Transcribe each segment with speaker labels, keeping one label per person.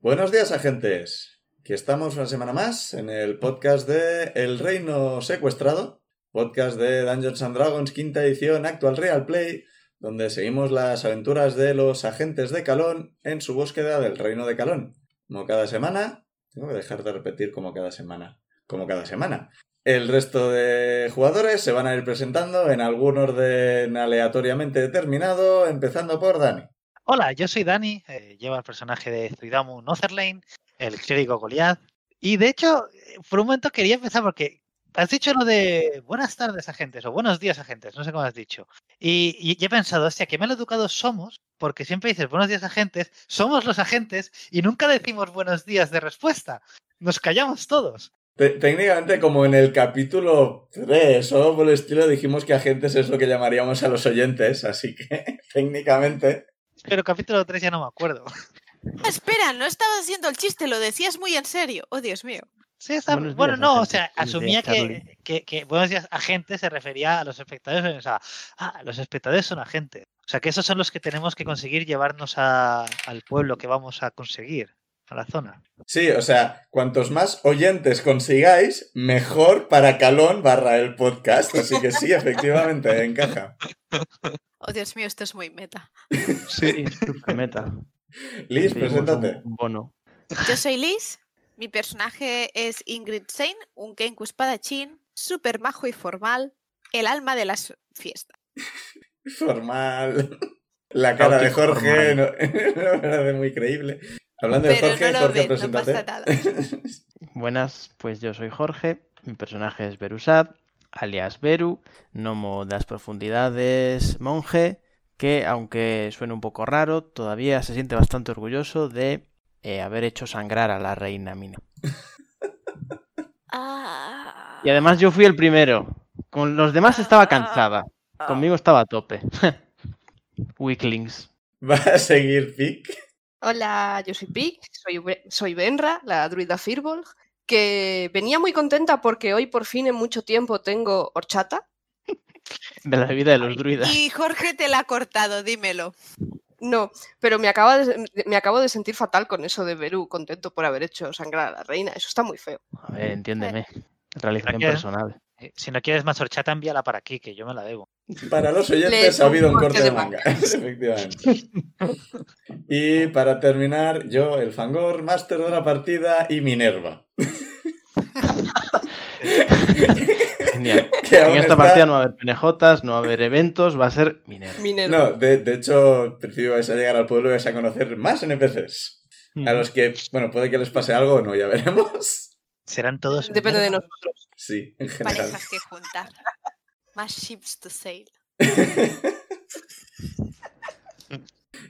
Speaker 1: Buenos días, agentes. Aquí estamos una semana más en el podcast de El Reino Secuestrado, podcast de Dungeons and Dragons, quinta edición, actual Real Play, donde seguimos las aventuras de los agentes de Calón en su búsqueda del Reino de Calón. Como cada semana, tengo que dejar de repetir como cada semana, como cada semana. El resto de jugadores se van a ir presentando en algún orden aleatoriamente determinado, empezando por Dani.
Speaker 2: Hola, yo soy Dani, eh, llevo el personaje de Zuidamu Notherlane, el clérigo Goliath. Y de hecho, eh, por un momento quería empezar porque has dicho lo de buenas tardes, agentes, o buenos días, agentes, no sé cómo has dicho. Y, y he pensado, hostia, qué mal educados somos, porque siempre dices buenos días, agentes, somos los agentes y nunca decimos buenos días de respuesta. Nos callamos todos.
Speaker 1: Te- técnicamente, como en el capítulo 3 o algo por el estilo, dijimos que agentes es lo que llamaríamos a los oyentes, así que técnicamente.
Speaker 2: Pero capítulo 3 ya no me acuerdo.
Speaker 3: Ah, Espera, no estaba haciendo el chiste, lo decías muy en serio. Oh, Dios mío.
Speaker 2: Sí, está-
Speaker 4: Buenos
Speaker 2: bueno,
Speaker 4: días,
Speaker 2: no, o
Speaker 4: agentes.
Speaker 2: sea,
Speaker 4: Buenos
Speaker 2: asumía
Speaker 4: días, Carolina.
Speaker 2: que, que, que buenos días, agentes se refería a los espectadores, pensaba, ah, los espectadores son agentes. O sea, que esos son los que tenemos que conseguir llevarnos a- al pueblo que vamos a conseguir, a la zona.
Speaker 1: Sí, o sea, cuantos más oyentes consigáis, mejor para Calón barra el podcast. Así que sí, efectivamente, encaja.
Speaker 3: Oh, Dios mío, esto es muy meta.
Speaker 4: Sí, meta.
Speaker 1: Liz,
Speaker 4: Conseguimos
Speaker 1: preséntate.
Speaker 4: un bono.
Speaker 3: Yo soy Liz, mi personaje es Ingrid Sein, un Kenku espadachín, súper majo y formal, el alma de las fiestas.
Speaker 1: Formal. La cara de Jorge no, no me parece muy creíble. Hablando de
Speaker 3: Pero
Speaker 1: Jorge,
Speaker 3: no lo
Speaker 1: Jorge,
Speaker 3: ven, no
Speaker 1: preséntate.
Speaker 3: pasa nada.
Speaker 4: Buenas, pues yo soy Jorge, mi personaje es Berusad, alias Beru, gnomo de las profundidades, monje, que aunque suene un poco raro, todavía se siente bastante orgulloso de eh, haber hecho sangrar a la reina Mina.
Speaker 3: Ah.
Speaker 4: Y además yo fui el primero, con los demás estaba cansada,
Speaker 3: Ah.
Speaker 4: conmigo estaba a tope. Weaklings.
Speaker 1: Va a seguir Pic.
Speaker 5: Hola, yo soy Pic, soy, Be- soy Benra, la druida Firbolg, que venía muy contenta porque hoy por fin en mucho tiempo tengo horchata.
Speaker 4: De la vida de los druidas.
Speaker 3: Y Jorge te la ha cortado, dímelo.
Speaker 5: No, pero me, acaba de- me acabo de sentir fatal con eso de Beru, contento por haber hecho sangrar a la reina. Eso está muy feo.
Speaker 4: A ver, entiéndeme. Realización
Speaker 2: Tranquila.
Speaker 4: personal.
Speaker 2: Eh, Si no quieres más horchata, envíala para aquí, que yo me la debo.
Speaker 1: Para los oyentes
Speaker 5: Lees
Speaker 1: ha habido un
Speaker 5: un
Speaker 1: corte
Speaker 5: corte
Speaker 1: de
Speaker 5: de
Speaker 1: manga, efectivamente. Y para terminar, yo, el Fangor, máster de la partida y Minerva.
Speaker 4: Genial.
Speaker 1: Que aún
Speaker 4: En esta
Speaker 1: está-
Speaker 4: partida no va a haber penejotas, no va a haber eventos, va a ser minero.
Speaker 5: Minero.
Speaker 1: No, de, de hecho, prefiero vais a llegar al pueblo y vais a conocer más NPCs. A los que, bueno, puede que les pase algo o no, ya veremos.
Speaker 2: Serán todos.
Speaker 5: Depende de
Speaker 2: mierda.
Speaker 5: nosotros.
Speaker 1: Sí, en general.
Speaker 3: Parejas que juntar. Más ships to sail.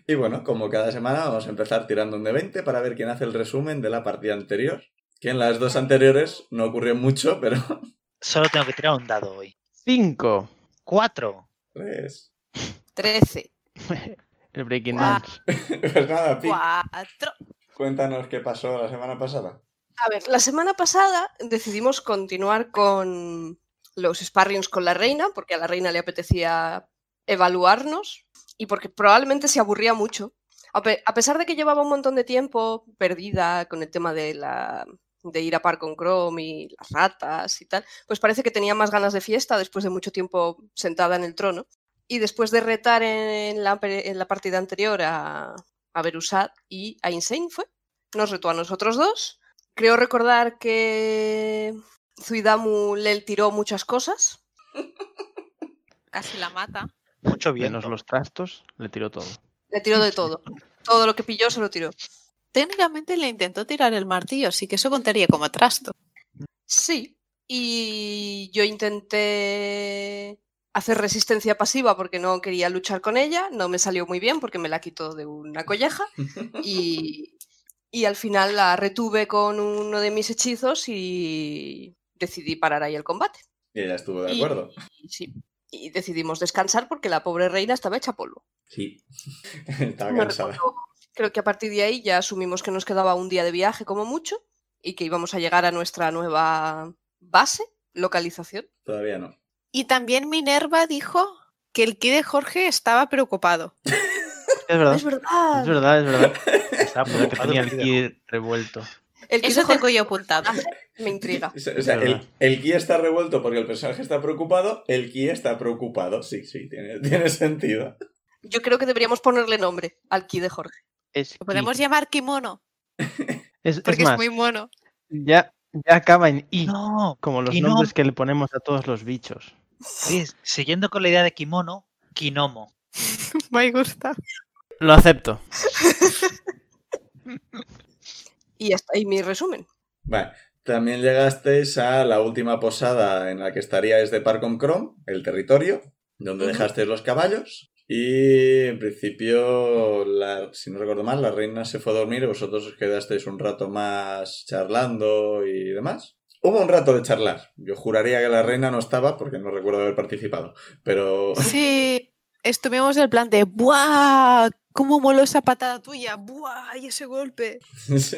Speaker 1: Y bueno, como cada semana, vamos a empezar tirando un de 20 para ver quién hace el resumen de la partida anterior. Que en las dos anteriores no ocurrió mucho, pero.
Speaker 2: Solo tengo que tirar un dado hoy.
Speaker 4: Cinco.
Speaker 2: Cuatro.
Speaker 1: Pues,
Speaker 5: Trece.
Speaker 4: El Breaking
Speaker 3: Guau.
Speaker 4: Dance.
Speaker 1: pues nada, Pi,
Speaker 3: Cuatro.
Speaker 1: cuéntanos qué pasó la semana pasada.
Speaker 5: A ver, la semana pasada decidimos continuar con los sparrings con la reina, porque a la reina le apetecía evaluarnos y porque probablemente se aburría mucho. A pe- a pesar de que llevaba un montón de tiempo perdida con el tema de, la, de ir a par con Chrome y las ratas y tal, pues parece que tenía más ganas de fiesta después de mucho tiempo sentada en el trono. Y después de retar en la, pe- en la partida anterior a, a Berusat y a Insane, fue, nos retó a nosotros dos Creo recordar que Zuidamu le tiró muchas cosas.
Speaker 3: Casi la mata.
Speaker 2: Mucho bien.
Speaker 4: Menos los trastos, le tiró todo.
Speaker 5: Le tiró de todo. Todo lo que pilló se lo tiró.
Speaker 3: Técnicamente le intentó tirar el martillo, así que eso contaría como trasto.
Speaker 5: Sí. Y yo intenté hacer resistencia pasiva porque no quería luchar con ella, no me salió muy bien porque me la quitó de una colleja y, y al final la retuve con uno de mis hechizos y decidí parar ahí el combate.
Speaker 1: Y ella estuvo de
Speaker 5: Y-
Speaker 1: acuerdo.
Speaker 5: Y, sí, y decidimos descansar porque la pobre reina estaba hecha polvo.
Speaker 1: Sí. Estaba
Speaker 5: No
Speaker 1: cansada.
Speaker 5: recuerdo. Creo que a partir de ahí ya asumimos que nos quedaba un día de viaje como mucho y que íbamos a llegar a nuestra nueva base, localización.
Speaker 1: Todavía no.
Speaker 3: Y también Minerva dijo que el ki de Jorge estaba preocupado.
Speaker 4: Es verdad,
Speaker 5: Es verdad.
Speaker 4: es verdad, es verdad.
Speaker 2: Está
Speaker 4: Porque
Speaker 2: preocupado
Speaker 4: tenía
Speaker 2: por ti
Speaker 4: el
Speaker 2: de
Speaker 4: kit revuelto.
Speaker 5: El que
Speaker 3: Eso
Speaker 5: dijo-
Speaker 3: tengo yo apuntado.
Speaker 5: me intriga.
Speaker 1: O sea, o sea,
Speaker 4: Es
Speaker 1: el,
Speaker 4: verdad.
Speaker 1: el ki está revuelto porque el personaje está preocupado, el ki está preocupado. Sí, sí, tiene, tiene sentido.
Speaker 5: Yo creo que deberíamos ponerle nombre al ki de Jorge.
Speaker 4: Es,
Speaker 3: Lo podemos
Speaker 4: kit.
Speaker 3: llamar kimono,
Speaker 4: es, es
Speaker 3: porque es,
Speaker 4: más,
Speaker 3: muy mono.
Speaker 4: ya, ya acaba en I,
Speaker 2: No,
Speaker 4: como los
Speaker 2: y no.
Speaker 4: nombres que le ponemos a todos los bichos.
Speaker 2: sí, pues, siguiendo con la idea de kimono, kinomo.
Speaker 3: Me gusta.
Speaker 4: Lo acepto.
Speaker 5: Y hasta ahí mi resumen.
Speaker 1: Vale. También llegasteis a la última posada en la que estaríais de Parcom Chrome, el territorio, donde
Speaker 5: Ujú.
Speaker 1: dejasteis los caballos. Y en principio, la- si no recuerdo mal, la reina se fue a dormir y vosotros os quedasteis un rato más charlando y demás. Hubo un rato de charlar. Yo juraría que la reina no estaba porque no recuerdo haber participado. Pero
Speaker 3: Sí, estuvimos el plan de ¡buah! ¿Cómo moló esa patada tuya? ¡buah! Y ese golpe.
Speaker 1: Sí.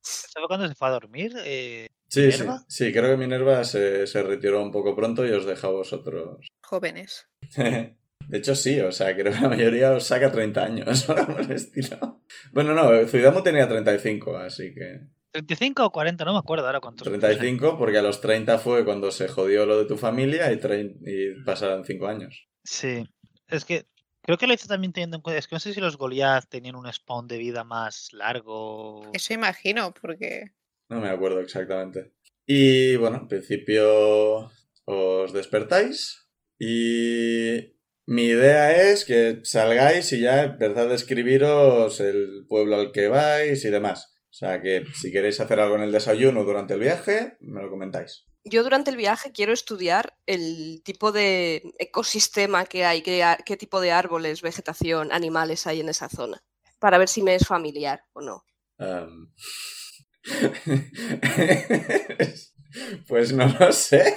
Speaker 2: ¿Sabe cuándo se fue a dormir? Eh,
Speaker 1: Sí, sí,
Speaker 2: ¿Minerva?
Speaker 1: sí, creo que Minerva se, se retiró un poco pronto y os deja a vosotros.
Speaker 3: Jóvenes.
Speaker 1: De hecho, sí, o sea, creo que la mayoría os saca 30 años, ahora por el estilo. Bueno, no, Zuidamo tenía 35, así que.
Speaker 2: 35 o 40, no me acuerdo ahora cuántos.
Speaker 1: 35, porque a los 30 fue cuando se jodió lo de tu familia y, trein- y pasaron 5 años.
Speaker 2: Sí, es que creo que lo hizo también teniendo en cuenta. Es que no sé si los Goliath tenían un spawn de vida más largo.
Speaker 3: Eso imagino, porque.
Speaker 1: No me acuerdo exactamente. Y bueno, en principio os despertáis y mi idea es que salgáis y ya empezad a escribiros el pueblo al que vais y demás. O sea que si queréis hacer algo en el desayuno durante el viaje, me lo comentáis.
Speaker 5: Yo durante el viaje quiero estudiar el tipo de ecosistema que hay, qué, a- qué tipo de árboles, vegetación, animales hay en esa zona, para ver si me es familiar o no.
Speaker 1: Am. pues no lo sé.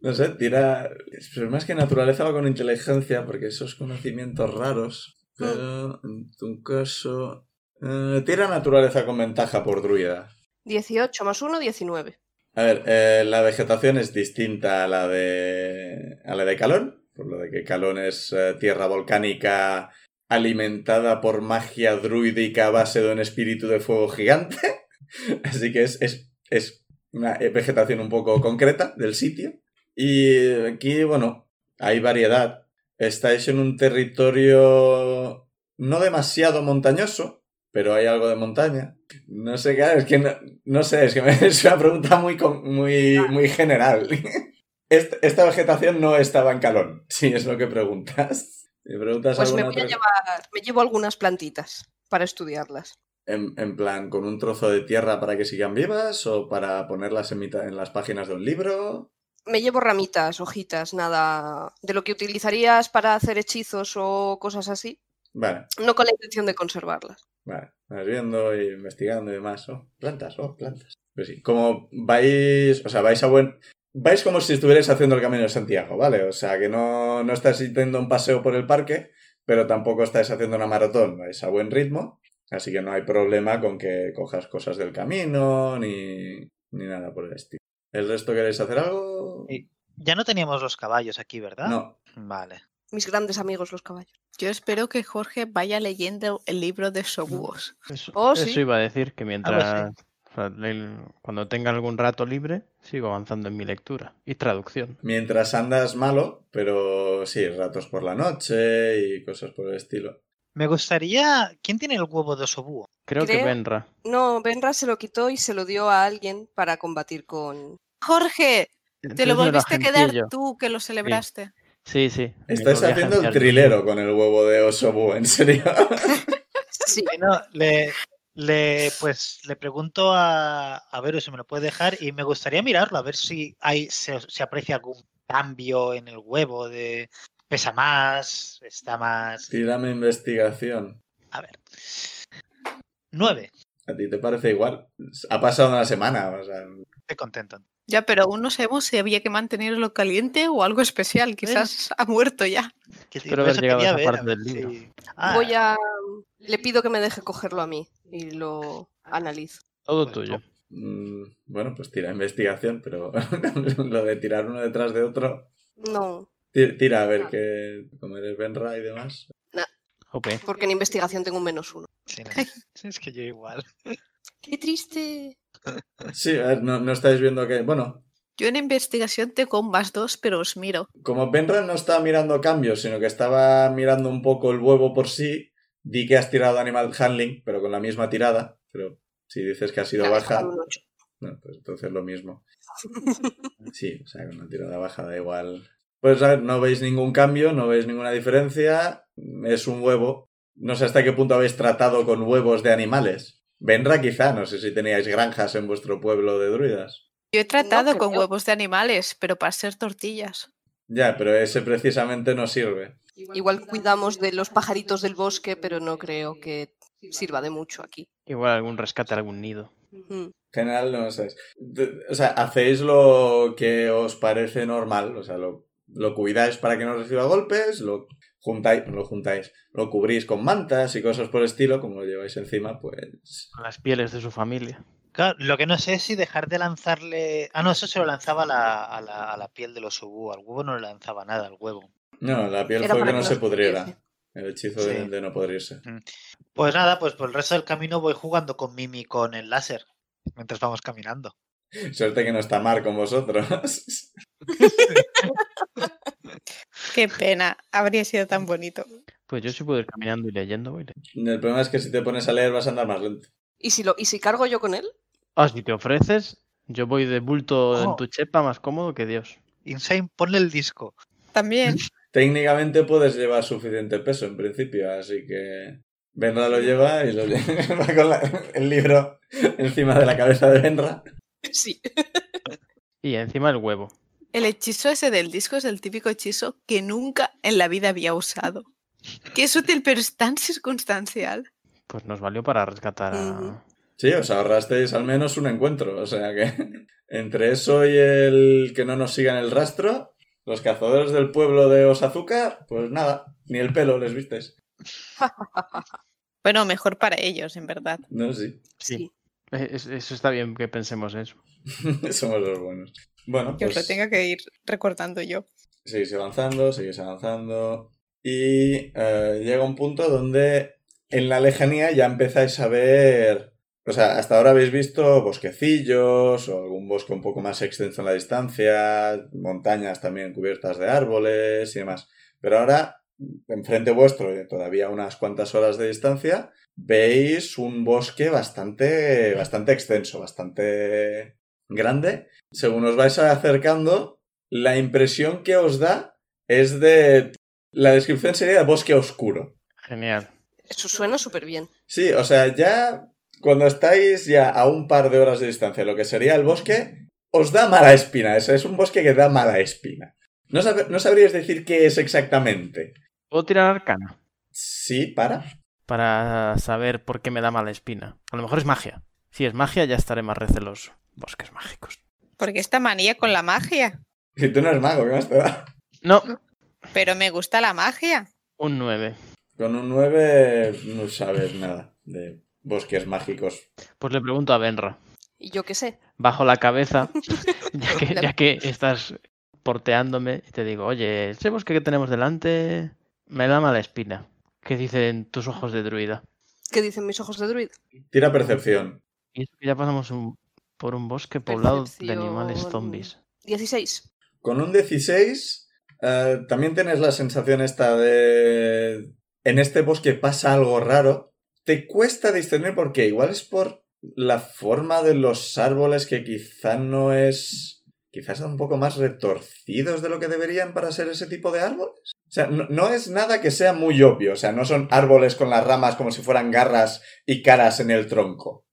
Speaker 1: No sé, tira. Pero más que naturaleza va con inteligencia, porque esos conocimientos raros. Pero en tu caso. eh, tira naturaleza con ventaja por druida.
Speaker 5: 18 más 1, 19.
Speaker 1: A ver, eh, la vegetación es distinta a la de. a la de Calón. Por lo de que Calón es eh, tierra volcánica alimentada por magia druídica a base de un espíritu de fuego gigante. Así que es, es, es una eh, vegetación un poco concreta del sitio. Y eh, aquí, bueno, hay variedad. Estáis en un territorio no demasiado montañoso, pero hay algo de montaña. No sé, claro, es que no, no sé, es que me- es una pregunta muy, con- muy, muy general. Est- Esta vegetación no estaba en calón, si es lo que preguntas. Si preguntas
Speaker 5: Pues me
Speaker 1: alguna
Speaker 5: voy a
Speaker 1: otra-
Speaker 5: llevar, me llevo algunas plantitas para estudiarlas.
Speaker 1: En, en plan, con un trozo de tierra para que sigan vivas o para ponerlas en, mitad, en las páginas de un libro.
Speaker 5: Me llevo ramitas, hojitas, nada de lo que utilizarías para hacer hechizos o cosas así,
Speaker 1: Vale,
Speaker 5: no con la intención de conservarlas.
Speaker 1: vale. Vas viendo y investigando y demás. Oh, plantas, oh, plantas. Pues sí, como vais, o sea, vais a buen... Vais como si estuvierais haciendo el Camino de Santiago, ¿vale? O sea, que no, no estáis yendo un paseo por el parque, pero tampoco estáis haciendo una maratón. Vais a buen ritmo, así que no hay problema con que cojas cosas del camino ni, ni nada por el estilo. ¿El resto queréis hacer algo?
Speaker 2: Sí. Ya no teníamos los caballos aquí, ¿verdad?
Speaker 1: No,
Speaker 2: Vale.
Speaker 5: Mis grandes amigos los caballos.
Speaker 3: Yo espero que Jorge vaya leyendo el libro de Sobuos.
Speaker 4: Eso,
Speaker 5: Oh,
Speaker 4: eso
Speaker 5: sí.
Speaker 4: iba a decir, que mientras...
Speaker 2: Algo
Speaker 4: o sea, el- Cuando tenga algún rato libre, sigo avanzando en mi lectura y traducción.
Speaker 1: Mientras andas malo, pero sí, ratos por la noche y cosas por el estilo.
Speaker 2: Me gustaría. ¿Quién tiene el huevo de osobúo?
Speaker 4: Creo, que
Speaker 5: Creo-
Speaker 4: Benra.
Speaker 5: No, Benra se lo quitó y se lo dio a alguien para combatir con.
Speaker 3: Jorge, te lo
Speaker 4: Entonces me
Speaker 3: volviste a
Speaker 4: agencié
Speaker 3: quedar
Speaker 4: yo.
Speaker 3: tú que lo celebraste.
Speaker 4: Sí, sí. me
Speaker 1: Estás
Speaker 4: volví a
Speaker 1: haciendo el
Speaker 4: agenciar yo.
Speaker 1: trilero con el huevo de Osobu, en serio.
Speaker 5: Sí,
Speaker 2: Bueno, le, le, pues, le pregunto a, a Vero si me lo puede dejar y me gustaría mirarlo, a ver si hay, se, se aprecia algún cambio en el huevo de pesa más, está más...
Speaker 1: Tírame investigación.
Speaker 2: A ver. Nueve.
Speaker 1: ¿A ti te parece igual? Ha pasado una semana, o sea,
Speaker 2: Estoy contento.
Speaker 3: Ya, pero aún no sabemos si había que mantenerlo caliente o algo especial. Quizás ha muerto ya.
Speaker 2: Que sí,
Speaker 4: Espero
Speaker 2: por
Speaker 4: haber
Speaker 2: eso
Speaker 4: llegado a
Speaker 2: quería
Speaker 4: esa
Speaker 2: ver, a
Speaker 4: parte
Speaker 2: ver
Speaker 4: del libro.
Speaker 2: si- Ah,
Speaker 5: Voy a. Le pido que me deje cogerlo a mí y lo analizo.
Speaker 4: Todo
Speaker 2: Pues,
Speaker 4: tuyo.
Speaker 1: mm, bueno, pues tira investigación, pero lo de tirar uno detrás de otro.
Speaker 5: No,
Speaker 1: ti- Tira a ver que como eres Benra y demás.
Speaker 4: Jope.
Speaker 5: porque en investigación tengo un menos uno.
Speaker 2: sí, no, es que yo igual.
Speaker 5: ¡Qué triste!
Speaker 1: Sí, a ver, no, no estáis viendo que. Bueno,
Speaker 3: Yo en investigación tengo un más dos, pero os miro.
Speaker 1: como Benra no estaba mirando cambios, sino que estaba mirando un poco el huevo por sí, di que has tirado Animal Handling, pero con la misma tirada. Pero si dices que ha sido
Speaker 5: Me ha
Speaker 1: baja,
Speaker 5: dejado un ocho.
Speaker 1: no, pues entonces lo mismo. Sí, o sea, con una tirada baja da igual. Pues a ver, no veis ningún cambio, no veis ninguna diferencia. Es un huevo. No sé hasta qué punto habéis tratado con huevos de animales. Benra quizá, no sé si teníais granjas en vuestro pueblo de druidas.
Speaker 3: Yo he tratado con
Speaker 5: creo.
Speaker 3: huevos de animales, pero para hacer tortillas.
Speaker 1: Ya, pero ese precisamente no sirve.
Speaker 5: Igual cuidamos de los pajaritos del bosque, pero no creo que sirva de mucho aquí.
Speaker 4: Igual algún rescate, algún nido.
Speaker 5: Mm.
Speaker 1: En general no sabéis. O sea, hacéis lo que os parece normal, o sea, lo, lo cuidáis para que no reciba golpes, lo juntáis, lo juntáis, lo cubrís con mantas y cosas por el estilo, como lo lleváis encima, pues
Speaker 4: Con las pieles de su familia.
Speaker 2: Claro, lo que no sé es si dejar de lanzarle. Ah, no, eso se lo lanzaba a la, a la- a la piel de los ubú. Al huevo no le lanzaba nada, al huevo.
Speaker 1: No, la piel
Speaker 5: Era
Speaker 1: fue
Speaker 5: para
Speaker 1: que no
Speaker 5: que
Speaker 1: se
Speaker 5: no se
Speaker 1: pudriera.
Speaker 5: pudriese.
Speaker 1: El hechizo
Speaker 2: Sí.
Speaker 1: de, de no podrirse.
Speaker 2: Pues nada, pues por el resto del camino voy jugando con Mimi con el láser mientras vamos caminando.
Speaker 1: Suerte que no está Mar con vosotros.
Speaker 3: Qué pena, habría sido tan bonito.
Speaker 4: Pues yo sí puedo ir caminando y leyendo. voy leyendo.
Speaker 1: El problema es que si te pones a leer vas a andar más lento.
Speaker 5: ¿Y si, lo, ¿Y si cargo yo con él?
Speaker 4: Ah, si te ofreces, yo voy de bulto
Speaker 2: Oh.
Speaker 4: en tu chepa más cómodo que Dios.
Speaker 2: Insane, ponle el disco.
Speaker 3: También.
Speaker 1: Técnicamente puedes llevar suficiente peso en principio, así que Benra lo lleva y lo lleva con la- el libro encima de la cabeza de Benra.
Speaker 5: Sí.
Speaker 4: Y encima el huevo.
Speaker 3: El hechizo ese del disco es el típico hechizo que nunca en la vida había usado. Que es útil, pero es tan circunstancial.
Speaker 4: Pues nos valió para rescatar a.
Speaker 1: Sí, os ahorrasteis al menos un encuentro, o sea que entre eso y el que no nos sigan el rastro, los cazadores del pueblo de Osazuka, pues nada, ni el pelo les visteis.
Speaker 3: Bueno, mejor para ellos, en verdad.
Speaker 1: No, sí.
Speaker 4: Sí.
Speaker 5: Sí.
Speaker 4: Eh, es- Eso está bien que pensemos eso.
Speaker 1: Somos los buenos. Bueno,
Speaker 3: Que os lo
Speaker 1: pues
Speaker 3: tenga que ir recordando yo.
Speaker 1: seguís avanzando, seguís avanzando. Y eh, llega un punto donde en la lejanía ya empezáis a ver. O sea, hasta ahora habéis visto bosquecillos o algún bosque un poco más extenso en la distancia, montañas también cubiertas de árboles y demás. Pero ahora, enfrente vuestro, y todavía a unas cuantas horas de distancia, veis un bosque bastante, bastante extenso, bastante grande. Según os vais acercando, la impresión que os da es de... La descripción sería de bosque oscuro.
Speaker 4: Genial.
Speaker 5: Eso suena súper bien.
Speaker 1: Sí, o sea, ya cuando estáis ya a un par de horas de distancia, lo que sería el bosque, os da mala espina. Es, es un bosque que da mala espina. No, sab- no sabríais decir qué es exactamente.
Speaker 4: ¿Puedo tirar arcana?
Speaker 1: Sí, para.
Speaker 4: Para saber por qué me da mala espina. A lo mejor es magia. Si es magia, ya estaré más receloso. Bosques mágicos.
Speaker 3: Porque esta manía con la magia.
Speaker 1: Si tú no eres mago, ¿qué más te da?
Speaker 4: No,
Speaker 3: Pero me gusta la magia.
Speaker 4: un 9.
Speaker 1: Con un 9 no sabes nada de bosques mágicos.
Speaker 4: Pues le pregunto a Benra.
Speaker 5: Y yo qué sé.
Speaker 4: Bajo la cabeza, ya que, ya que estás porteándome, y te digo, oye, ese bosque que tenemos delante me da mala espina. ¿Qué dicen tus ojos de druida?
Speaker 5: ¿Qué dicen mis ojos de druida?
Speaker 1: Tira percepción.
Speaker 4: Y eso que ya pasamos un- por un bosque poblado de animales
Speaker 5: Percepción.
Speaker 4: zombies.
Speaker 5: 16.
Speaker 1: Con un 16, eh, también tienes la sensación esta de... En este bosque pasa algo raro. Te cuesta discernir por qué. Igual es por la forma de los árboles que quizá no es... Quizás son un poco más retorcidos de lo que deberían para ser ese tipo de árboles. O sea, no, no es nada que sea muy obvio. O sea, no son árboles con las ramas como si fueran garras y caras en el tronco.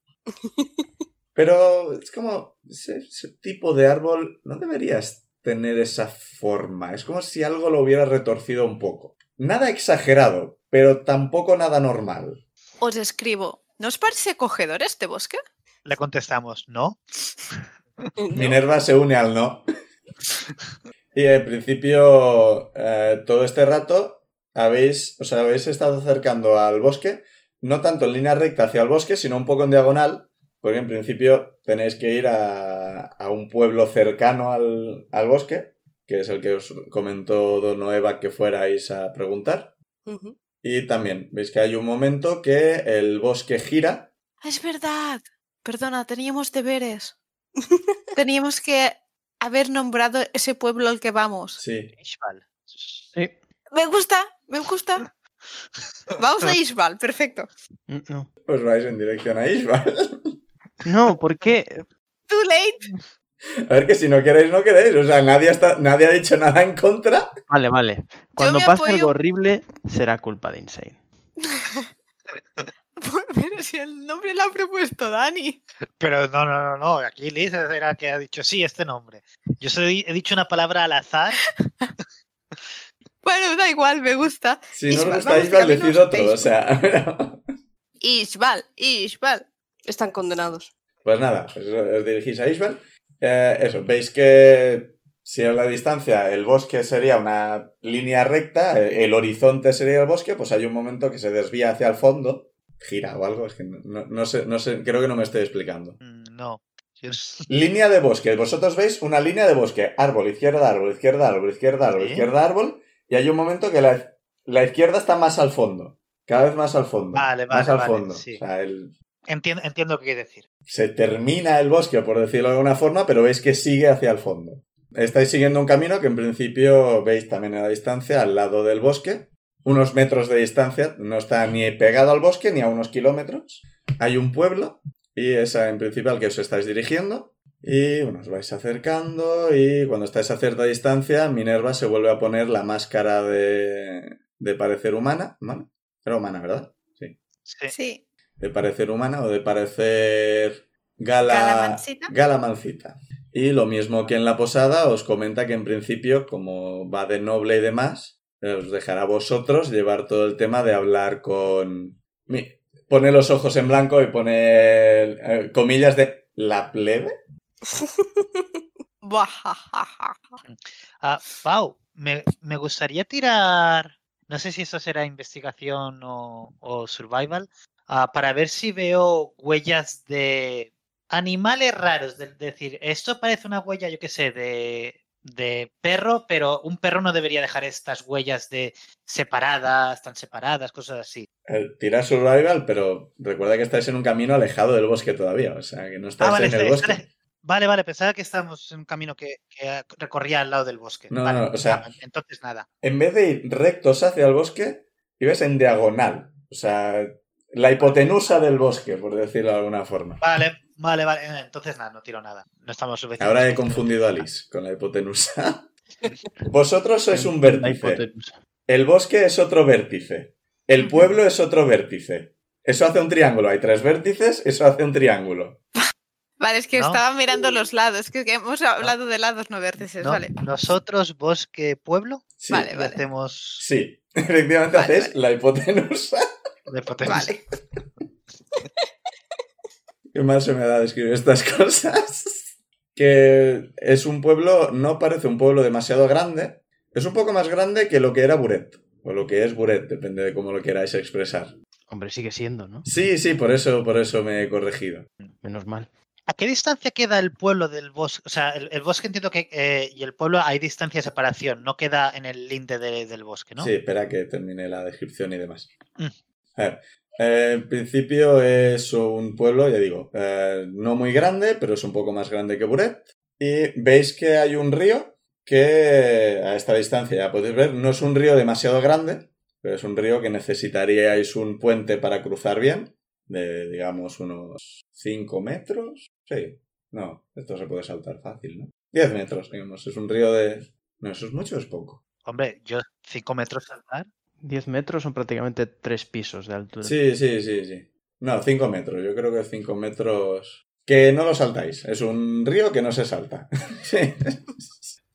Speaker 1: Pero es como... Ese, ese tipo de árbol no debería estar tener esa forma. Es como si algo lo hubiera retorcido un poco. Nada exagerado, pero tampoco nada normal.
Speaker 3: Os escribo, ¿no os parece cogedor este bosque?
Speaker 2: Le contestamos, no.
Speaker 1: Minerva se une al no. y en principio, eh, todo este rato habéis, o sea, habéis estado acercando al bosque, no tanto en línea recta hacia el bosque, sino un poco en diagonal, porque en principio tenéis que ir a, a un pueblo cercano al, al bosque, que es el que os comentó Don Eva que fuerais a preguntar.
Speaker 5: Ujú.
Speaker 1: Y también veis que hay un momento que el bosque gira
Speaker 3: Ah, Es verdad. Perdona, teníamos deberes. teníamos que haber nombrado ese pueblo al que vamos.
Speaker 1: Sí.
Speaker 2: Ishbal.
Speaker 4: Sí.
Speaker 3: Me gusta, me gusta. Vamos a Ishbal, perfecto.
Speaker 4: Mm, No.
Speaker 1: Pues vais en dirección a Ishbal.
Speaker 4: No, ¿por qué?
Speaker 3: Too late.
Speaker 1: A ver que si no queréis, no queréis. O sea, nadie, está, nadie ha dicho nada en contra.
Speaker 4: Vale, vale. Cuando
Speaker 3: me
Speaker 4: pase
Speaker 3: apoyo-
Speaker 4: algo horrible, será culpa de Insane.
Speaker 3: Pero si el nombre lo ha propuesto Dani.
Speaker 2: Pero no, no, no, no. Aquí Liz era la que ha dicho sí, este nombre. Yo soy- he dicho una palabra al azar.
Speaker 3: Bueno, da igual, me gusta.
Speaker 1: Si no os
Speaker 3: Ishbal,
Speaker 1: gusta
Speaker 3: vamos,
Speaker 1: Ishbal,
Speaker 3: caminos
Speaker 1: decid
Speaker 3: de
Speaker 1: otro. O sea, pero-
Speaker 3: Ishbal, Ishbal.
Speaker 5: Están condenados.
Speaker 1: pues nada, os, os dirigís a Ishbal. Eh, eso, veis que si es la distancia, el bosque sería una línea recta, eh, el horizonte sería el bosque, pues hay un momento que se desvía hacia el fondo, gira o algo, es que no, no- no sé, no sé, creo que no me estoy explicando.
Speaker 2: Mm, No. Yo-
Speaker 1: Línea de bosque. Vosotros veis una línea de bosque. Árbol, izquierda, árbol, izquierda, árbol, izquierda, árbol,
Speaker 2: Sí.
Speaker 1: izquierda, árbol. Y hay un momento que la, la izquierda está más al fondo. Cada vez más al fondo.
Speaker 2: Vale,
Speaker 1: Más
Speaker 2: vale,
Speaker 1: al
Speaker 2: vale,
Speaker 1: fondo.
Speaker 2: sí.
Speaker 1: O sea, el-
Speaker 2: Entiendo, entiendo qué quiere decir.
Speaker 1: se termina el bosque, por decirlo de alguna forma, pero veis que sigue hacia el fondo. Estáis siguiendo un camino que en principio veis también a la distancia, al lado del bosque. Unos metros de distancia. No está ni pegado al bosque ni a unos kilómetros. Hay un pueblo y es en principio al que os estáis dirigiendo. Y bueno, os vais acercando y cuando estáis a cierta distancia, Minerva se vuelve a poner la máscara de, de parecer humana. ¿Humana? Era humana, ¿verdad?
Speaker 2: Sí.
Speaker 3: Sí.
Speaker 1: de parecer humana o de parecer gala,
Speaker 3: Galamancita.
Speaker 1: galamancita. Y lo mismo que en la posada, os comenta que en principio, como va de noble y demás, eh, os dejará a vosotros llevar todo el tema de hablar con... Mi- Pone los ojos en blanco y pone eh, comillas de la plebe.
Speaker 3: Buajajaja.
Speaker 2: Ah, Pau, me, me gustaría tirar, no sé si eso será investigación o, o survival, ah, para ver si veo huellas de animales raros. de- decir, esto parece una huella, yo qué sé, de, de perro, pero un perro no debería dejar estas huellas de separadas, tan separadas, cosas así.
Speaker 1: Eh, Tira survival, pero recuerda que estáis en un camino alejado del bosque todavía, o sea, que no estáis
Speaker 2: Ah, vale,
Speaker 1: en el
Speaker 2: estáis-
Speaker 1: bosque.
Speaker 2: estáis- Vale, vale, pensaba que estábamos en un camino que, que recorría al lado del bosque.
Speaker 1: No,
Speaker 2: Vale,
Speaker 1: no, o sea-
Speaker 2: ah, entonces nada.
Speaker 1: en vez de ir rectos hacia el bosque, ibas en diagonal. O sea, la hipotenusa del bosque, por decirlo de alguna forma.
Speaker 2: Vale, vale, vale. eh, Entonces nada, no tiro nada. No estamos suficientes.
Speaker 1: Ahora he confundido a Liz con la hipotenusa. Vosotros sois un vértice.
Speaker 4: hipotenusa.
Speaker 1: El bosque es otro vértice. El pueblo es otro vértice. Eso hace un triángulo. Hay tres vértices, eso hace un triángulo.
Speaker 3: Vale, es que
Speaker 2: No.
Speaker 3: estaba mirando los lados, que que hemos hablado de lados no vértices,
Speaker 2: No,
Speaker 3: vale.
Speaker 2: Nosotros, bosque, pueblo,
Speaker 1: Sí.
Speaker 3: Vale,
Speaker 2: y
Speaker 3: vale.
Speaker 2: hacemos
Speaker 1: Sí. Efectivamente
Speaker 3: Vale,
Speaker 1: hacéis la hipotenusa.
Speaker 2: de potencia.
Speaker 3: Vale.
Speaker 1: Qué mal se me da describir estas cosas. Que es un pueblo, no parece un pueblo demasiado grande. Es un poco más grande que lo que era Buret. O lo que es Buret, depende de cómo lo queráis expresar.
Speaker 4: Hombre, sigue siendo, ¿no?
Speaker 1: Sí, sí, por eso, por eso me he corregido.
Speaker 4: Menos mal.
Speaker 2: ¿A qué distancia queda el pueblo del bosque? O sea, el, el bosque entiendo que eh, y el pueblo hay distancia de separación, no queda en el linde de- del bosque, ¿no?
Speaker 1: Sí, espera que termine la descripción y demás.
Speaker 2: Mm.
Speaker 1: A ver, eh, en principio es un pueblo, ya digo, eh, no muy grande, pero es un poco más grande que Buret. Y veis que hay un río que a esta distancia, ya podéis ver, no es un río demasiado grande, pero es un río que necesitaríais un puente para cruzar bien, de digamos unos 5 metros. Sí, no, esto se puede saltar fácil, ¿no? 10 metros, digamos, es un río de... No, eso es mucho o es poco.
Speaker 2: Hombre, yo cinco metros saltar.
Speaker 4: 10 metros son prácticamente tres pisos de altura.
Speaker 1: Sí, sí, sí, sí. No, 5 metros. Yo creo que 5 metros. Que no lo saltáis. Es un río que no se salta. Sí.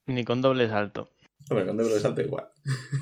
Speaker 4: Ni con doble salto.
Speaker 1: Hombre, con doble salto igual.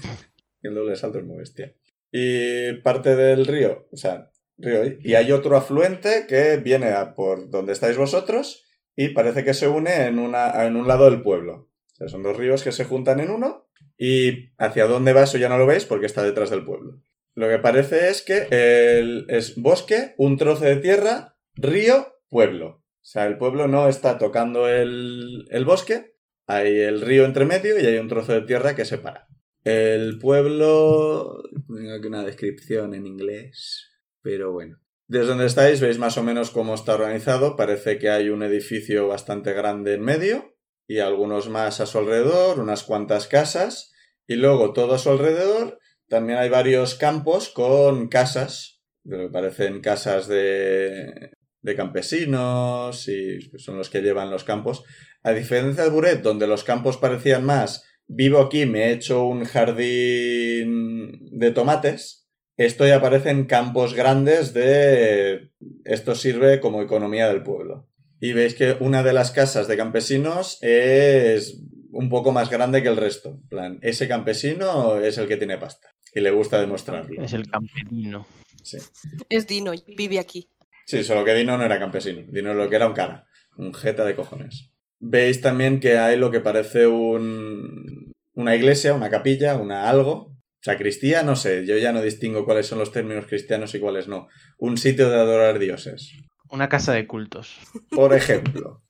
Speaker 1: el doble salto es muy bestia. Y parte del río, o sea, río. Y hay otro afluente que viene a por donde estáis vosotros y parece que se une en, una, en un lado del pueblo. O sea, son dos ríos que se juntan en uno y hacia dónde va eso ya no lo veis porque está detrás del pueblo. Lo que parece es que el, es bosque, un trozo de tierra, río, pueblo. O sea, el pueblo no está tocando el, el bosque, hay el río entre medio y hay un trozo de tierra que separa. El pueblo... Tengo aquí una descripción en inglés, pero bueno. Desde donde estáis veis más o menos cómo está organizado. Parece que hay un edificio bastante grande en medio y algunos más a su alrededor, unas cuantas casas. Y luego todo a su alrededor también hay varios campos con casas, de lo que parecen casas de, de campesinos y son los que llevan los campos. A diferencia de Buret, donde los campos parecían más vivo aquí, me he hecho un jardín de tomates, esto ya aparecen campos grandes de... Esto sirve como economía del pueblo. Y veis que una de las casas de campesinos es un poco más grande que el resto. En plan, ese campesino es el que tiene pasta y le gusta demostrarlo.
Speaker 4: Es el campesino.
Speaker 1: Sí.
Speaker 5: Es Dino, vive aquí.
Speaker 1: Sí, solo que Dino no era campesino. Dino lo que era un cara. Un jeta de cojones. Veis también que hay lo que parece un... una iglesia, una capilla, una algo. Sacristía, no sé. Yo ya no distingo cuáles son los términos cristianos y cuáles no. Un sitio de adorar dioses.
Speaker 4: Una casa de cultos.
Speaker 1: Por ejemplo.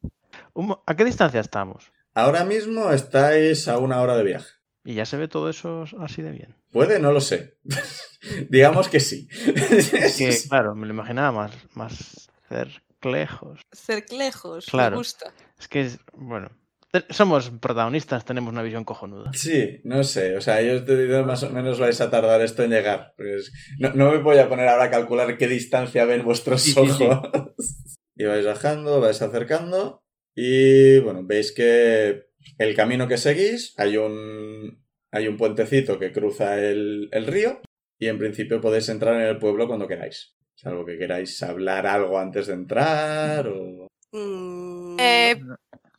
Speaker 4: Un mo- ¿A qué distancia estamos?
Speaker 1: Ahora mismo estáis a una hora de viaje.
Speaker 4: Y ya se ve todo eso así de bien.
Speaker 1: ¿Puede? No lo sé. Digamos que sí.
Speaker 4: Es que, claro, me lo imaginaba más, más cerclejos.
Speaker 5: Cerclejos,
Speaker 4: Claro.
Speaker 5: me gusta.
Speaker 4: Es que, es, bueno, te- somos protagonistas, tenemos una visión cojonuda.
Speaker 1: Sí, no sé. O sea, yo estoy diciendo más o menos vais a tardar esto en llegar. Porque es- No, no me voy a poner ahora a calcular qué distancia ven vuestros
Speaker 4: Sí, sí,
Speaker 1: ojos.
Speaker 4: sí.
Speaker 1: Y vais bajando, vais acercando. Y bueno, veis que el camino que seguís, hay un, hay un puentecito que cruza el, el río. Y en principio podéis entrar en el pueblo cuando queráis. Salvo que queráis hablar algo antes de entrar o...
Speaker 5: Mm,
Speaker 3: Eh,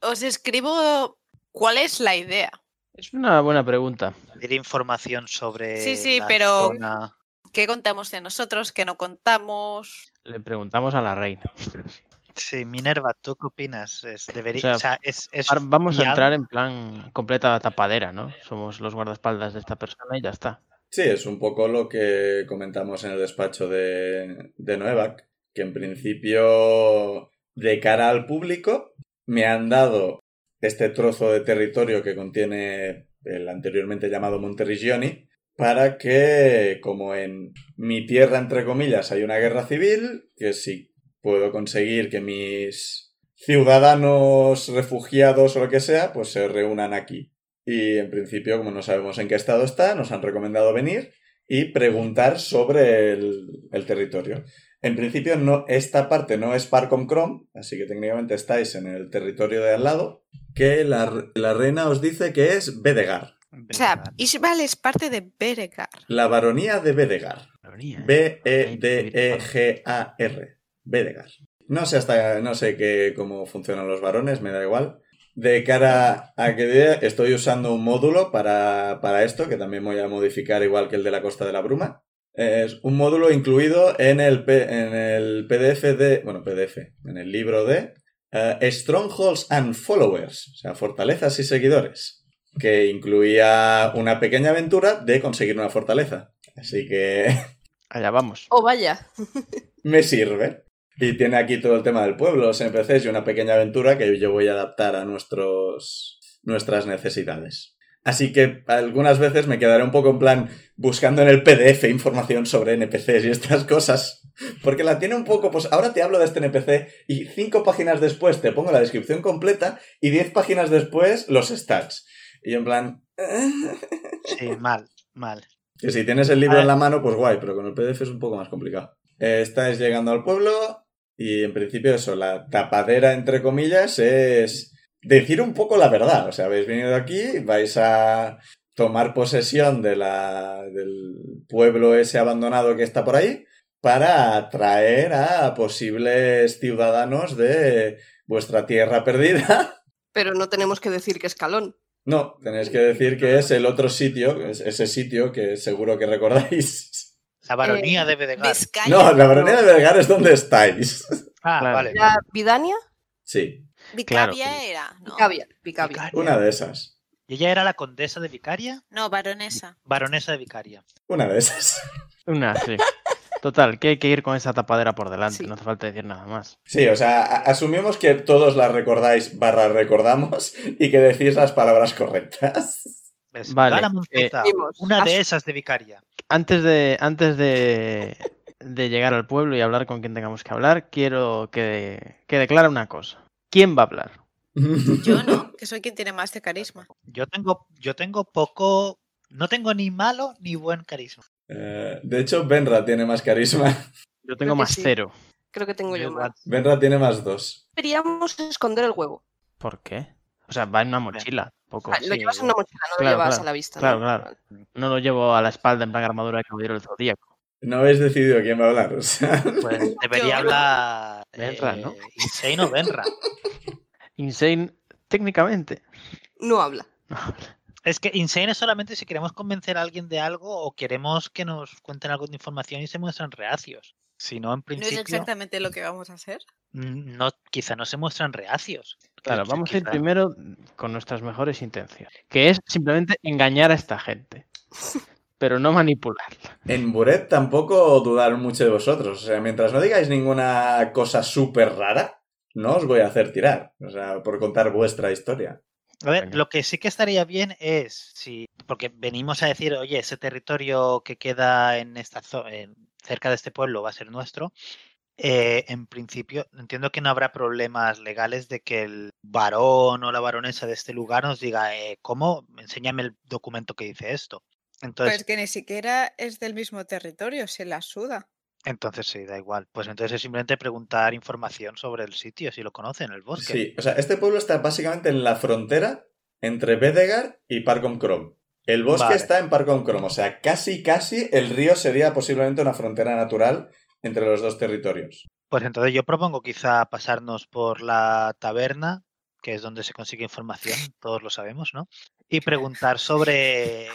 Speaker 3: os escribo cuál es la idea.
Speaker 4: Es una buena pregunta.
Speaker 2: Pedir información sobre.
Speaker 3: Sí, sí,
Speaker 2: la
Speaker 3: pero-
Speaker 2: zona.
Speaker 3: ¿Qué contamos de nosotros? ¿Qué no contamos?
Speaker 4: Le preguntamos a la reina.
Speaker 2: Sí, Minerva, ¿tú qué opinas? Es, debería-
Speaker 4: O sea,
Speaker 2: o sea, es- es
Speaker 4: Ahora Vamos a
Speaker 2: fiable.
Speaker 4: entrar en plan completa tapadera, ¿no? Somos los guardaespaldas de esta persona y ya está.
Speaker 1: Sí, es un poco lo que comentamos en el despacho de, de Noevac, que en principio, de cara al público, me han dado este trozo de territorio que contiene el anteriormente llamado Monterrigioni, para que, como en mi tierra, entre comillas, hay una guerra civil, que si puedo conseguir que mis ciudadanos refugiados o lo que sea, pues se reúnan aquí. Y en principio, como no sabemos en qué estado está, nos han recomendado venir y preguntar sobre el, el territorio. En principio, no, esta parte no es Parcom Chrome, así que técnicamente estáis en el territorio de al lado, que la, la reina os dice que es Bedegar,
Speaker 3: O sea, Ishbal es parte de Beregar.
Speaker 1: la baronía de Bedegar.
Speaker 4: Habría, ¿eh?
Speaker 1: E, B-E-D-E-G-A-R. Bedegar. No sé hasta no sé qué cómo funcionan los varones, me da igual. De cara a que dé, estoy usando un módulo para, para esto, que también voy a modificar igual que el de la Costa de la Bruma. Es un módulo incluido en el, P- en el PDF de. Bueno, PDF, en el libro de eh, Strongholds and Followers, o sea, fortalezas y seguidores, que incluía una pequeña aventura de conseguir una fortaleza. Así que
Speaker 4: Allá vamos.
Speaker 5: Oh, vaya.
Speaker 1: me sirve. Y tiene aquí todo el tema del pueblo, los NPCs y una pequeña aventura que yo voy a adaptar a nuestros, nuestras necesidades. Así que algunas veces me quedaré un poco en plan buscando en el PDF información sobre NPCs y estas cosas. Porque la tiene un poco, pues ahora te hablo de este NPC y cinco páginas después te pongo la descripción completa y diez páginas después los stats. Y yo en plan... "Eh,
Speaker 2: Sí, mal, mal.
Speaker 1: Que si tienes el libro
Speaker 2: Ah.
Speaker 1: en la mano, pues guay, pero con el PDF es un poco más complicado. Eh, estáis llegando al pueblo y en principio eso, la tapadera entre comillas es decir un poco la verdad. O sea, habéis venido aquí, vais a tomar posesión de la, del pueblo ese abandonado que está por ahí para atraer a posibles ciudadanos de vuestra tierra perdida
Speaker 5: Pero no tenemos que decir que escalón.
Speaker 1: No, tenéis que decir que es el otro sitio, es ese sitio que seguro que recordáis.
Speaker 3: eh,
Speaker 2: La baronía de Bedegar.
Speaker 3: Vizcaya.
Speaker 1: No, la baronía de Belgar es donde estáis.
Speaker 2: Ah,
Speaker 4: Claro.
Speaker 2: vale.
Speaker 5: ¿Era Vidania?
Speaker 1: Sí,
Speaker 3: Vicavia
Speaker 4: Claro, pero-
Speaker 3: era. No,
Speaker 5: Vicavia, Vicavia.
Speaker 2: Vicaria.
Speaker 1: una de esas.
Speaker 2: Y ella era la condesa de Vicaria,
Speaker 3: no baronesa.
Speaker 2: baronesa de Vicaria.
Speaker 1: Una de esas.
Speaker 4: Una, sí. Total, que hay que ir con esa tapadera por delante,
Speaker 5: Sí.
Speaker 4: no hace falta decir nada más.
Speaker 1: Sí, o sea, a- asumimos que todos las recordáis barra recordamos y que decís las palabras correctas.
Speaker 2: ¿Ves?
Speaker 4: Vale,
Speaker 2: Da la monceta,
Speaker 5: Vimos.
Speaker 2: una de
Speaker 5: As-
Speaker 2: esas de Vicaria.
Speaker 4: Antes de, antes de, de llegar al pueblo y hablar con quien tengamos que hablar, quiero que, que declare una cosa. ¿Quién va a hablar?
Speaker 3: Yo no, que soy quien tiene más de carisma.
Speaker 2: Yo tengo, yo tengo poco. No tengo ni malo ni buen carisma.
Speaker 1: Eh, de hecho, Benra tiene más carisma.
Speaker 4: Yo tengo
Speaker 5: que
Speaker 4: más
Speaker 5: sí.
Speaker 4: cero.
Speaker 5: Creo que tengo yo más.
Speaker 2: igual.
Speaker 1: Benra tiene más dos.
Speaker 5: Deberíamos esconder el huevo.
Speaker 4: ¿Por qué? O sea, va en una mochila. Poco,
Speaker 5: Ah, lo
Speaker 4: Pues sí.
Speaker 5: llevas en una mochila, no
Speaker 4: Claro,
Speaker 5: lo llevas
Speaker 4: claro,
Speaker 5: a la vista. ¿no?
Speaker 4: claro, claro. No lo llevo a la espalda en plan armadura de caballero del zodíaco.
Speaker 1: No habéis decidido quién va a hablar. o sea.
Speaker 2: Pues debería hablar. eh,
Speaker 4: Benra, ¿no?
Speaker 2: Insane o Benra.
Speaker 4: Insane, técnicamente.
Speaker 5: No habla.
Speaker 2: Es que Insane es solamente si queremos convencer a alguien de algo o queremos que nos cuenten algo de información y se muestran reacios. Si no, en
Speaker 3: No es
Speaker 2: principio,
Speaker 3: exactamente lo que vamos a hacer.
Speaker 2: mm, no, quizá no se muestran reacios.
Speaker 4: Claro,
Speaker 2: Qui-
Speaker 4: vamos a ir
Speaker 2: quizá-
Speaker 4: primero con nuestras mejores intenciones, que es simplemente engañar a esta gente, pero no manipularla.
Speaker 1: En Buret tampoco dudaron mucho de vosotros. O sea, mientras no digáis ninguna cosa súper rara, no os voy a hacer tirar. O sea, por contar vuestra historia.
Speaker 2: A ver,
Speaker 4: Venga.
Speaker 2: lo que sí que estaría bien es si, porque venimos a decir, oye, ese territorio que queda en esta zo- en- cerca de este pueblo va a ser nuestro. eh, en principio, entiendo que no habrá problemas legales de que el varón o la baronesa de este lugar nos diga, eh, ¿cómo? Enséñame el documento que dice esto. Entonces,
Speaker 3: Pues que ni siquiera es del mismo territorio, se la suda.
Speaker 2: entonces sí, da igual. Pues entonces es simplemente preguntar información sobre el sitio, si lo conocen, el bosque.
Speaker 1: Sí, o sea, este pueblo está básicamente en la frontera entre Bedegar y Parcom Crom. El bosque
Speaker 2: Vale.
Speaker 1: está en Parcom Crom, o sea, casi, casi el río sería posiblemente una frontera natural entre los dos territorios.
Speaker 2: Pues entonces yo propongo quizá pasarnos por la taberna, que es donde se consigue información, todos lo sabemos, ¿no? Y preguntar sobre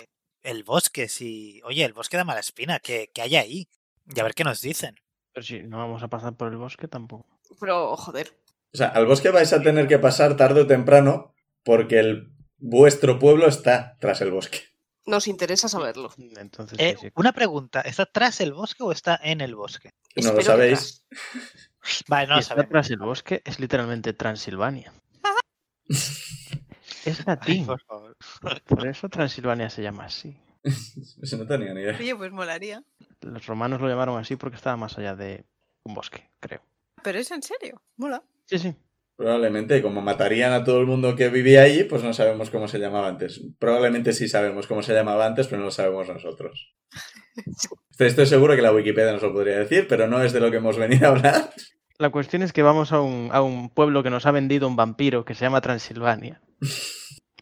Speaker 2: el bosque, si, oye, el bosque da mala espina, ¿qué, qué hay ahí? Y a ver qué nos dicen.
Speaker 4: Pero si no vamos a pasar por el bosque tampoco.
Speaker 5: Pero, joder.
Speaker 1: O sea, al bosque vais a tener que pasar tarde o temprano porque el, vuestro pueblo está tras el bosque.
Speaker 5: Nos interesa saberlo.
Speaker 4: Entonces,
Speaker 2: Eh,
Speaker 4: sí, sí.
Speaker 2: una pregunta, ¿está tras el bosque o está en el bosque?
Speaker 1: No lo
Speaker 5: Espero que
Speaker 1: sabéis.
Speaker 2: Vale, no
Speaker 4: Y
Speaker 2: lo
Speaker 4: está
Speaker 2: sabemos.
Speaker 4: tras el bosque es literalmente Transilvania. es
Speaker 2: Ay,
Speaker 4: latín,
Speaker 2: por favor.
Speaker 4: Pues por eso Transilvania se llama así.
Speaker 1: Eso no tenía ni idea.
Speaker 3: Oye, pues molaría.
Speaker 4: Los romanos lo llamaron así porque estaba más allá de un bosque, creo.
Speaker 3: Pero es en serio, mola.
Speaker 4: Sí, sí.
Speaker 1: Probablemente, como matarían a todo el mundo que vivía allí, pues no sabemos cómo se llamaba antes. Probablemente sí sabemos cómo se llamaba antes, pero no lo sabemos nosotros. Estoy, estoy seguro que la Wikipedia nos lo podría decir, pero no es de lo que hemos venido a hablar.
Speaker 4: La cuestión es que vamos a un, a un pueblo que nos ha vendido un vampiro que se llama Transilvania.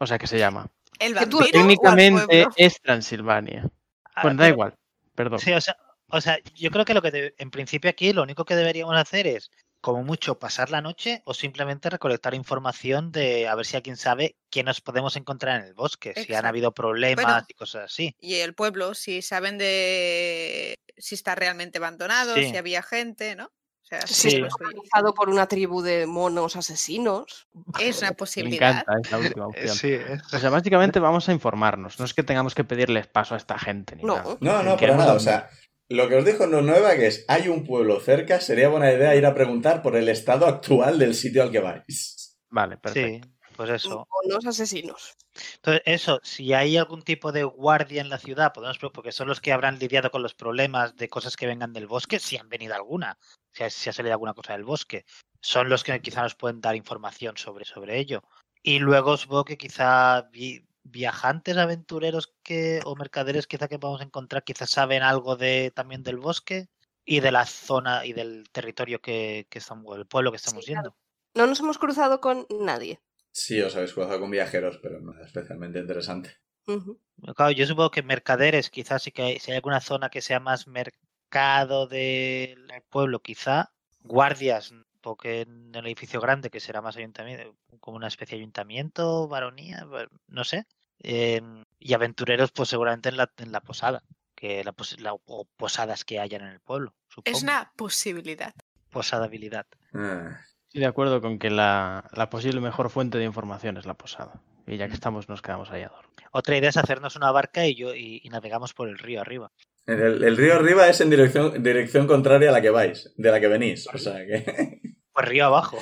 Speaker 4: O sea, que se llama.
Speaker 3: El
Speaker 5: Que tú-
Speaker 3: vampiro o al
Speaker 4: Técnicamente
Speaker 3: pueblo.
Speaker 4: es Transilvania.
Speaker 2: Ah,
Speaker 4: Bueno, da
Speaker 2: pero-
Speaker 4: igual. Perdón.
Speaker 2: Sí, o sea, o sea, yo creo que lo que de- en principio aquí lo único que deberíamos hacer es, como mucho, pasar la noche o simplemente recolectar información de a ver si alguien sabe qué nos podemos encontrar en el bosque, si han
Speaker 3: Exacto.
Speaker 2: habido problemas
Speaker 3: Bueno,
Speaker 2: y cosas así.
Speaker 3: Y el pueblo, si saben de si está realmente abandonado,
Speaker 2: Sí.
Speaker 3: si había gente, ¿no? O sea,
Speaker 5: Sí,
Speaker 3: si
Speaker 2: Sí.
Speaker 3: lo suyo.
Speaker 5: Organizado por una tribu de monos asesinos.
Speaker 3: es una
Speaker 4: Me
Speaker 3: posibilidad.
Speaker 4: encanta esa última opción.
Speaker 2: es...
Speaker 4: O sea, básicamente vamos a informarnos. No es que tengamos que pedirles paso a esta gente. Ni
Speaker 5: No.
Speaker 4: nada.
Speaker 1: No, no,
Speaker 4: Queremos
Speaker 1: para nada. O
Speaker 4: saber.
Speaker 1: sea, lo que os dijo No Nueva, que es, hay un pueblo cerca, sería buena idea ir a preguntar por el estado actual del sitio al que vais.
Speaker 4: Vale, perfecto.
Speaker 2: Sí, pues eso.
Speaker 5: Monos asesinos.
Speaker 2: Entonces, eso, si hay algún tipo de guardia en la ciudad, podemos pro- porque son los que habrán lidiado con los problemas de cosas que vengan del bosque, si han venido alguna, si ha, si ha salido alguna cosa del bosque. Son los que quizá nos pueden dar información sobre, sobre ello. Y luego supongo que quizá vi- viajantes, aventureros que, o mercaderes quizá que podamos encontrar, quizás saben algo de, también del bosque y de la zona y del territorio que, que estamos, el pueblo que estamos
Speaker 5: Sí,
Speaker 2: yendo.
Speaker 5: claro. No nos hemos cruzado con nadie.
Speaker 1: Sí, os habéis cruzado con viajeros, pero nada especialmente interesante.
Speaker 5: Ujú.
Speaker 2: Claro, yo supongo que mercaderes, quizás sí que hay, si hay alguna zona que sea más mercado del pueblo, quizá. Guardias, supongo que en el edificio grande, que será más ayuntamiento, como una especie de ayuntamiento, baronía, no sé. Eh, y aventureros, pues seguramente en la, en la posada, que la, pos- la- o posadas que hayan en el pueblo. Supongo.
Speaker 3: Es una posibilidad.
Speaker 2: posada habilidad.
Speaker 1: Ah,
Speaker 4: Estoy de acuerdo con que la, la posible mejor fuente de información es la posada. Y ya que estamos, nos quedamos allá. a dormir.
Speaker 2: Otra idea es hacernos una barca y yo y, y navegamos por el río arriba.
Speaker 1: El, el río arriba es en dirección, dirección contraria a la que vais, de la que venís. O sea que
Speaker 2: Pues río abajo.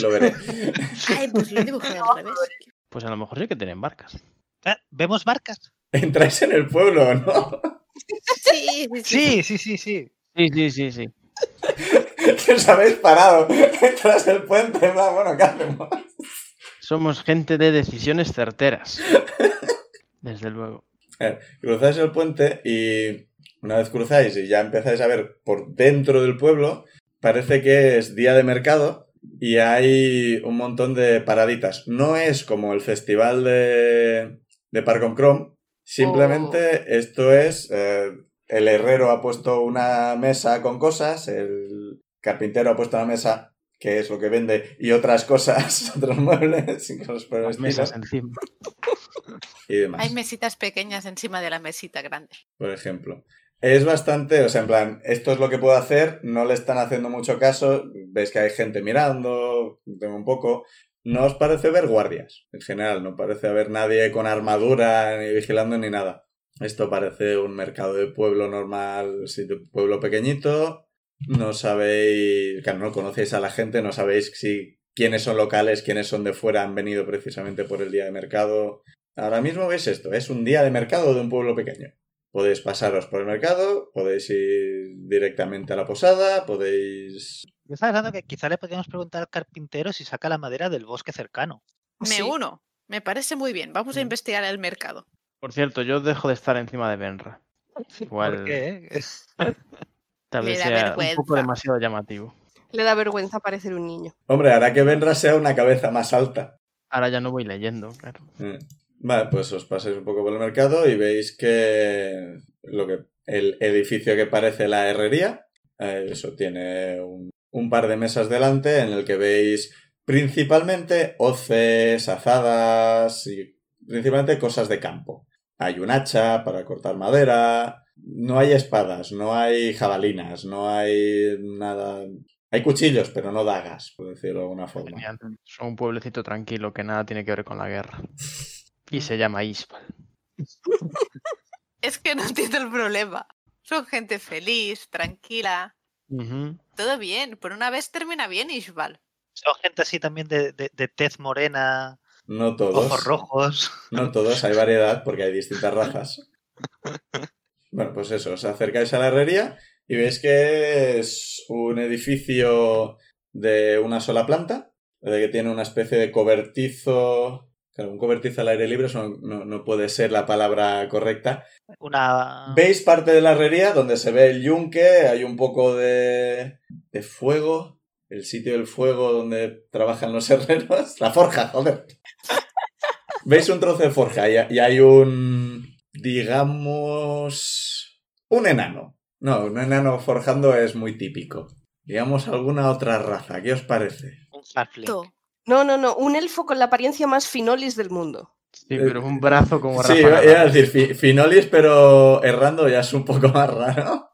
Speaker 1: lo veré.
Speaker 3: Ay, pues lo he dibujado al revés.
Speaker 4: Pues a lo mejor sí que tienen barcas.
Speaker 2: Ah, ¿Vemos barcas?
Speaker 1: Entráis en el pueblo, ¿no?
Speaker 3: Sí,
Speaker 2: Sí, sí,
Speaker 3: sí, sí.
Speaker 2: sí, sí.
Speaker 4: Sí, sí, sí, sí.
Speaker 1: Que os habéis parado tras el puente. en plan, Bueno, ¿qué hacemos?
Speaker 4: Somos gente de decisiones certeras. Desde luego.
Speaker 1: Cruzáis el puente y una vez cruzáis y ya empezáis a ver por dentro del pueblo, parece que es día de mercado y hay un montón de paraditas. No es como el festival de, de Parcom Chrome, simplemente esto es, eh, el herrero ha puesto una mesa con cosas, el carpintero ha puesto una mesa que es lo que vende y otras cosas, otros muebles, y cosas por el
Speaker 4: Las
Speaker 1: estilo,
Speaker 4: mesas encima.
Speaker 1: y demás.
Speaker 3: Hay mesitas pequeñas encima de la mesita grande.
Speaker 1: por ejemplo. Es bastante, o sea, en plan, esto es lo que puedo hacer, no le están haciendo mucho caso, ves que hay gente mirando, tengo un poco. No os parece ver guardias, en general, no parece haber nadie con armadura, ni vigilando, ni nada. Esto parece un mercado de pueblo normal, sitio- pueblo pequeñito. No sabéis, claro, no conocéis a la gente, no sabéis si quiénes son locales, quiénes son de fuera, han venido precisamente por el día de mercado. Ahora mismo ves esto, es un día de mercado de un pueblo pequeño. Podéis pasaros por el mercado, podéis ir directamente a la posada, podéis...
Speaker 2: Yo estaba pensando que quizá le podríamos preguntar al carpintero si saca la madera del bosque cercano.
Speaker 3: Me
Speaker 5: Oh, Sí.
Speaker 3: uno. Me parece muy bien. Vamos a
Speaker 4: Mm.
Speaker 3: investigar el mercado.
Speaker 4: Por cierto, yo dejo de estar encima de Benra. Igual
Speaker 2: ¿Por qué?
Speaker 4: tal
Speaker 3: Me
Speaker 4: vez
Speaker 3: da
Speaker 4: sea un
Speaker 3: vergüenza.
Speaker 4: poco demasiado llamativo.
Speaker 5: Le da vergüenza parecer un niño.
Speaker 1: Hombre, hará que Benra sea una cabeza más alta.
Speaker 4: Ahora ya no voy leyendo, claro.
Speaker 1: Eh. Vale, pues os pasáis un poco por el mercado y veis que, lo que el edificio que parece la herrería, eh, eso tiene un, un par de mesas delante en el que veis principalmente hoces, azadas y principalmente cosas de campo. Hay un hacha para cortar madera, no hay espadas, no hay jabalinas, no hay nada... Hay cuchillos, pero no dagas, por decirlo de alguna forma.
Speaker 4: Genial. Son un pueblecito tranquilo que nada tiene que ver con la guerra. Y se llama Ispal.
Speaker 3: Es que no entiendo el problema. Son gente feliz, tranquila.
Speaker 4: Ujú.
Speaker 3: Todo bien. Por una vez termina bien Ishbal.
Speaker 2: Son gente así también de, de, de tez morena,
Speaker 1: No todos.
Speaker 2: ojos rojos.
Speaker 1: No todos, hay variedad porque hay distintas razas. Bueno, pues eso, os acercáis a la herrería y veis que es un edificio de una sola planta, de que tiene una especie de cobertizo. Claro, un cobertizo al aire libre eso no, no- no puede ser la palabra correcta.
Speaker 2: Una.
Speaker 1: Veis parte de la herrería donde se ve el yunque, hay un poco de, de fuego, el sitio del fuego donde trabajan los herreros, la forja, joder. Veis un trozo de forja y, y hay un, digamos, un enano. No, un enano forjando es muy típico. Digamos alguna otra raza, ¿qué os parece?
Speaker 2: Un halfling.
Speaker 3: To-
Speaker 5: No, no, no. Un elfo con la apariencia más finolis del mundo.
Speaker 4: Sí, pero un brazo como
Speaker 1: Sí,
Speaker 4: Rafa
Speaker 1: iba
Speaker 4: Nadal.
Speaker 1: iba a decir fi- Finolis, pero errando ya es un poco más raro.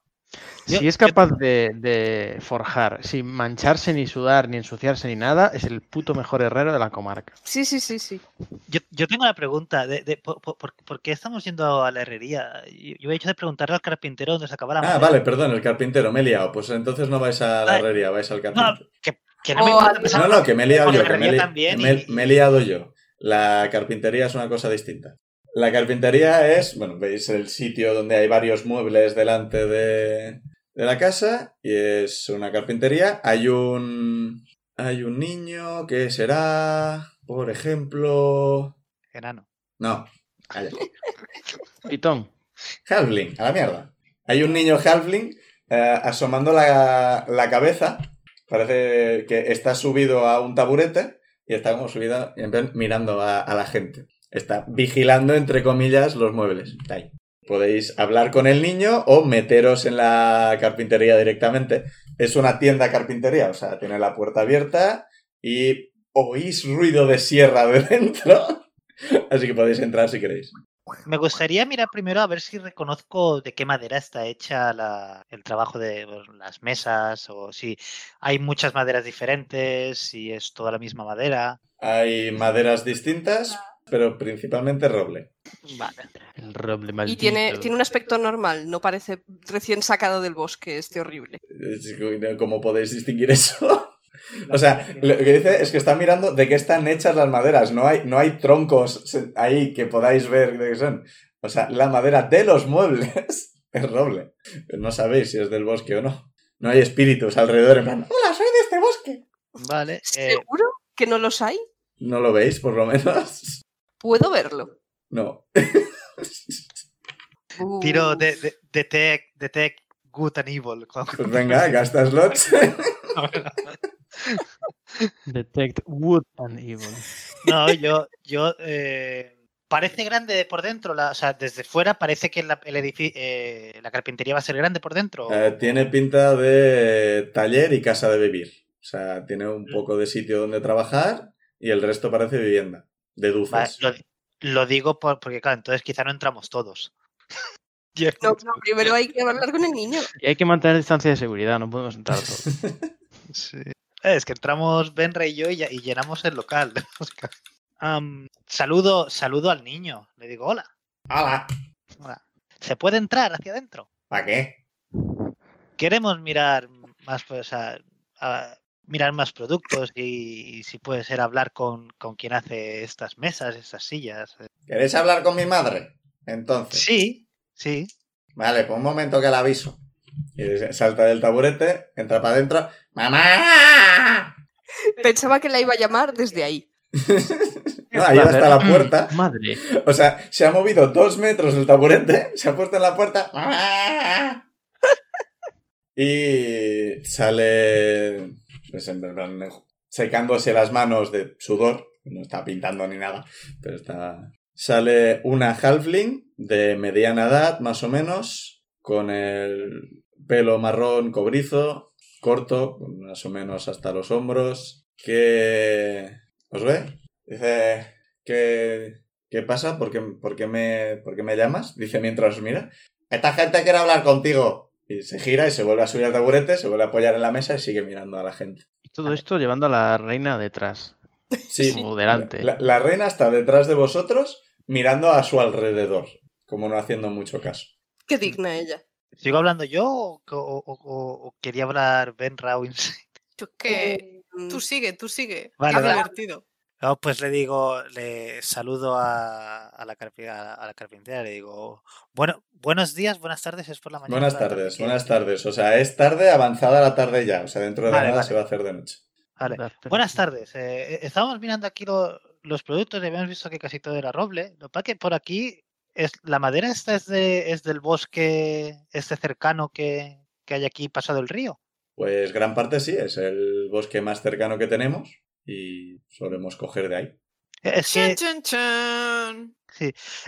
Speaker 4: Si es capaz de, de forjar sin mancharse, ni sudar, ni ensuciarse, ni nada, es el puto mejor herrero de la comarca.
Speaker 5: Sí, sí, sí, sí.
Speaker 2: Yo, yo tengo una pregunta. De, de- por, por- por- por qué estamos yendo a la herrería? Yo, yo he hecho de preguntarle al carpintero dónde se acaba la
Speaker 1: Ah,
Speaker 2: madera.
Speaker 1: vale, perdón, el carpintero, me he liado. Pues entonces no vais a la
Speaker 2: Ay.
Speaker 1: herrería, vais al
Speaker 2: No,
Speaker 1: carpintero.
Speaker 2: que, que no me
Speaker 5: Oh,
Speaker 2: importa
Speaker 5: no,
Speaker 2: pasar
Speaker 1: No, no, que me he liado
Speaker 2: Por la
Speaker 1: yo. que me, he
Speaker 2: herrería
Speaker 1: li-
Speaker 2: también
Speaker 1: me-
Speaker 2: y-
Speaker 1: me he liado yo. La carpintería es una cosa distinta. La carpintería es, bueno, veis el sitio donde hay varios muebles delante de, de la casa y es una carpintería. Hay un, hay un niño que será, por ejemplo...
Speaker 2: enano.
Speaker 1: No, calla.
Speaker 4: Pitón,
Speaker 1: Halfling, a la mierda. Hay un niño Halfling eh, asomando la, la cabeza. Parece que está subido a un taburete y está como subido en plan, mirando a, a la gente. Está vigilando, entre comillas, los muebles. Está ahí. Podéis hablar con el niño o meteros en la carpintería directamente. Es una tienda carpintería, o sea, tiene la puerta abierta y oís ruido de sierra de dentro. Así que podéis entrar si queréis.
Speaker 2: Me gustaría mirar primero a ver si reconozco de qué madera está hecha la- el trabajo de bueno, las mesas o si hay muchas maderas diferentes, si es toda la misma madera.
Speaker 1: Hay maderas distintas, pero principalmente roble.
Speaker 2: Vale.
Speaker 4: El roble
Speaker 5: Y
Speaker 4: maldito.
Speaker 5: tiene, tiene un aspecto normal, no parece recién sacado del bosque este horrible.
Speaker 1: Es que, ¿Cómo podéis distinguir eso? O sea, lo que dice es que está mirando de qué están hechas las maderas. No hay, no hay troncos se- ahí que podáis ver de qué son. O sea, la madera de los muebles es roble. No sabéis si es del bosque o no. No hay espíritus alrededor en plan, hola, soy de este bosque.
Speaker 2: Vale. eh,
Speaker 5: ¿Seguro que no los hay?
Speaker 1: ¿No lo veis, por lo menos?
Speaker 5: Puedo verlo.
Speaker 1: No.
Speaker 5: Uh,
Speaker 2: tiro de, de, detect, detect good and evil. con-
Speaker 1: Pues venga, gasta slots.
Speaker 4: Detect wood and evil.
Speaker 2: No, yo, yo eh, parece grande de por dentro, la- o sea, desde fuera parece que la, el edifi- eh, la carpintería va a ser grande por dentro. o-
Speaker 1: Eh, tiene pinta de taller y casa de vivir. O sea, tiene un poco de sitio donde trabajar y el resto parece vivienda.
Speaker 2: Va,
Speaker 1: Deduces.
Speaker 2: lo, lo digo por- porque, claro, entonces quizá no entramos todos.
Speaker 5: No, no, primero hay que hablar con el niño.
Speaker 4: Y hay que mantener distancia de seguridad, no podemos entrar todos.
Speaker 2: Eh, Es que entramos Benre y yo y, ya- y llenamos el local. Am, saludo, saludo al niño. Le digo, hola,
Speaker 1: ¡Hala!
Speaker 2: hola. ¿Se puede entrar hacia adentro?
Speaker 1: ¿Para qué?
Speaker 2: Queremos mirar más, pues, o sea, a- mirar más productos y, y si puede ser hablar con, con quien hace estas mesas, estas sillas. eh.
Speaker 1: ¿Queréis hablar con mi madre? Entonces.
Speaker 2: Sí, sí.
Speaker 1: Vale, pues un momento que la aviso. Y se- salta del taburete, entra para adentro. ¡Mamá!
Speaker 5: Pensaba que la iba a llamar desde ahí.
Speaker 1: No, ahí hasta la puerta.
Speaker 4: Madre.
Speaker 1: O sea, se ha movido dos metros el taburete, se ha puesto en la puerta. ¡ah! Y sale pues, en plan, secándose las manos de sudor. No está pintando ni nada, pero está. Sale una halfling de mediana edad, más o menos, con el pelo marrón cobrizo, corto, más o menos hasta los hombros, que... ¿Os ve? Dice que ¿Qué pasa? ¿Por qué, por qué me, por qué me llamas? Dice mientras os mira. Esta gente quiere hablar contigo. Y se gira y se vuelve a subir al taburete, se vuelve a apoyar en la mesa y sigue mirando a la gente.
Speaker 4: Y todo esto llevando a la reina detrás.
Speaker 1: Sí.
Speaker 4: Como delante.
Speaker 1: La, la reina está detrás de vosotros mirando a su alrededor, como no haciendo mucho caso.
Speaker 5: Qué digna ella.
Speaker 2: ¿Sigo hablando yo o, o- o- o quería hablar Ben Rawins?
Speaker 3: Yo es que
Speaker 5: Mm,
Speaker 3: tú sigue, tú sigue.
Speaker 2: Vale,
Speaker 3: es
Speaker 2: vale.
Speaker 3: divertido.
Speaker 2: No, pues le digo, le saludo a, a la, carpi- a la- a la carpintera, le digo, bueno, buenos días, buenas tardes, es por la mañana.
Speaker 1: Buenas
Speaker 2: por la tarde,
Speaker 1: tardes,
Speaker 2: que-
Speaker 1: buenas tardes. O sea, es tarde, avanzada la tarde ya. O sea, dentro de
Speaker 2: Vale,
Speaker 1: nada
Speaker 2: vale.
Speaker 1: se va a hacer de noche.
Speaker 2: Vale. Buenas tardes, eh, eh, estábamos mirando aquí lo- los productos y habíamos visto que casi todo era roble. Lo que pasa que por aquí es, la madera esta es, de, es del bosque este cercano que, que hay aquí pasado el río.
Speaker 1: Pues gran parte sí, es el bosque más cercano que tenemos y solemos coger de ahí.
Speaker 2: Eh, Es que,
Speaker 3: Chan, chan, chan.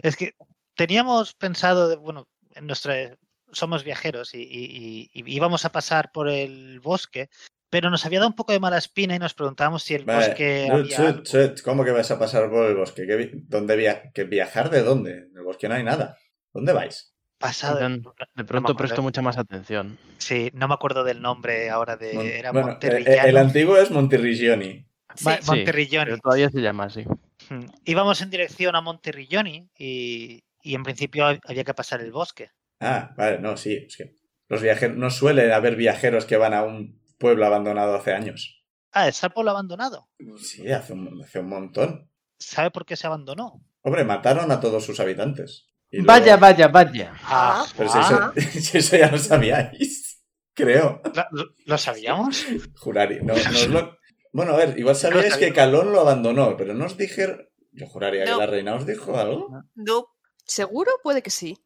Speaker 2: es que teníamos pensado, de- bueno, en nuestra, somos viajeros y, y- y- y íbamos a pasar por el bosque, pero nos había dado un poco de mala espina y nos preguntábamos si el
Speaker 1: Vale,
Speaker 2: bosque...
Speaker 1: Chut,
Speaker 2: había
Speaker 1: chut,
Speaker 2: algo.
Speaker 1: chut, ¿Cómo que vas a pasar por el bosque? ¿Qué vi- ¿Dónde via- ¿Que viajar de dónde? En el bosque no hay nada. ¿Dónde vais?
Speaker 2: pasado. el-
Speaker 4: Entonces, De pronto
Speaker 2: acuerdo.
Speaker 4: presto mucha más atención.
Speaker 2: Sí, no me acuerdo del nombre ahora de.
Speaker 1: Mon-
Speaker 2: era
Speaker 1: bueno, eh, eh,
Speaker 2: Monterrillano.
Speaker 1: el antiguo es Monterrigioni.
Speaker 3: Sí.
Speaker 2: Ma-
Speaker 4: Sí,
Speaker 2: Monterrilloni.
Speaker 4: Pero todavía se llama así.
Speaker 2: Mm, Íbamos en dirección a Monterrilloni y, y en principio hab- había que pasar el bosque.
Speaker 1: Ah, vale, no, sí. Es que los viajeros, no suele haber viajeros que van a un pueblo abandonado hace años.
Speaker 2: Ah, está el pueblo abandonado.
Speaker 1: Sí, hace un, hace un montón.
Speaker 2: ¿Sabe por qué se abandonó?
Speaker 1: Hombre, mataron a todos sus habitantes. Y luego-
Speaker 4: Vaya, vaya, vaya.
Speaker 5: Ah,
Speaker 1: Pero si eso, si eso ya lo sabíais, creo.
Speaker 2: ¿Lo- lo- ¿Lo sabíamos?
Speaker 1: Juraría. No, no os lo- Bueno, a ver, igual sabíais que Calón lo abandonó, pero no os dijeron. Yo juraría
Speaker 3: No.
Speaker 1: que la reina os dijo algo.
Speaker 3: No,
Speaker 5: ¿Seguro? Puede que sí.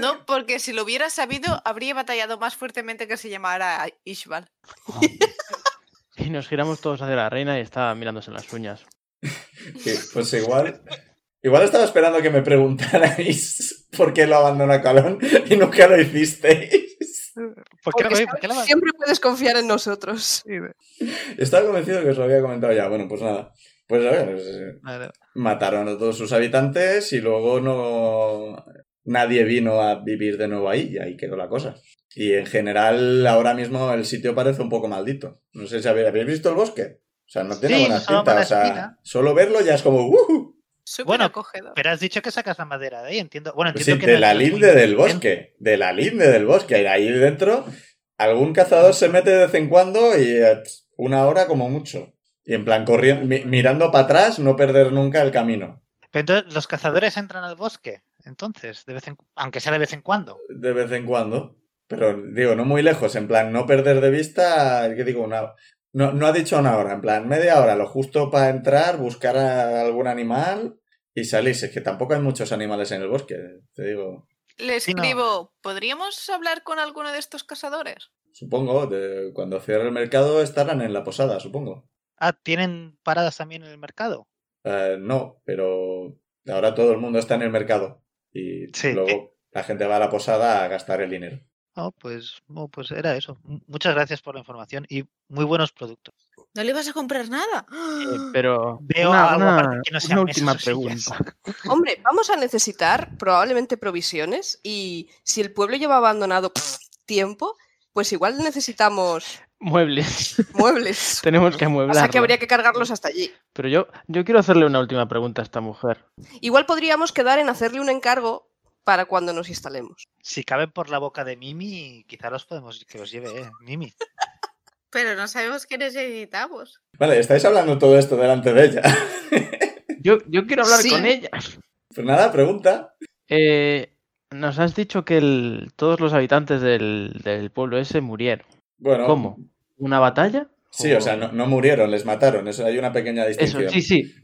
Speaker 3: no, porque si lo hubiera sabido, habría batallado más fuertemente que se llamara Ishbal.
Speaker 4: Y nos giramos todos hacia la reina y estaba mirándose las uñas.
Speaker 1: Que, pues igual. Igual estaba esperando que me preguntarais por qué lo abandona Calón y nunca lo hicisteis.
Speaker 2: ¿Por qué, no lo
Speaker 5: Porque
Speaker 2: vi?
Speaker 5: sabes
Speaker 2: ¿Por qué
Speaker 5: que
Speaker 2: lo vi?
Speaker 5: siempre puedes confiar en nosotros.
Speaker 1: Estaba convencido que os lo había comentado ya. Bueno, pues nada. Pues a ver, eh,
Speaker 2: Vale.
Speaker 1: mataron a todos sus habitantes y luego no nadie vino a vivir de nuevo ahí y ahí quedó la cosa. Y en general ahora mismo el sitio parece un poco maldito. No sé si habéis, ¿habéis visto el bosque. O sea, no tiene
Speaker 2: Sí,
Speaker 1: buena
Speaker 2: solo
Speaker 1: pinta.
Speaker 2: buena
Speaker 1: o sea,
Speaker 2: espina.
Speaker 1: solo verlo ya es como ¡uh!
Speaker 3: Súper
Speaker 2: Bueno,
Speaker 3: acogedor.
Speaker 2: Pero has dicho que sacas la madera de ahí, entiendo. Bueno,
Speaker 1: Pues
Speaker 2: entiendo
Speaker 1: sí,
Speaker 2: que
Speaker 1: de
Speaker 2: no
Speaker 1: la
Speaker 2: es muy
Speaker 1: linde del
Speaker 2: inteligente.
Speaker 1: bosque. De la linde del bosque. Ahí- Ahí dentro, algún cazador se mete de vez en cuando y eh, una hora como mucho. Y en plan, corriendo, mi- mirando para atrás, no perder nunca el camino.
Speaker 2: Pero entonces los cazadores entran al bosque, entonces, de vez en, aunque sea de vez en cuando.
Speaker 1: De vez en cuando. Pero digo, no muy lejos. En plan, no perder de vista. ¿Qué digo? Una, no, no ha dicho una hora. En plan, media hora, lo justo para entrar, buscar a algún animal y salirse. Es que tampoco hay muchos animales en el bosque. Te digo.
Speaker 3: Le
Speaker 2: Sí, no.
Speaker 3: escribo, ¿podríamos hablar con alguno de estos cazadores?
Speaker 1: Supongo, de- cuando cierre el mercado estarán en la posada, supongo.
Speaker 2: Ah, ¿tienen paradas también en el mercado?
Speaker 1: Eh, no, pero ahora todo el mundo está en el mercado y
Speaker 2: Sí.
Speaker 1: luego la gente va a la posada a gastar el dinero.
Speaker 2: No, pues, no, pues era eso. M- Muchas gracias por la información y muy buenos productos.
Speaker 3: ¿No le vas a comprar nada?
Speaker 4: Eh, pero
Speaker 2: Veo
Speaker 4: una,
Speaker 2: algo
Speaker 4: una-
Speaker 2: aparte que no sean
Speaker 4: una
Speaker 2: mesas
Speaker 4: última
Speaker 2: o sillas.
Speaker 4: pregunta.
Speaker 5: Hombre, vamos a necesitar probablemente provisiones y si el pueblo lleva abandonado pff, tiempo, pues igual necesitamos
Speaker 4: Muebles.
Speaker 5: muebles.
Speaker 4: Tenemos que
Speaker 5: O
Speaker 4: amueblar.
Speaker 5: sea que habría que cargarlos hasta allí.
Speaker 4: Pero yo, yo quiero hacerle una última pregunta a esta mujer.
Speaker 5: Igual podríamos quedar en hacerle un encargo para cuando nos instalemos.
Speaker 2: Si caben por la boca de Mimi, quizá los podemos que los lleve, eh, Mimi.
Speaker 3: Pero no sabemos qué necesitamos.
Speaker 1: Vale, estáis hablando todo esto delante de ella.
Speaker 4: Yo, yo quiero hablar
Speaker 5: Sí.
Speaker 4: con ella.
Speaker 1: Pues nada, pregunta.
Speaker 4: Eh, nos has dicho que el- todos los habitantes del, del pueblo ese murieron.
Speaker 1: Bueno,
Speaker 4: ¿Cómo? ¿Una batalla?
Speaker 1: Sí, o sea, no, no murieron, les mataron. Eso hay una pequeña
Speaker 4: Eso,
Speaker 1: distinción.
Speaker 4: sí, sí.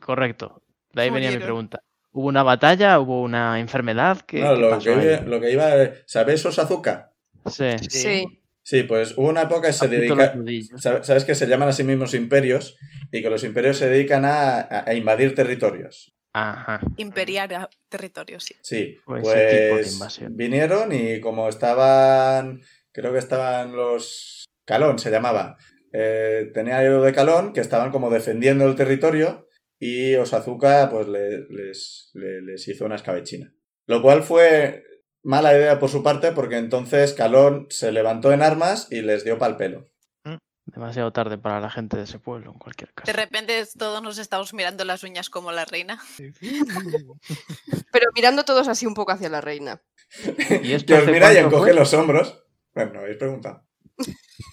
Speaker 4: Correcto. De ahí venía mi
Speaker 3: Murieron.
Speaker 4: pregunta. ¿Hubo una batalla? ¿Hubo una enfermedad? ¿Qué,
Speaker 1: No,
Speaker 4: qué
Speaker 1: lo,
Speaker 4: pasó
Speaker 1: que,
Speaker 4: ahí?
Speaker 1: iba- lo que iba. ¿Sabéis Osazuka?
Speaker 4: Sí.
Speaker 2: Sí.
Speaker 1: Sí, pues hubo una época que se
Speaker 4: Apretó
Speaker 1: dedica.
Speaker 4: los nudillos.
Speaker 1: Sab- Sabes que se llaman a sí mismos imperios y que los imperios se dedican a- a- a invadir territorios.
Speaker 4: Ajá.
Speaker 3: Imperiar a territorio, sí.
Speaker 1: Sí,
Speaker 4: Pues
Speaker 1: pues,
Speaker 4: ese tipo de invasión.
Speaker 1: vinieron y como estaban, creo que estaban los Calón, se llamaba. Eh, tenía algo de Calón que estaban como defendiendo el territorio y Osazuka pues le- les, le- les hizo una escabechina. Lo cual fue mala idea por su parte porque entonces Calón se levantó en armas y les dio pal pelo.
Speaker 4: Demasiado tarde para la gente de ese pueblo, en cualquier caso.
Speaker 3: De repente todos nos estamos mirando las uñas como la reina.
Speaker 5: Pero mirando todos así un poco hacia la reina.
Speaker 4: ¿Y
Speaker 1: Que
Speaker 4: esto
Speaker 1: os Pues
Speaker 4: hace
Speaker 1: mira y os
Speaker 4: cuánto
Speaker 1: coge
Speaker 4: fue?
Speaker 1: los hombros. Bueno, no habéis preguntado.
Speaker 4: Es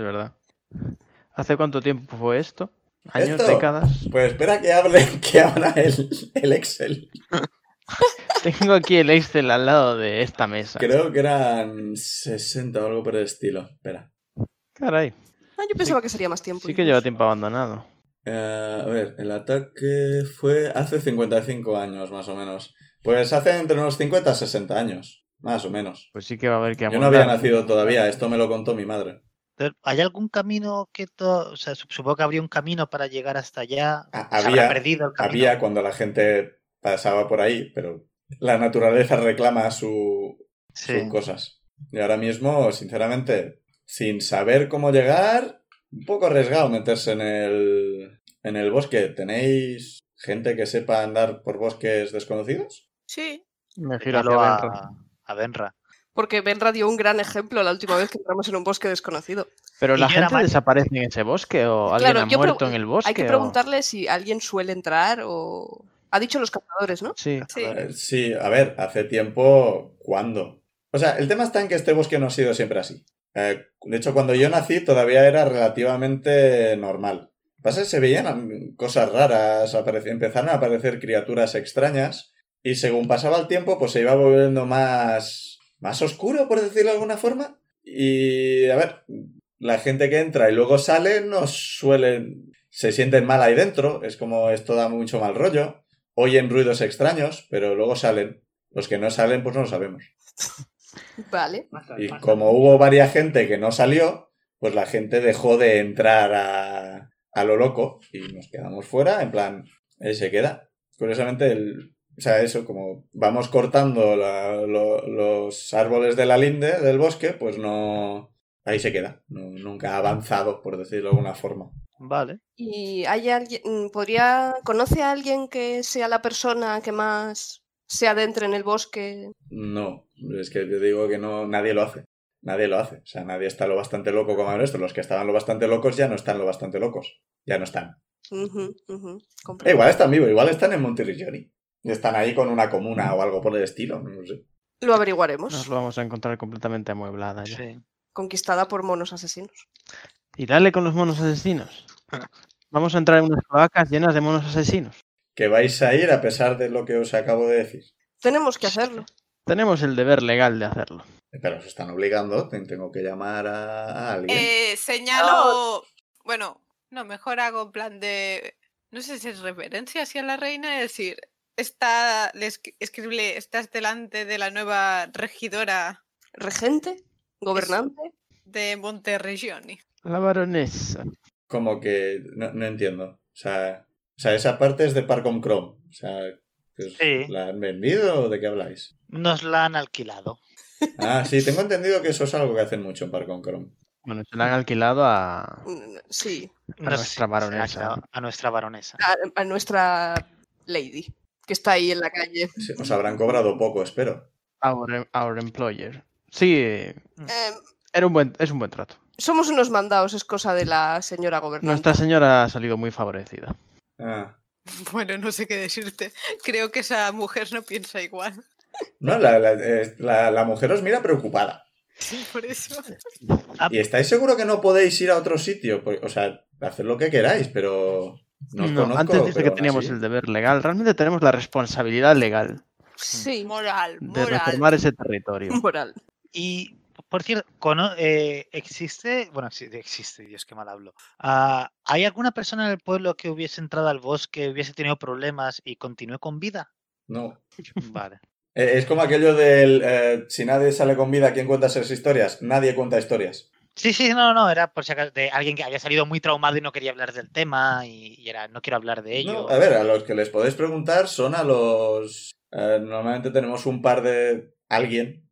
Speaker 4: verdad. ¿Hace cuánto tiempo fue esto? ¿Años?
Speaker 1: ¿Esto?
Speaker 4: ¿Décadas?
Speaker 1: Pues espera que hable, que abra el, el Excel.
Speaker 4: Tengo aquí el Excel al lado de esta mesa.
Speaker 1: Creo que eran 60 o algo por el estilo. Espera.
Speaker 4: Caray,
Speaker 5: Ah, yo pensaba que sería más tiempo.
Speaker 4: sí que lleva
Speaker 5: incluso.
Speaker 4: tiempo abandonado.
Speaker 1: Eh, a ver, el ataque fue hace 55 años, más o menos. Pues hace entre unos 50 a 60 años, más o menos.
Speaker 4: Pues sí que va a haber que
Speaker 1: Yo no había
Speaker 4: amoldarlo.
Speaker 1: nacido todavía, esto me lo contó mi madre.
Speaker 2: Entonces, ¿Hay algún camino que todo, o sea, sup- supongo que habría un camino para llegar hasta allá?
Speaker 1: Ha-
Speaker 2: Se habrá
Speaker 1: Ah, había-
Speaker 2: perdido el camino.
Speaker 1: Había cuando la gente pasaba por ahí, pero la naturaleza reclama su,
Speaker 2: Sí.
Speaker 1: sus cosas. Y ahora mismo, sinceramente, sin saber cómo llegar, un poco arriesgado meterse en el, en el bosque. ¿Tenéis gente que sepa andar por bosques desconocidos?
Speaker 3: Sí.
Speaker 4: Me giro
Speaker 2: Dígalo
Speaker 4: hacia Benra.
Speaker 2: a, a Benra.
Speaker 5: Porque Benra dio un gran ejemplo la última vez que entramos en un bosque desconocido.
Speaker 4: Pero
Speaker 2: Y
Speaker 4: la
Speaker 2: yo era
Speaker 4: gente
Speaker 2: Mario.
Speaker 4: desaparece en ese bosque o alguien
Speaker 5: Claro,
Speaker 4: ha
Speaker 5: yo pregu-
Speaker 4: muerto en el bosque.
Speaker 5: Hay que
Speaker 4: o-
Speaker 5: preguntarle si alguien suele entrar o... Ha dicho los cazadores, ¿no?
Speaker 4: Sí,
Speaker 3: Sí.
Speaker 1: Eh, Sí, a ver, hace tiempo, ¿cuándo? O sea, el tema está en que este bosque no ha sido siempre así. Eh, de hecho, cuando yo nací todavía era relativamente normal. Lo que Pasa es que se veían mm, cosas raras, aparec- empezaron a aparecer criaturas extrañas y según pasaba el tiempo, pues se iba volviendo más, más oscuro, por decirlo de alguna forma. Y, a ver, la gente que entra y luego sale no suelen... se sienten mal ahí dentro, es como esto da mucho mal rollo oyen ruidos extraños, pero luego salen. Los que no salen, pues no lo sabemos.
Speaker 5: Vale.
Speaker 1: Y como hubo varias gente que no salió, pues la gente dejó de entrar a, a lo loco y nos quedamos fuera, en plan, él eh, se queda. Curiosamente, el, o sea, eso, como vamos cortando la- lo- los árboles de la linde del bosque, pues no. Ahí se queda. No- nunca ha avanzado, por decirlo de alguna forma.
Speaker 2: Vale.
Speaker 5: ¿Y hay alguien, mm, podría, conoce a alguien que sea la persona que más se adentre en el bosque?
Speaker 1: No, es que te digo que no, nadie lo hace. Nadie lo hace. O sea, nadie está lo bastante loco como esto. Los que estaban lo bastante locos ya no están lo bastante locos. Ya no están.
Speaker 5: Ujú, ujú,
Speaker 1: Eh,
Speaker 5: comprendo.
Speaker 1: igual están vivos, igual están en Monterrey. Y están ahí con una comuna o algo por el estilo. No lo sé.
Speaker 5: Lo averiguaremos.
Speaker 4: Nos lo vamos a encontrar completamente amueblada ya.
Speaker 2: Sí.
Speaker 5: Conquistada por monos asesinos.
Speaker 4: Y dale con los monos asesinos. Vamos a entrar en unas cloacas llenas de monos asesinos.
Speaker 1: Que vais a ir a pesar de lo que os acabo de decir.
Speaker 5: Tenemos que hacerlo.
Speaker 4: Tenemos el deber legal de hacerlo.
Speaker 1: Eh, Pero os están obligando. ten- Tengo que llamar a a alguien.
Speaker 3: Eh, señalo. Bueno, no, mejor hago en plan de. No sé si es reverencia hacia la reina, es decir, está. Le escri- escribirle, estás delante de la nueva regidora
Speaker 5: Regente, gobernante.
Speaker 3: de Monterregioni.
Speaker 4: La baronesa.
Speaker 1: Como que no, no entiendo. O sea, o sea, esa parte es de Parcom Chrome. O sea, que os-
Speaker 2: Sí.
Speaker 1: ¿la han vendido o de qué habláis?
Speaker 2: Nos la han alquilado.
Speaker 1: Ah, sí, tengo entendido que eso es algo que hacen mucho en Parcom Chrome.
Speaker 4: Bueno, se la han alquilado a...
Speaker 5: Mm, Sí,
Speaker 2: No
Speaker 4: nuestra
Speaker 2: sé si se la han
Speaker 4: baronesa.
Speaker 2: alquilado A nuestra baronesa.
Speaker 5: a, a nuestra lady, que está ahí en la calle.
Speaker 1: Sí, Os habrán cobrado poco, espero.
Speaker 4: Our, em- our employer. Sí, eh,
Speaker 5: Em,
Speaker 4: era un buen, es un buen trato.
Speaker 5: somos unos mandados, es cosa de la señora gobernante.
Speaker 4: Nuestra señora ha salido muy favorecida.
Speaker 1: Ah.
Speaker 3: Bueno, no sé qué decirte. Creo que esa mujer no piensa igual.
Speaker 1: No, la, la- eh, la- la mujer os mira preocupada.
Speaker 3: Por eso.
Speaker 1: ¿Y estáis seguro que no podéis ir a otro sitio? Pues, O sea, hacer lo que queráis, pero... No, os
Speaker 4: No,
Speaker 1: conozco,
Speaker 4: antes dije
Speaker 1: pero
Speaker 4: que
Speaker 1: aún
Speaker 4: teníamos
Speaker 1: así.
Speaker 4: el deber legal. Realmente tenemos la responsabilidad legal
Speaker 5: Sí,
Speaker 3: Moral,
Speaker 4: Mm. de
Speaker 3: moral.
Speaker 4: reformar ese territorio.
Speaker 5: moral.
Speaker 2: Y, por cierto, cono- eh, existe, bueno, sí, existe, Dios, qué mal hablo. Ah, ¿Hay alguna persona en el pueblo que hubiese entrado al bosque, hubiese tenido problemas y continúe con vida?
Speaker 1: No,
Speaker 2: Vale.
Speaker 1: Eh, Es como aquello del eh, si nadie sale con vida, ¿quién cuenta esas historias? Nadie cuenta historias.
Speaker 2: Sí, sí, no, no, era por si acaso de alguien que había salido muy traumado y no quería hablar del tema y, y era, no quiero hablar de ello.
Speaker 1: No, a ver, a los que les podéis preguntar son a los. eh, normalmente tenemos un par de alguien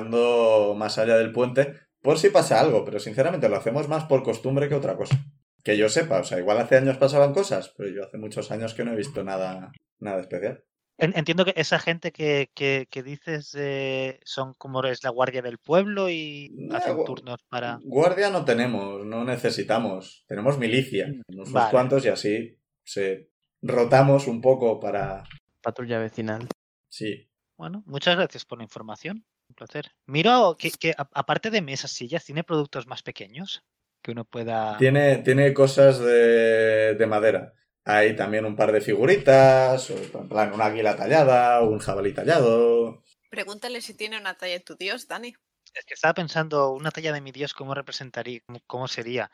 Speaker 1: vigilando más allá del puente por si pasa algo, pero sinceramente lo hacemos más por costumbre que otra cosa. Que yo sepa, o sea, igual hace años pasaban cosas, pero yo hace muchos años que no he visto nada, nada especial.
Speaker 2: En- Entiendo que esa gente que, que- que dices eh, son como es la guardia del pueblo y
Speaker 1: No,
Speaker 2: hacen
Speaker 1: gu-
Speaker 2: turnos para...
Speaker 1: Guardia no tenemos, no necesitamos. Tenemos milicia, unos
Speaker 2: Mm, Vale.
Speaker 1: cuantos y así se rotamos un poco para.
Speaker 4: Patrulla vecinal.
Speaker 1: Sí,
Speaker 2: Bueno, muchas gracias por la información. Un placer. Miro que, que a- aparte de mesas, sillas, tiene productos más pequeños que uno
Speaker 3: Ah.
Speaker 2: pueda...
Speaker 1: Tiene, tiene cosas de, de madera. Hay también un par de figuritas, o en plan, un águila tallada, un jabalí tallado.
Speaker 3: Pregúntale si tiene una talla en tu dios, Dani.
Speaker 2: Es que estaba pensando, una talla de mi dios, ¿cómo representaría? ¿Cómo, cómo sería?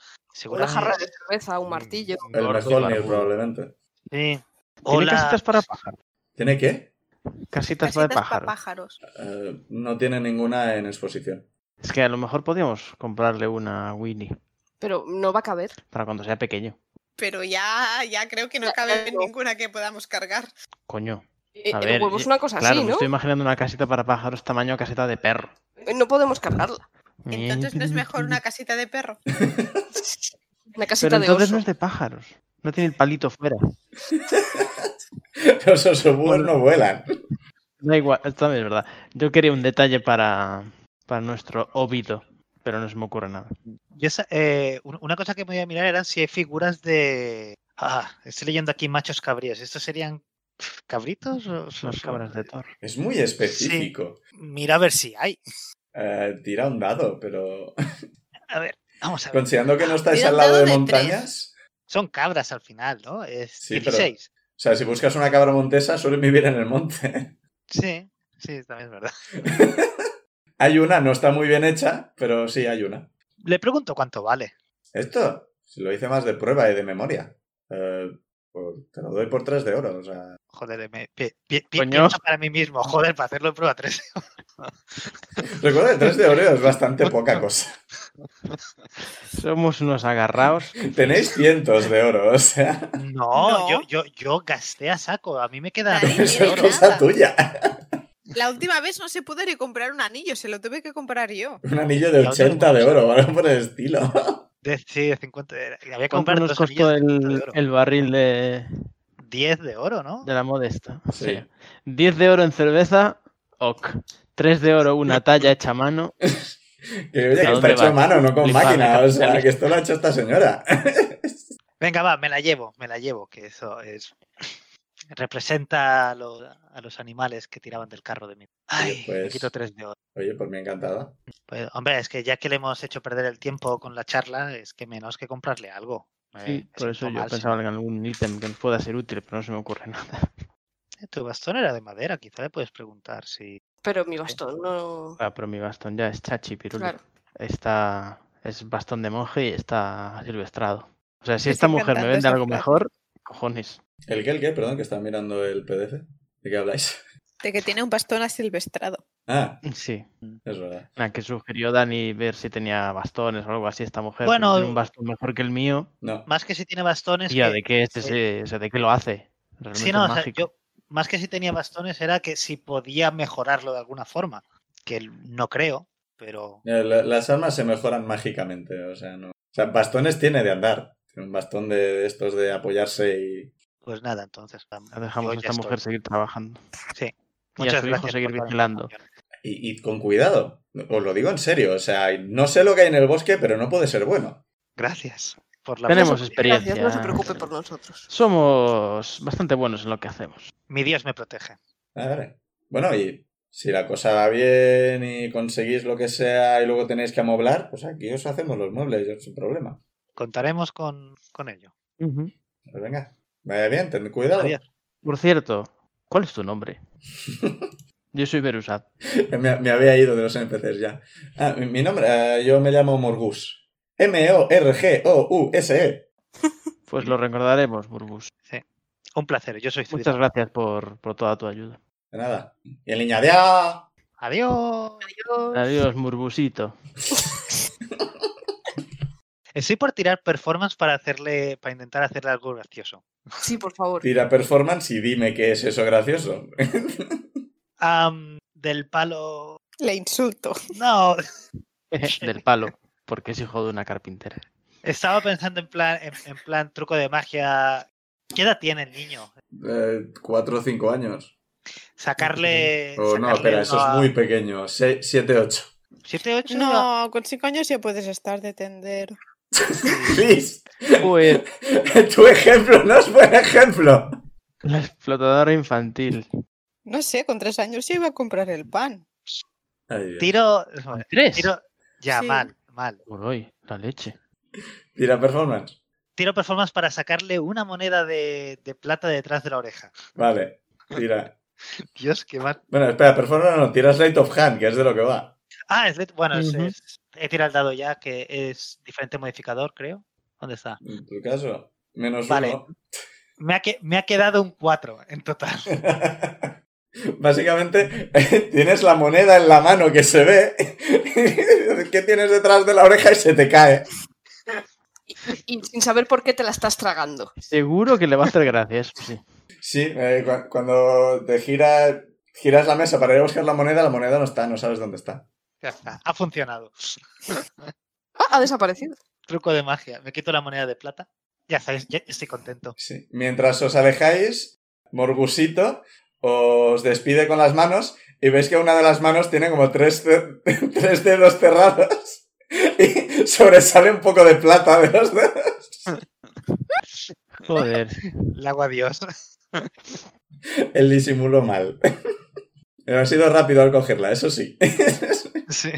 Speaker 5: Una jarra
Speaker 2: Seguramente...
Speaker 5: de cerveza,
Speaker 4: Mm.
Speaker 5: un martillo.
Speaker 1: El
Speaker 4: Gordo y
Speaker 1: mejor
Speaker 4: barbudo.
Speaker 1: probablemente.
Speaker 2: Sí. O
Speaker 4: Tiene
Speaker 2: la-
Speaker 4: casitas para pájaros.
Speaker 1: ¿Tiene qué?
Speaker 4: Casitas,
Speaker 3: Casitas
Speaker 4: para
Speaker 3: pa'
Speaker 4: pájaros.
Speaker 3: pájaros.
Speaker 1: Eh, no tiene ninguna en exposición.
Speaker 4: Es que a lo mejor podíamos comprarle una a Winnie
Speaker 5: Pero no va a caber.
Speaker 4: para cuando sea pequeño.
Speaker 3: Pero ya, ya creo que no
Speaker 5: Ya,
Speaker 3: cabe
Speaker 5: claro.
Speaker 3: ninguna que podamos cargar.
Speaker 4: Coño.
Speaker 5: Eh,
Speaker 4: A
Speaker 5: El
Speaker 4: ver,
Speaker 5: huevo es una cosa
Speaker 4: Claro,
Speaker 5: así,
Speaker 4: me
Speaker 5: ¿no?
Speaker 4: estoy imaginando una casita para pájaros tamaño casita de perro.
Speaker 5: Eh, No podemos cargarla.
Speaker 3: Entonces no es mejor una casita de perro.
Speaker 5: Una
Speaker 4: Pero
Speaker 5: casita de
Speaker 4: entonces
Speaker 5: oso.
Speaker 4: no es de pájaros. No tiene el palito fuera.
Speaker 1: Los osobúes no vuelan.
Speaker 4: Da igual, esto también es verdad. Yo quería un detalle para, para nuestro óbito, pero no se me ocurre nada.
Speaker 2: Yo sa- eh, un- una cosa que me voy a mirar eran si hay figuras de. Ah, estoy leyendo aquí machos cabríos. ¿Estos serían pf, cabritos? o son-
Speaker 4: Las cabras de Thor.
Speaker 1: Es muy específico.
Speaker 2: Mira a ver si hay.
Speaker 1: Eh, tira un dado, pero
Speaker 2: A ver, vamos a ver.
Speaker 1: considerando que no estáis
Speaker 3: Tira
Speaker 1: al
Speaker 3: un
Speaker 1: lado
Speaker 3: dado
Speaker 1: de
Speaker 3: de
Speaker 1: montañas,
Speaker 2: Son cabras al final, ¿no? Es
Speaker 1: Sí, pero-
Speaker 2: 16.
Speaker 1: o sea, si buscas una cabra montesa, suelen vivir en el monte.
Speaker 2: Sí, sí, también es verdad.
Speaker 1: hay una, no está muy bien hecha, pero sí hay una.
Speaker 2: Le pregunto cuánto vale.
Speaker 1: Esto, si lo hice más de prueba y de memoria. Eh, pues, te lo doy por 3 de oro. O sea,
Speaker 2: Joder, me, pi- pi- pi-
Speaker 4: Coño.
Speaker 2: pienso para mí mismo. Joder, para hacerlo en prueba 13.
Speaker 1: recuerda que 3 de oro es bastante poca cosa.
Speaker 4: Somos unos agarraos.
Speaker 1: Tenéis cientos de oro, o sea.
Speaker 2: No,
Speaker 3: No.
Speaker 2: Yo, yo, yo gasté a saco. A mí me queda.
Speaker 1: Eso
Speaker 3: Nadie
Speaker 1: es
Speaker 3: tiene
Speaker 1: cosa
Speaker 3: nada.
Speaker 1: tuya.
Speaker 3: La última vez no se pudo ni comprar un anillo, se lo tuve que comprar yo.
Speaker 1: Un anillo de
Speaker 2: Ya lo
Speaker 1: 80 de
Speaker 2: tenemos.
Speaker 1: oro, algo por el estilo.
Speaker 2: De, sí, de 50. era- Había que
Speaker 4: ¿Cuánto
Speaker 2: comprar
Speaker 4: nos
Speaker 2: dos
Speaker 4: costó
Speaker 2: anillos de 50
Speaker 4: el,
Speaker 2: de oro.
Speaker 4: el barril de,
Speaker 2: 10 de oro, ¿no?
Speaker 4: de la modesta?
Speaker 1: Sí.
Speaker 4: 10 de oro en cerveza, ok. 3 de oro una talla hecha a mano.
Speaker 1: Que oye, que está
Speaker 4: dónde
Speaker 1: hecho a
Speaker 4: vas?
Speaker 1: mano, no con
Speaker 4: Flipar,
Speaker 1: máquina. O sea,
Speaker 4: capitalista.
Speaker 1: que esto lo ha hecho esta señora.
Speaker 2: Venga, va, me la llevo, me la llevo, que eso es. Representa a los, a los animales que tiraban del carro de mí. Ay, me
Speaker 1: pues.
Speaker 2: quito 3 de oro.
Speaker 1: Oye, por mí encantada.
Speaker 2: Pues, hombre, es que ya que le hemos hecho perder el tiempo con la charla, es que menos que comprarle algo. Eh,
Speaker 4: Sí,
Speaker 2: me
Speaker 4: por eso
Speaker 2: siento
Speaker 4: yo
Speaker 2: mal,
Speaker 4: pensaba en algún ítem que nos pueda ser útil, pero no se me ocurre nada.
Speaker 2: sí. Tu bastón era de madera, quizá le puedes preguntar si.
Speaker 5: Pero mi bastón no.
Speaker 4: Ah, pero mi bastón ya es chachi, piruli.
Speaker 5: Claro.
Speaker 4: Está, es bastón de monje y está silvestrado. O sea, si
Speaker 3: Me
Speaker 4: esta
Speaker 3: está
Speaker 4: mujer me
Speaker 3: encantando
Speaker 4: vende
Speaker 3: esa
Speaker 4: algo
Speaker 3: frase.
Speaker 4: mejor, cojones.
Speaker 1: ¿El qué, el qué? Perdón, que estaba mirando el PDF. ¿De qué habláis?
Speaker 3: De que tiene un bastón asilvestrado.
Speaker 1: Ah,
Speaker 4: Sí.
Speaker 1: es verdad.
Speaker 4: La que sugirió Dani ver si tenía bastones o algo así esta mujer. pero
Speaker 2: Bueno,
Speaker 4: tiene un bastón mejor que el mío.
Speaker 1: No.
Speaker 2: Más que si tiene bastones.
Speaker 4: Tía,
Speaker 2: que-
Speaker 4: ¿de qué es
Speaker 2: sí.
Speaker 4: ese- o sea, ¿de qué lo hace? Realmente
Speaker 2: Sí, no, o
Speaker 4: es
Speaker 2: sea,
Speaker 4: mágico.
Speaker 2: yo, más que si tenía bastones, era que si podía mejorarlo de alguna forma. Que l- no creo, pero.
Speaker 1: Eh, la- Las armas se mejoran mágicamente, o sea, no. O sea, bastones tiene de andar. Tiene un bastón de, de estos de apoyarse y.
Speaker 2: Pues nada, entonces. vamos,
Speaker 4: La dejamos
Speaker 2: yo
Speaker 4: a
Speaker 2: ya
Speaker 4: esta mujer
Speaker 2: estoy.
Speaker 4: seguir trabajando.
Speaker 2: Sí.
Speaker 4: Y a
Speaker 2: Muchas
Speaker 4: su hijo
Speaker 2: gracias
Speaker 4: seguir
Speaker 2: por la
Speaker 4: vigilando.
Speaker 2: información.
Speaker 1: Y, y con cuidado. Os lo digo en serio. O sea, no sé lo que hay en el bosque, pero no puede ser bueno.
Speaker 2: Gracias por la
Speaker 4: Tenemos
Speaker 2: información.
Speaker 4: experiencia.
Speaker 5: Gracias, no se preocupe por nosotros.
Speaker 4: Somos bastante buenos en lo que hacemos.
Speaker 2: Mi Dios me protege.
Speaker 1: Vale, vale. Bueno, y si la cosa va bien y conseguís lo que sea y luego tenéis que amoblar, pues aquí os hacemos los muebles, sin problema.
Speaker 2: Contaremos con, con ello.
Speaker 1: Pues venga. Vaya bien, tened cuidado.
Speaker 2: Adiós.
Speaker 4: Por cierto, ¿cuál es tu nombre? Yo soy Berusat.
Speaker 1: Me, me había ido de los NPCs ya. Ah, mi, mi nombre, eh, yo me llamo Morgus. M-O-R-G-O-U-S-E.
Speaker 4: Pues lo recordaremos, Burbus.
Speaker 2: Un placer, yo soy Zuido.
Speaker 4: Muchas gracias por, por toda tu ayuda.
Speaker 1: De nada. Y el niñadea.
Speaker 2: Adiós.
Speaker 4: Adiós, Murbusito.
Speaker 2: Estoy por tirar performance para hacerle, para intentar hacerle algo gracioso.
Speaker 5: Sí, por favor.
Speaker 1: Tira performance y dime qué es eso gracioso.
Speaker 2: Am, del palo.
Speaker 3: Le insulto.
Speaker 2: No,
Speaker 4: Del palo, porque es hijo de una carpintera.
Speaker 2: estaba pensando en plan, en, en plan truco de magia. ¿Qué edad tiene el niño?
Speaker 1: Eh, cuatro o cinco años.
Speaker 2: Eh, Sacarle.
Speaker 1: O Oh, no, espera, eso es muy pequeño. Se- siete, ocho.
Speaker 2: 7, 8.
Speaker 3: No, con cinco años ya puedes estar de tender.
Speaker 1: Luis,
Speaker 4: Pues
Speaker 1: tu ejemplo no es buen ejemplo.
Speaker 4: la explotadora infantil.
Speaker 3: No sé, con tres años yo iba a comprar el pan.
Speaker 1: Ay, Dios.
Speaker 2: Tiro.
Speaker 4: ¿Tres?
Speaker 2: Tiro. Ya,
Speaker 3: Sí.
Speaker 2: mal, mal.
Speaker 4: Por hoy, la leche.
Speaker 1: Tira performance.
Speaker 2: Tiro performance para sacarle una moneda de, de plata detrás de la oreja.
Speaker 1: Vale, tira.
Speaker 2: Dios, qué mal.
Speaker 1: Bueno, espera, performance no, tira Sleight of Hand, que es de lo que va.
Speaker 2: Ah, es de- bueno, es-
Speaker 4: Ujú.
Speaker 2: es- he tirado el dado ya, que es diferente modificador, creo. ¿Dónde está?
Speaker 1: En tu caso, menos
Speaker 2: Vale.
Speaker 1: uno.
Speaker 2: Me ha, que- me ha quedado un 4 en total.
Speaker 1: Básicamente, tienes la moneda en la mano que se ve. ¿Qué tienes detrás de la oreja y se te cae?
Speaker 5: Y sin saber por qué te la estás tragando.
Speaker 4: Seguro que le va a hacer gracia, eso sí.
Speaker 1: Sí, eh, cu- cuando te giras, giras la mesa para ir a buscar la moneda, la moneda no está, no sabes dónde está.
Speaker 2: Ya está, ha funcionado.
Speaker 5: Ah, ha desaparecido.
Speaker 2: Truco de magia. Me quito la moneda de plata. Ya sabéis, ya estoy contento.
Speaker 1: Sí. Mientras os alejáis, Morgusito os despide con las manos y veis que una de las manos tiene como tres, ce- tres dedos cerrados y sobresale un poco de plata de los dedos.
Speaker 4: Joder.
Speaker 2: Le hago adiós.
Speaker 1: El disimulo mal. Pero ha sido rápido al cogerla, eso sí.
Speaker 2: Sí.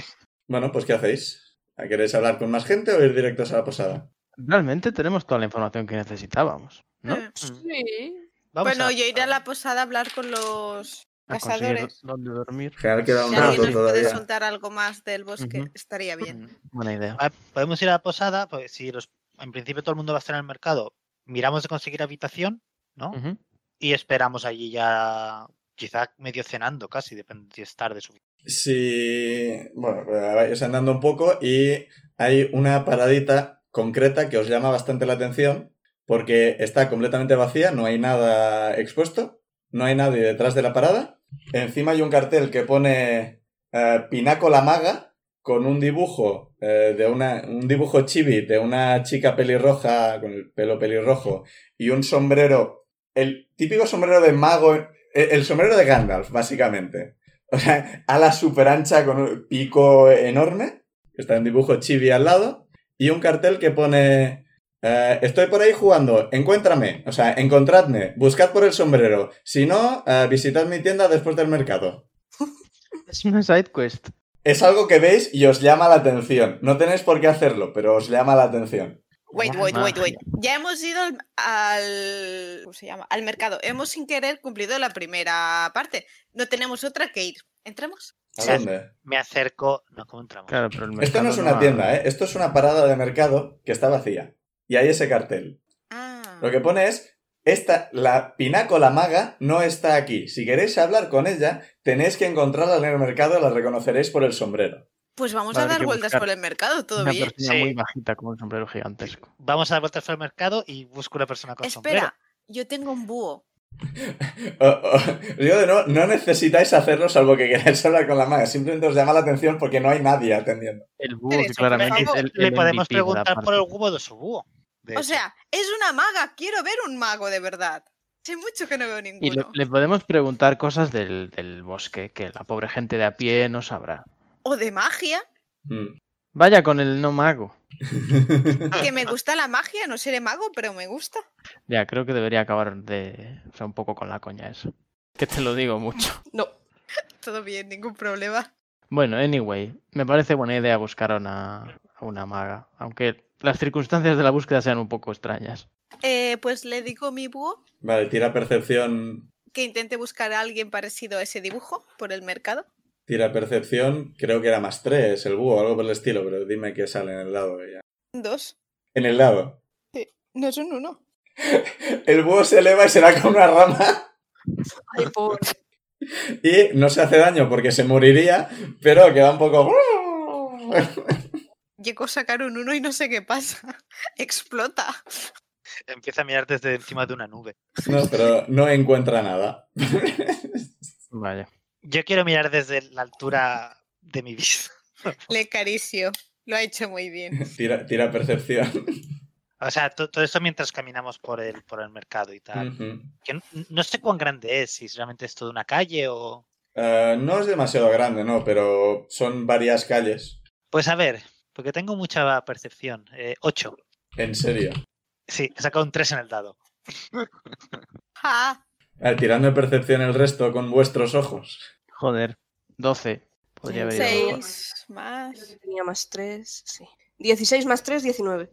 Speaker 1: Bueno, pues ¿qué hacéis? ¿Queréis hablar con más gente o ir directos a la posada?
Speaker 4: Realmente tenemos toda la información que necesitábamos, ¿no?
Speaker 3: Eh,
Speaker 5: Sí.
Speaker 2: Vamos
Speaker 3: bueno,
Speaker 2: a-
Speaker 3: yo iré a la posada a hablar con los
Speaker 4: A conseguir
Speaker 3: cazadores.
Speaker 4: dónde dormir.
Speaker 1: general queda
Speaker 3: Si
Speaker 1: un
Speaker 4: Claro,
Speaker 3: alguien
Speaker 1: rato
Speaker 3: nos puede
Speaker 1: todavía.
Speaker 3: soltar algo más del bosque,
Speaker 4: Ujú.
Speaker 3: estaría bien.
Speaker 4: Buena idea.
Speaker 2: Ah, Podemos ir a la posada, pues si los, en principio todo el mundo va a estar en el mercado, miramos de conseguir habitación, ¿no?
Speaker 4: Ujú.
Speaker 2: Y esperamos allí ya, quizá medio cenando casi, depende si es tarde. su-
Speaker 1: Si... Bueno, pues, vais andando un poco y hay una paradita concreta que os llama bastante la atención porque está completamente vacía, no hay nada expuesto, no hay nadie detrás de la parada. Encima hay un cartel que pone eh, Pinaco la maga con un dibujo eh, de una un dibujo chibi de una chica pelirroja con el pelo pelirrojo y un sombrero el típico sombrero de mago el, el sombrero de Gandalf básicamente o sea ala super ancha con un pico enorme está en dibujo chibi al lado y un cartel que pone eh, estoy por ahí jugando, encuéntrame, o sea, encontradme, buscad por el sombrero, si no, eh, visitad mi tienda después del mercado.
Speaker 4: Es una side quest.
Speaker 1: Es algo que veis y os llama la atención. No tenéis por qué hacerlo, pero os llama la atención.
Speaker 3: Wait,
Speaker 4: La
Speaker 3: wait, wait, wait.
Speaker 4: magia.
Speaker 3: Ya hemos ido al, al- ¿cómo se llama? Al mercado. Hemos sin querer cumplido la primera parte. No tenemos otra que ir. ¿Entramos?
Speaker 1: ¿A
Speaker 2: Sí.
Speaker 1: dónde?
Speaker 2: Me acerco, nos encontramos.
Speaker 4: Claro, pero el
Speaker 1: Esto
Speaker 4: mercado
Speaker 1: no es una
Speaker 4: ha-
Speaker 1: tienda, ¿eh? Esto es una parada de mercado que está vacía. Y hay ese cartel.
Speaker 3: Ah.
Speaker 1: Lo que pone es, esta, la pinácola maga no está aquí. Si queréis hablar con ella, tenéis que encontrarla en el mercado, la reconoceréis por el sombrero.
Speaker 3: Pues vamos
Speaker 4: Va a
Speaker 3: a
Speaker 4: haber
Speaker 3: dar
Speaker 4: que
Speaker 3: vueltas
Speaker 4: buscar
Speaker 3: por el mercado, todo
Speaker 4: Una
Speaker 3: bien.
Speaker 4: persona
Speaker 2: Sí.
Speaker 4: muy bajita con un sombrero gigantesco.
Speaker 2: Vamos a dar vueltas al mercado y busco una persona con sombrero.
Speaker 3: Espera, yo tengo un búho.
Speaker 1: O- o- os digo Oh, de nuevo, no necesitáis hacerlo salvo que queráis hablar con la maga. Simplemente os llama la atención porque no hay nadie atendiendo.
Speaker 4: El búho
Speaker 3: Pero
Speaker 4: que
Speaker 3: eso,
Speaker 4: claramente
Speaker 3: por favor,
Speaker 4: es el,
Speaker 2: Le
Speaker 4: el
Speaker 2: podemos
Speaker 4: MVP de la
Speaker 2: preguntar por
Speaker 4: parte.
Speaker 2: el huevo de su búho. de
Speaker 3: O
Speaker 2: hecho.
Speaker 3: sea, es una maga. Quiero ver un mago de verdad. Hace mucho que no veo ninguno.
Speaker 4: Y le, le podemos preguntar cosas del, del bosque que la pobre gente de a pie no sabrá.
Speaker 3: O de magia.
Speaker 1: Mm.
Speaker 4: Vaya con el no mago.
Speaker 3: Que me gusta la magia. No seré mago, pero me gusta.
Speaker 4: Ya, creo que debería acabar de. O sea, un poco con la coña eso. Que te lo digo mucho.
Speaker 5: No.
Speaker 3: Todo bien, ningún problema.
Speaker 4: Bueno, anyway, me parece buena idea buscar a una, a una maga. Aunque las circunstancias de la búsqueda sean un poco extrañas.
Speaker 3: Eh, pues le digo a mi búho
Speaker 1: Vale, tira percepción.
Speaker 3: que intente buscar a alguien parecido a ese dibujo por el mercado.
Speaker 1: Tira percepción. Creo que era más tres, el búho, algo por el estilo, pero dime que sale en el lado. ya.
Speaker 3: Dos.
Speaker 1: En el lado.
Speaker 3: No es un uno.
Speaker 1: El búho se eleva y se da con una rama
Speaker 5: Ay, pobre.
Speaker 1: y no se hace daño porque se moriría, pero queda un poco...
Speaker 3: Llego a sacar un uno y no sé qué pasa. Explota.
Speaker 2: Empieza a mirar desde encima de una nube.
Speaker 1: No, pero no encuentra nada.
Speaker 4: Vaya.
Speaker 2: Yo quiero mirar desde la altura de mi vista.
Speaker 3: Le caricio. Lo ha hecho muy bien.
Speaker 1: Tira, tira percepción.
Speaker 2: O sea, to- todo esto mientras caminamos por el, por el mercado y tal.
Speaker 1: Ujú.
Speaker 2: Que no, no sé cuán grande es, si realmente es toda una calle o...
Speaker 1: Eh, no es demasiado grande, no, pero son varias calles.
Speaker 2: Pues a ver, porque tengo mucha percepción. Eh, ocho.
Speaker 1: En serio.
Speaker 2: Sí, he sacado un tres en el dado.
Speaker 3: Ja.
Speaker 1: Eh, tirando de percepción el resto con vuestros ojos.
Speaker 4: Joder. 12. Podría haber ido mejor.
Speaker 3: Seis más.
Speaker 5: Tenía más 3, sí. 16 más 3, 19.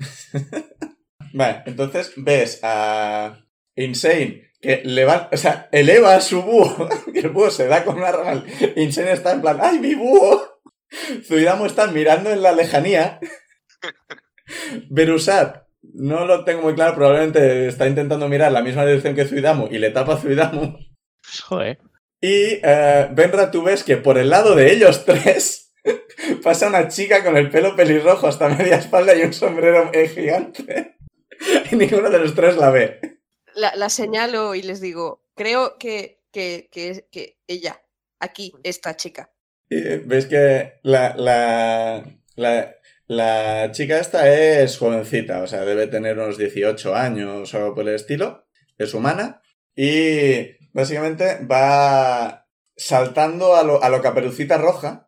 Speaker 1: Vale, entonces ves a Insane que levanta, o sea, eleva a su búho. que el búho se da con una rama. Insane está en plan, ¡ay, mi búho! Zuidamo está mirando en la lejanía. Berusat, no lo tengo muy claro, probablemente está intentando mirar la misma dirección que Zuidamo y le tapa a Zuidamo.
Speaker 4: Pues, Joder.
Speaker 1: Y eh, Benra, tú ves que por el lado de ellos tres pasa una chica con el pelo pelirrojo hasta media espalda y un sombrero eh, gigante. Y ninguno de los tres la ve.
Speaker 5: La, la señalo y les digo, creo que, que, que, que ella, aquí, esta chica.
Speaker 1: Y eh, ves que la, la, la, la chica esta es jovencita, o sea, debe tener unos 18 años o algo por el estilo. Es humana. Y básicamente va saltando a lo, a lo caperucita roja.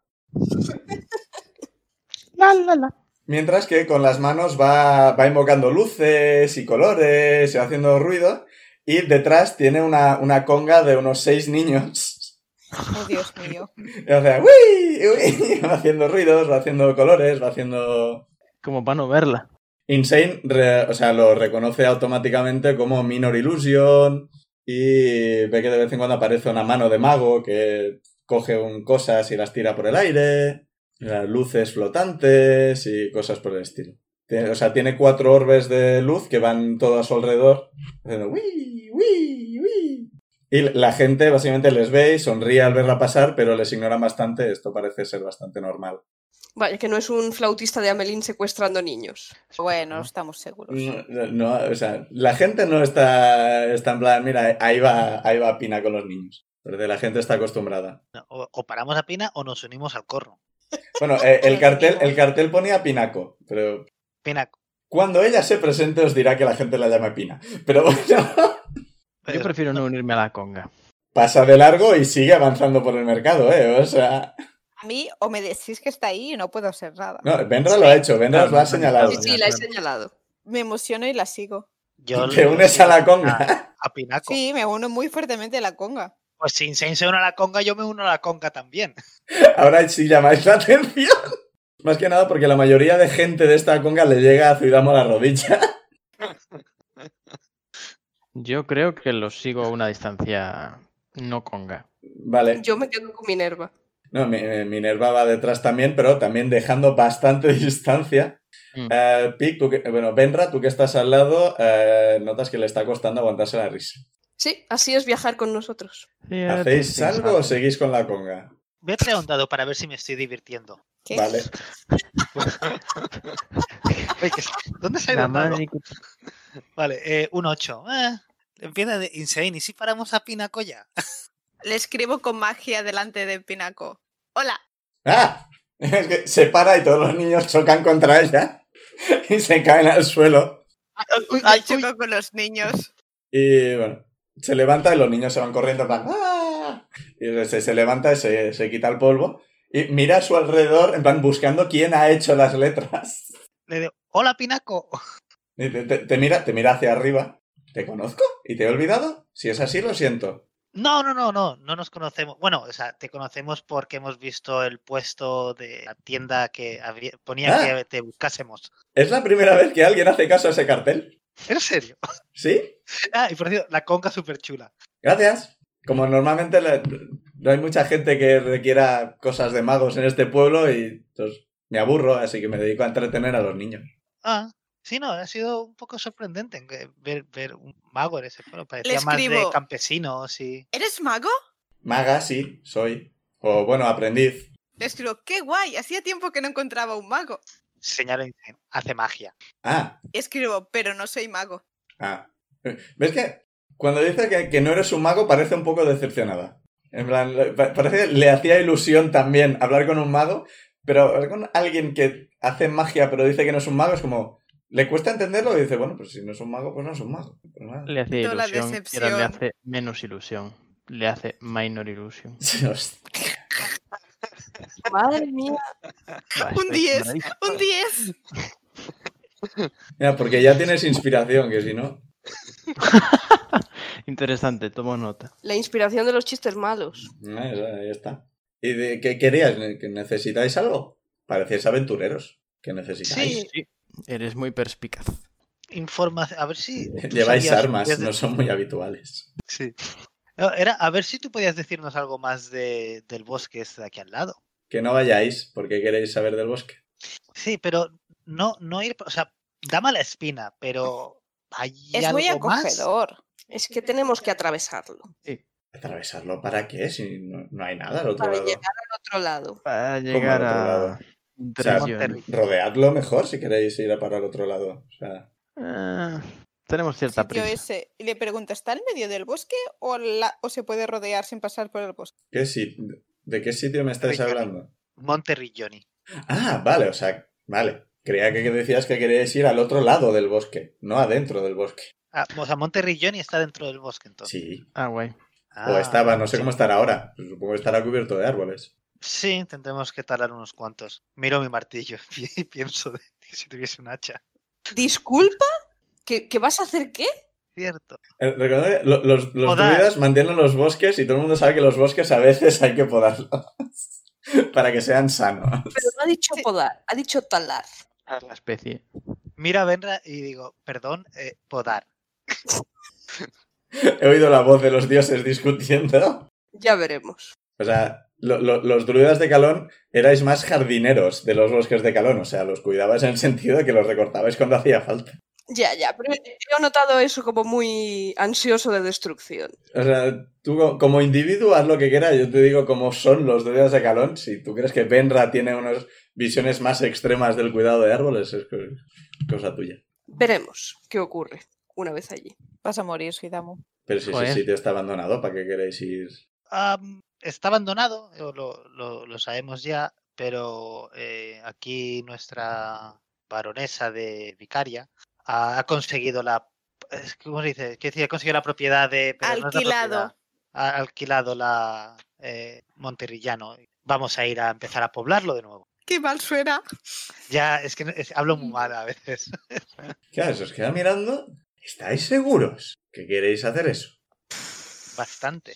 Speaker 4: La, la, la.
Speaker 1: Mientras que con las manos va, va invocando luces y colores, y va haciendo ruido, y detrás tiene una, una conga de unos seis niños.
Speaker 3: Oh, Dios mío.
Speaker 1: Y hace "Uy, uy", va haciendo ruidos, va haciendo colores, va haciendo...
Speaker 4: Como para no verla.
Speaker 1: Insane, re- o sea, lo reconoce automáticamente como Minor Illusion, y ve que de vez en cuando aparece una mano de mago que coge un cosas y las tira por el aire, las luces flotantes y cosas por el estilo. Tiene- o sea, tiene cuatro orbes de luz que van todo a su alrededor, haciendo "Wii, wii, wii". Y la gente básicamente les ve y sonríe al verla pasar, pero les ignoran bastante. Esto parece ser bastante normal.
Speaker 5: Vaya, que no es un flautista de Amelín secuestrando niños.
Speaker 3: Bueno, no estamos seguros.
Speaker 2: Mm.
Speaker 1: No, no, o sea, la gente no está, está en plan, mira, ahí va, ahí va Pina con los niños. Porque la gente está acostumbrada.
Speaker 2: O, o paramos a Pina o nos unimos al corno.
Speaker 1: Bueno, eh, el, cartel, el cartel ponía Pinaco, pero
Speaker 2: Pina,
Speaker 1: cuando ella se presente os dirá que la gente la llama Pina. Pero bueno, Eh,
Speaker 2: eh,
Speaker 4: Yo prefiero no unirme a la conga.
Speaker 1: pasa de largo y sigue avanzando por el mercado, ¿eh? O sea,
Speaker 3: A mí o me decís que está ahí y no puedo hacer nada.
Speaker 1: no, Benra lo ha hecho, Benra os lo ha señalado.
Speaker 5: Sí, sí, la he señalado.
Speaker 3: Me emociono y la sigo.
Speaker 2: yo
Speaker 1: Te
Speaker 2: le-
Speaker 1: unes a la conga.
Speaker 2: A, a Pinaco.
Speaker 3: Sí, me uno muy fuertemente a la conga.
Speaker 2: Pues si Insane se une a la conga, yo me uno a la conga también.
Speaker 1: Ahora sí llamáis la atención. Más que nada porque la mayoría de gente de esta conga le llega a Zuidamo la rodilla.
Speaker 4: Yo creo que los sigo a una distancia no conga.
Speaker 1: Vale.
Speaker 5: Yo me quedo con Minerva.
Speaker 1: No, Mi- eh, Minerva va detrás también, pero también dejando bastante distancia.
Speaker 4: Mm.
Speaker 1: Eh, Pic, tú que- bueno, Benra, tú que estás al lado, eh, notas que le está costando aguantarse la risa.
Speaker 5: Sí, así es viajar con nosotros.
Speaker 4: Eh, pues
Speaker 1: ¿Hacéis algo o seguís con la conga?
Speaker 2: Voy a tirar un dado para ver si me estoy divirtiendo.
Speaker 3: ¿Qué?
Speaker 1: Vale.
Speaker 2: Oye, que- ¿Dónde se ha ido
Speaker 4: La
Speaker 2: el dado?
Speaker 4: madre que-
Speaker 2: Vale, eh, un 8. empieza de Insane. ¿Y si paramos a Pinaco ya?
Speaker 3: Le escribo con magia delante de Pinaco. Hola.
Speaker 1: ¡Ah! Es que se para y todos los niños chocan contra ella y se caen al suelo.
Speaker 3: Uy,
Speaker 2: ay,
Speaker 3: me choco con los niños.
Speaker 1: Y bueno, se levanta y los niños se van corriendo en plan, ¡ah! Y se, se levanta y se, se quita el polvo y mira a su alrededor en plan buscando quién ha hecho las letras.
Speaker 2: Le digo, hola Pinaco.
Speaker 1: Y Te, te- te mira, te mira hacia arriba. ¿Te conozco? ¿Y te he olvidado? Si es así, lo siento.
Speaker 2: No, no, no, no, no nos conocemos. Bueno, o sea, te conocemos porque hemos visto el puesto de la tienda que había- ponía
Speaker 1: Ah.
Speaker 2: que te buscásemos.
Speaker 1: ¿Es la primera vez que alguien hace caso a ese cartel?
Speaker 2: ¿En serio?
Speaker 1: ¿Sí?
Speaker 2: Ah, y por cierto, la conga súper chula.
Speaker 1: Gracias. Como normalmente le- no hay mucha gente que requiera cosas de magos en este pueblo y pues, me aburro, así que me dedico a entretener a los niños.
Speaker 2: Ah, sí, no, ha sido un poco sorprendente que ver, ver un mago en ese pueblo. Parecía
Speaker 3: Les
Speaker 2: más de
Speaker 3: escribo.
Speaker 2: campesinos y...
Speaker 3: ¿Eres mago?
Speaker 1: Maga, sí, soy. O bueno, aprendiz.
Speaker 3: Le escribo, qué guay, hacía tiempo que no encontraba un mago.
Speaker 2: Señalo Insane, hace magia.
Speaker 1: Ah,
Speaker 3: Y escribo, pero no soy mago.
Speaker 1: ah. ¿Ves que cuando dice que, que no eres un mago parece un poco decepcionada? En plan, le- pa- parece que le hacía ilusión también hablar con un mago, pero hablar con alguien que hace magia pero dice que no es un mago es como... Le cuesta entenderlo y dice, bueno, pues si no es un mago, pues no es un mago. Pues nada.
Speaker 4: Le hace
Speaker 3: Toda la
Speaker 4: ilusión y ahora le
Speaker 3: decepción.
Speaker 4: hace menos ilusión. Le hace minor ilusión.
Speaker 1: Hostia.
Speaker 5: Madre mía.
Speaker 4: Va,
Speaker 3: Un
Speaker 4: estoy
Speaker 3: 10,
Speaker 4: maravilla.
Speaker 3: un 10.
Speaker 1: Mira, porque ya tienes inspiración, que si no.
Speaker 4: Interesante, tomo nota.
Speaker 5: La inspiración de los chistes malos.
Speaker 1: no, ya ya está. ¿Y de qué querías? ¿Que necesitáis algo? Parecéis aventureros. ¿Qué necesitáis?
Speaker 2: Sí.
Speaker 4: Eres muy perspicaz.
Speaker 2: Informa, a ver si... tú
Speaker 1: Lleváis
Speaker 2: sabías-
Speaker 1: armas,
Speaker 2: podías
Speaker 1: no son muy habituales.
Speaker 2: Sí. No, Era a ver si tú podías decirnos algo más de, del bosque este de aquí al lado.
Speaker 1: Que no vayáis, porque queréis saber del bosque.
Speaker 2: Sí, pero no, no ir, o sea, da mala espina, pero hay
Speaker 3: Es muy
Speaker 2: algo más?
Speaker 3: acogedor.
Speaker 5: Es que tenemos que atravesarlo
Speaker 1: ¿Atravesarlo para qué? Si no, no hay nada al otro
Speaker 5: para
Speaker 1: lado.
Speaker 5: llegar al otro lado.
Speaker 4: Para llegar
Speaker 1: otro
Speaker 4: a.
Speaker 1: lado. O sea,
Speaker 4: Interacción.
Speaker 1: Rodeadlo mejor si queréis ir a para el otro lado. O sea,
Speaker 4: Ah, tenemos cierta
Speaker 3: sitio
Speaker 4: prisa.
Speaker 3: ese. Y le pregunto, ¿está en medio del bosque o, la- o se puede rodear sin pasar por el bosque?
Speaker 1: ¿qué si- ¿De qué sitio me estáis
Speaker 2: Ricardo.
Speaker 1: hablando?
Speaker 2: Monterrilloni.
Speaker 1: Ah, vale, o sea, vale. Creía que decías que queríais ir al otro lado del bosque, no adentro del bosque.
Speaker 2: Ah, o sea, Monterrilloni está dentro del bosque entonces.
Speaker 1: Sí.
Speaker 4: Ah, guay.
Speaker 1: o
Speaker 2: Ah,
Speaker 1: estaba, no sé
Speaker 2: sí.
Speaker 1: cómo estará ahora. Supongo que estará cubierto de árboles.
Speaker 2: Sí, tendremos que talar unos cuantos. Miro mi martillo y pienso de- si tuviese un hacha.
Speaker 5: Disculpa, ¿que, que vas a hacer qué?
Speaker 2: Cierto.
Speaker 1: Eh, recordad que lo- los, los
Speaker 2: Podar.
Speaker 1: druidas mantienen los bosques y todo el mundo sabe que los bosques a veces hay que podarlos para que sean sanos.
Speaker 5: Pero no ha dicho
Speaker 3: Sí.
Speaker 5: podar, ha dicho talar.
Speaker 4: La especie.
Speaker 2: Miro a Benra y digo, perdón, eh, podar.
Speaker 1: He oído la voz de los dioses discutiendo.
Speaker 5: Ya veremos.
Speaker 1: O sea, lo- lo- los druidas de Calón erais más jardineros de los bosques de Calón. O sea, los cuidabais en el sentido de que los recortabais cuando hacía falta.
Speaker 5: Ya, ya, pero yo he notado eso como muy ansioso de destrucción.
Speaker 1: O sea, tú co- como individuo haz lo que quieras. Yo te digo cómo son los dedos de calón. Si tú crees que Benra tiene unas visiones más extremas del cuidado de árboles, es co- cosa tuya.
Speaker 5: Veremos qué ocurre una vez allí.
Speaker 3: Vas a morir, Suidamu.
Speaker 1: Pero si ese
Speaker 4: Joder.
Speaker 1: sitio está abandonado, ¿para qué queréis ir?
Speaker 2: Am, está abandonado, eh, lo, lo- lo sabemos ya, pero eh, aquí nuestra baronesa de Vicaria ha, ha conseguido la. es que, ¿Cómo se dice? Quiero decir, ha conseguido la propiedad de. pero no es la
Speaker 3: Alquilado.
Speaker 2: propiedad, ha alquilado la eh, Monterrillano. Vamos a ir a empezar a poblarlo de nuevo.
Speaker 3: Qué mal suena.
Speaker 2: Ya, es que no- es- hablo muy mal a veces.
Speaker 1: ¿Qué haces? ¿Os queda mirando? ¿Estáis seguros que queréis hacer eso?
Speaker 2: Bastante.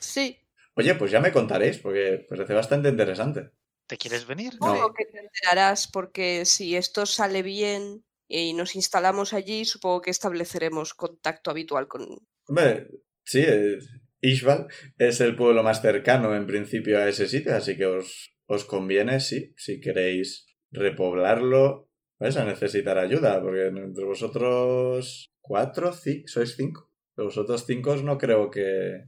Speaker 5: Sí.
Speaker 1: Oye, pues ya me contaréis, porque parece bastante interesante.
Speaker 2: ¿Te quieres venir?
Speaker 1: No.
Speaker 5: Supongo que te enterarás porque si esto sale bien y nos instalamos allí, supongo que estableceremos contacto habitual con...
Speaker 1: Hombre, sí, eh, Ishbal es el pueblo más cercano en principio a ese sitio, así que os, os conviene, sí, si queréis repoblarlo, vais a necesitar ayuda, porque entre vosotros cuatro, ci- sois cinco. De vosotros cinco no creo que...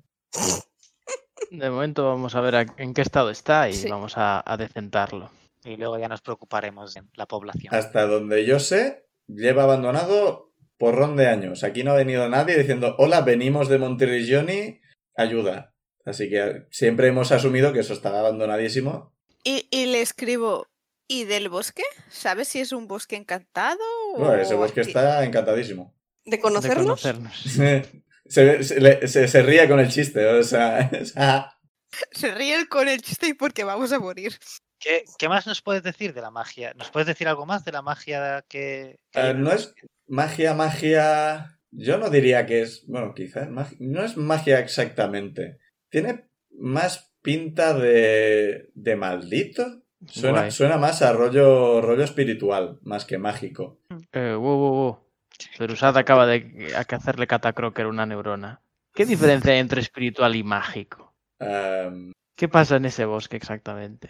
Speaker 4: De momento vamos a ver a- en qué estado está y
Speaker 5: Sí.
Speaker 4: vamos a, a decentarlo.
Speaker 2: Y luego ya nos preocuparemos de la población.
Speaker 1: Hasta donde yo sé, lleva abandonado porrón de años. Aquí no ha venido nadie diciendo, hola, venimos de Monterrigioni, ayuda. Así que eh, siempre hemos asumido que eso está abandonadísimo
Speaker 3: Y, y le escribo, ¿y del bosque? ¿Sabes si es un bosque encantado?
Speaker 1: Bueno, ese
Speaker 3: o
Speaker 1: bosque
Speaker 3: anti-
Speaker 1: está encantadísimo.
Speaker 5: ¿De
Speaker 4: De
Speaker 5: conocernos?
Speaker 4: conocernos.
Speaker 1: Se, se, le- se- se ríe con el chiste, o sea, o sea,
Speaker 3: Se ríen con el chiste y porque vamos a morir.
Speaker 2: ¿Qué, qué más nos puedes decir de la magia? ¿Nos puedes decir algo más de la magia que.? que hay
Speaker 1: eh,
Speaker 2: en el
Speaker 1: no es
Speaker 2: bosque?
Speaker 1: magia, magia. Yo no diría que es, bueno, quizás mag- no es magia exactamente. Tiene más pinta de, de maldito. Suena,
Speaker 4: Guay.
Speaker 1: suena más a rollo, rollo espiritual, más que mágico.
Speaker 4: Eh, wow, wow, wow. Ferusad acaba de a que hacerle catacroker una neurona. ¿Qué diferencia hay entre espiritual y mágico?
Speaker 1: Em,
Speaker 4: ¿Qué pasa en ese bosque exactamente?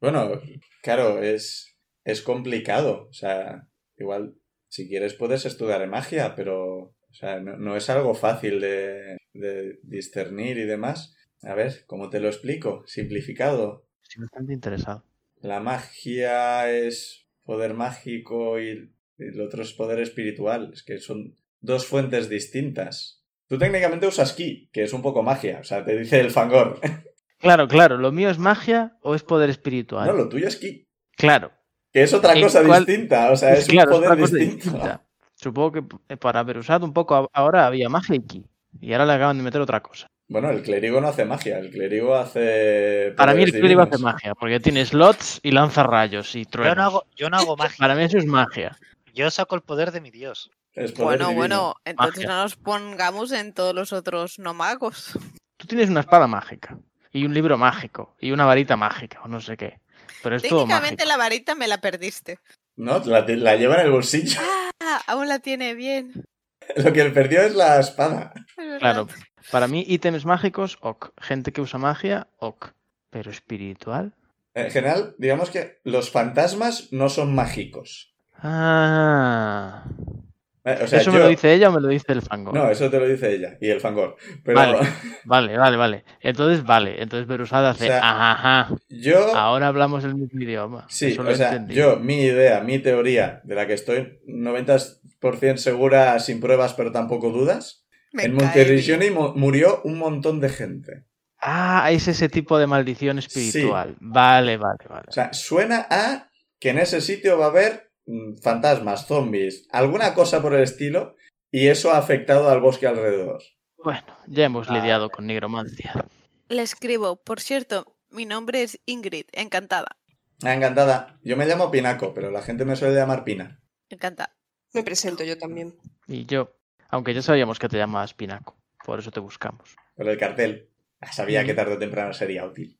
Speaker 1: Bueno, claro, es, es complicado. O sea, igual, si quieres puedes estudiar magia, pero o sea, no, no es algo fácil de, de discernir y demás. A ver, ¿cómo te lo explico? Simplificado.
Speaker 4: Estoy bastante interesado.
Speaker 1: La magia es poder mágico y el otro es poder espiritual. Es que son dos fuentes distintas. Tú técnicamente usas ki, que es un poco magia. O sea, te dice el fangor.
Speaker 4: Claro, claro, ¿lo mío es magia o es poder espiritual?
Speaker 1: No, lo tuyo es ki.
Speaker 4: Claro.
Speaker 1: Que es otra
Speaker 4: ¿En
Speaker 1: cosa
Speaker 4: cuál- Pues
Speaker 1: distinta. O sea, es,
Speaker 4: claro,
Speaker 1: un
Speaker 4: es
Speaker 1: poder
Speaker 4: una cosa
Speaker 1: distinto.
Speaker 4: distinta. Supongo que p- para haber usado un poco a- ahora había magia y ki. Y ahora le acaban de meter otra cosa.
Speaker 1: Bueno, el clérigo no hace magia, el clérigo hace.
Speaker 4: Para mí el
Speaker 1: poderes
Speaker 4: clérigo hace
Speaker 1: divinos.
Speaker 4: magia, porque tiene slots y lanza rayos y truenos.
Speaker 2: Yo no hago, yo no hago magia.
Speaker 4: Para mí eso es magia.
Speaker 2: Yo saco el poder de mi dios.
Speaker 1: Es poder
Speaker 3: Bueno,
Speaker 1: divino.
Speaker 3: bueno, entonces
Speaker 4: Magia.
Speaker 3: no nos pongamos en todos los otros no magos.
Speaker 4: Tú tienes una espada mágica y un libro mágico y una varita mágica o no sé qué. Pero es todo mágico.
Speaker 3: Técnicamente la varita me la perdiste.
Speaker 1: No, la, la lleva en el bolsillo.
Speaker 3: Ah, aún la tiene bien.
Speaker 1: Lo que él perdió es la espada.
Speaker 3: es verdad.
Speaker 4: Claro. Para mí ítems mágicos, ok. Gente que usa magia, ok. Pero espiritual.
Speaker 1: En general, digamos que los fantasmas no son mágicos.
Speaker 4: Ah.
Speaker 1: Eh, O sea,
Speaker 4: ¿Eso
Speaker 1: yo-
Speaker 4: me lo dice ella o me lo dice el fango?
Speaker 1: No, eh. eso te lo dice ella y el fangor. Pero
Speaker 4: Vale. Vale, vale, vale. Entonces, vale. Entonces Berusada hace
Speaker 1: sea,
Speaker 4: ajá, ajá.
Speaker 1: yo.
Speaker 4: Ahora hablamos el mismo idioma.
Speaker 1: Sí,
Speaker 4: Ah, Eso lo
Speaker 1: o
Speaker 4: he
Speaker 1: sea,
Speaker 4: entendido.
Speaker 1: yo, mi idea, mi teoría, de la que estoy 90% segura, sin pruebas, pero tampoco dudas,
Speaker 3: Me
Speaker 1: en
Speaker 3: cae
Speaker 1: Monterrigioni mu- murió un montón de gente.
Speaker 4: Ah, es ese tipo de maldición
Speaker 1: Sí.
Speaker 4: espiritual. Vale, vale, vale.
Speaker 1: O sea, suena a que en ese sitio va a haber mm, fantasmas, zombies, alguna cosa por el estilo, y eso ha afectado al bosque alrededor.
Speaker 4: Bueno, ya hemos
Speaker 2: Vale.
Speaker 4: lidiado con nigromancia.
Speaker 3: Le escribo, por cierto, mi nombre es Ingrid, encantada.
Speaker 1: Ah, encantada. Yo me llamo Pinaco, pero la gente me suele llamar Pina.
Speaker 3: Encantada.
Speaker 5: Me presento yo también.
Speaker 4: Y yo, aunque ya sabíamos que te llamabas Pinaco, por eso te buscamos.
Speaker 1: Por el cartel. Ah, Sabía que tarde o temprano sería útil.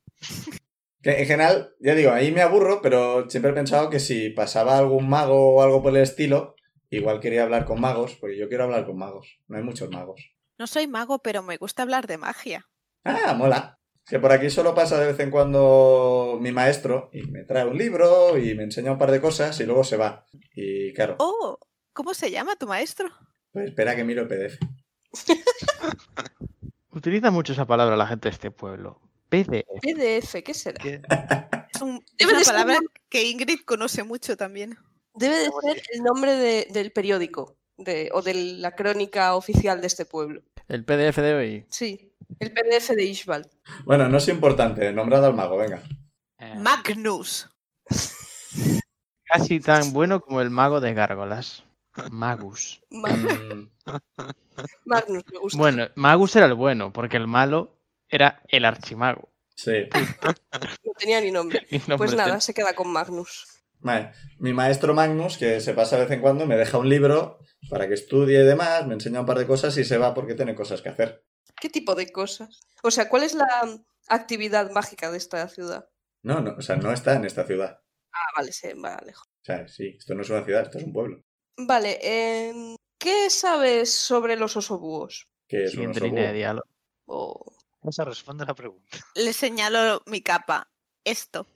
Speaker 1: Que, en general, ya digo, ahí me aburro, pero siempre he pensado que si pasaba algún mago o algo por el estilo, igual quería hablar con magos, porque yo quiero hablar con magos. No hay muchos magos.
Speaker 3: No soy mago, pero me gusta hablar de magia.
Speaker 1: Ah, mola. Que por aquí solo pasa de vez en cuando mi maestro y me trae un libro y me enseña un par de cosas y luego se va. Y claro,
Speaker 3: Oh, ¿Cómo se llama tu maestro?
Speaker 1: Pues espera que miro el PDF.
Speaker 4: Utiliza mucho esa palabra la gente de este pueblo. PDF.
Speaker 5: PDF, ¿qué será?
Speaker 2: ¿Qué?
Speaker 3: Es, un- es
Speaker 5: Debe
Speaker 3: una
Speaker 5: de ser
Speaker 3: palabra
Speaker 5: un
Speaker 3: que Ingrid conoce mucho también.
Speaker 5: Debe de ser el nombre de- del periódico de- o de la crónica oficial de este pueblo.
Speaker 4: El PDF de hoy.
Speaker 5: Sí, el PDF de Ishbal.
Speaker 1: Bueno, no es importante. Nombrado al mago, venga.
Speaker 2: Eh,
Speaker 3: Magnus.
Speaker 4: Casi tan bueno como el mago de gárgolas. Magus.
Speaker 5: Ma-
Speaker 1: Mm,
Speaker 5: Magnus, me gusta.
Speaker 4: Bueno, Magus era el bueno, porque el malo era el archimago.
Speaker 1: sí.
Speaker 5: No tenía ni nombre.
Speaker 4: Y no
Speaker 5: Pues
Speaker 4: merece-
Speaker 5: nada, se queda con Magnus.
Speaker 1: Vale. Mi maestro Magnus, que se pasa de vez en cuando, me deja un libro para que estudie y demás, me enseña un par de cosas y se va porque tiene cosas que hacer.
Speaker 5: ¿Qué tipo de cosas? O sea, ¿cuál es la mm, actividad mágica de esta ciudad?
Speaker 1: No, no, o sea, no está en esta ciudad.
Speaker 5: Ah, vale, se va lejos.
Speaker 1: O sea, sí, esto no es una ciudad, esto es un pueblo.
Speaker 5: Vale, em, ¿qué sabes sobre los osobúos?
Speaker 1: Que es un
Speaker 4: Siguiente
Speaker 1: oso
Speaker 4: línea de
Speaker 1: búho.
Speaker 4: diálogo.
Speaker 5: O-
Speaker 2: No se responde a la pregunta.
Speaker 3: Le señalo mi capa. Esto.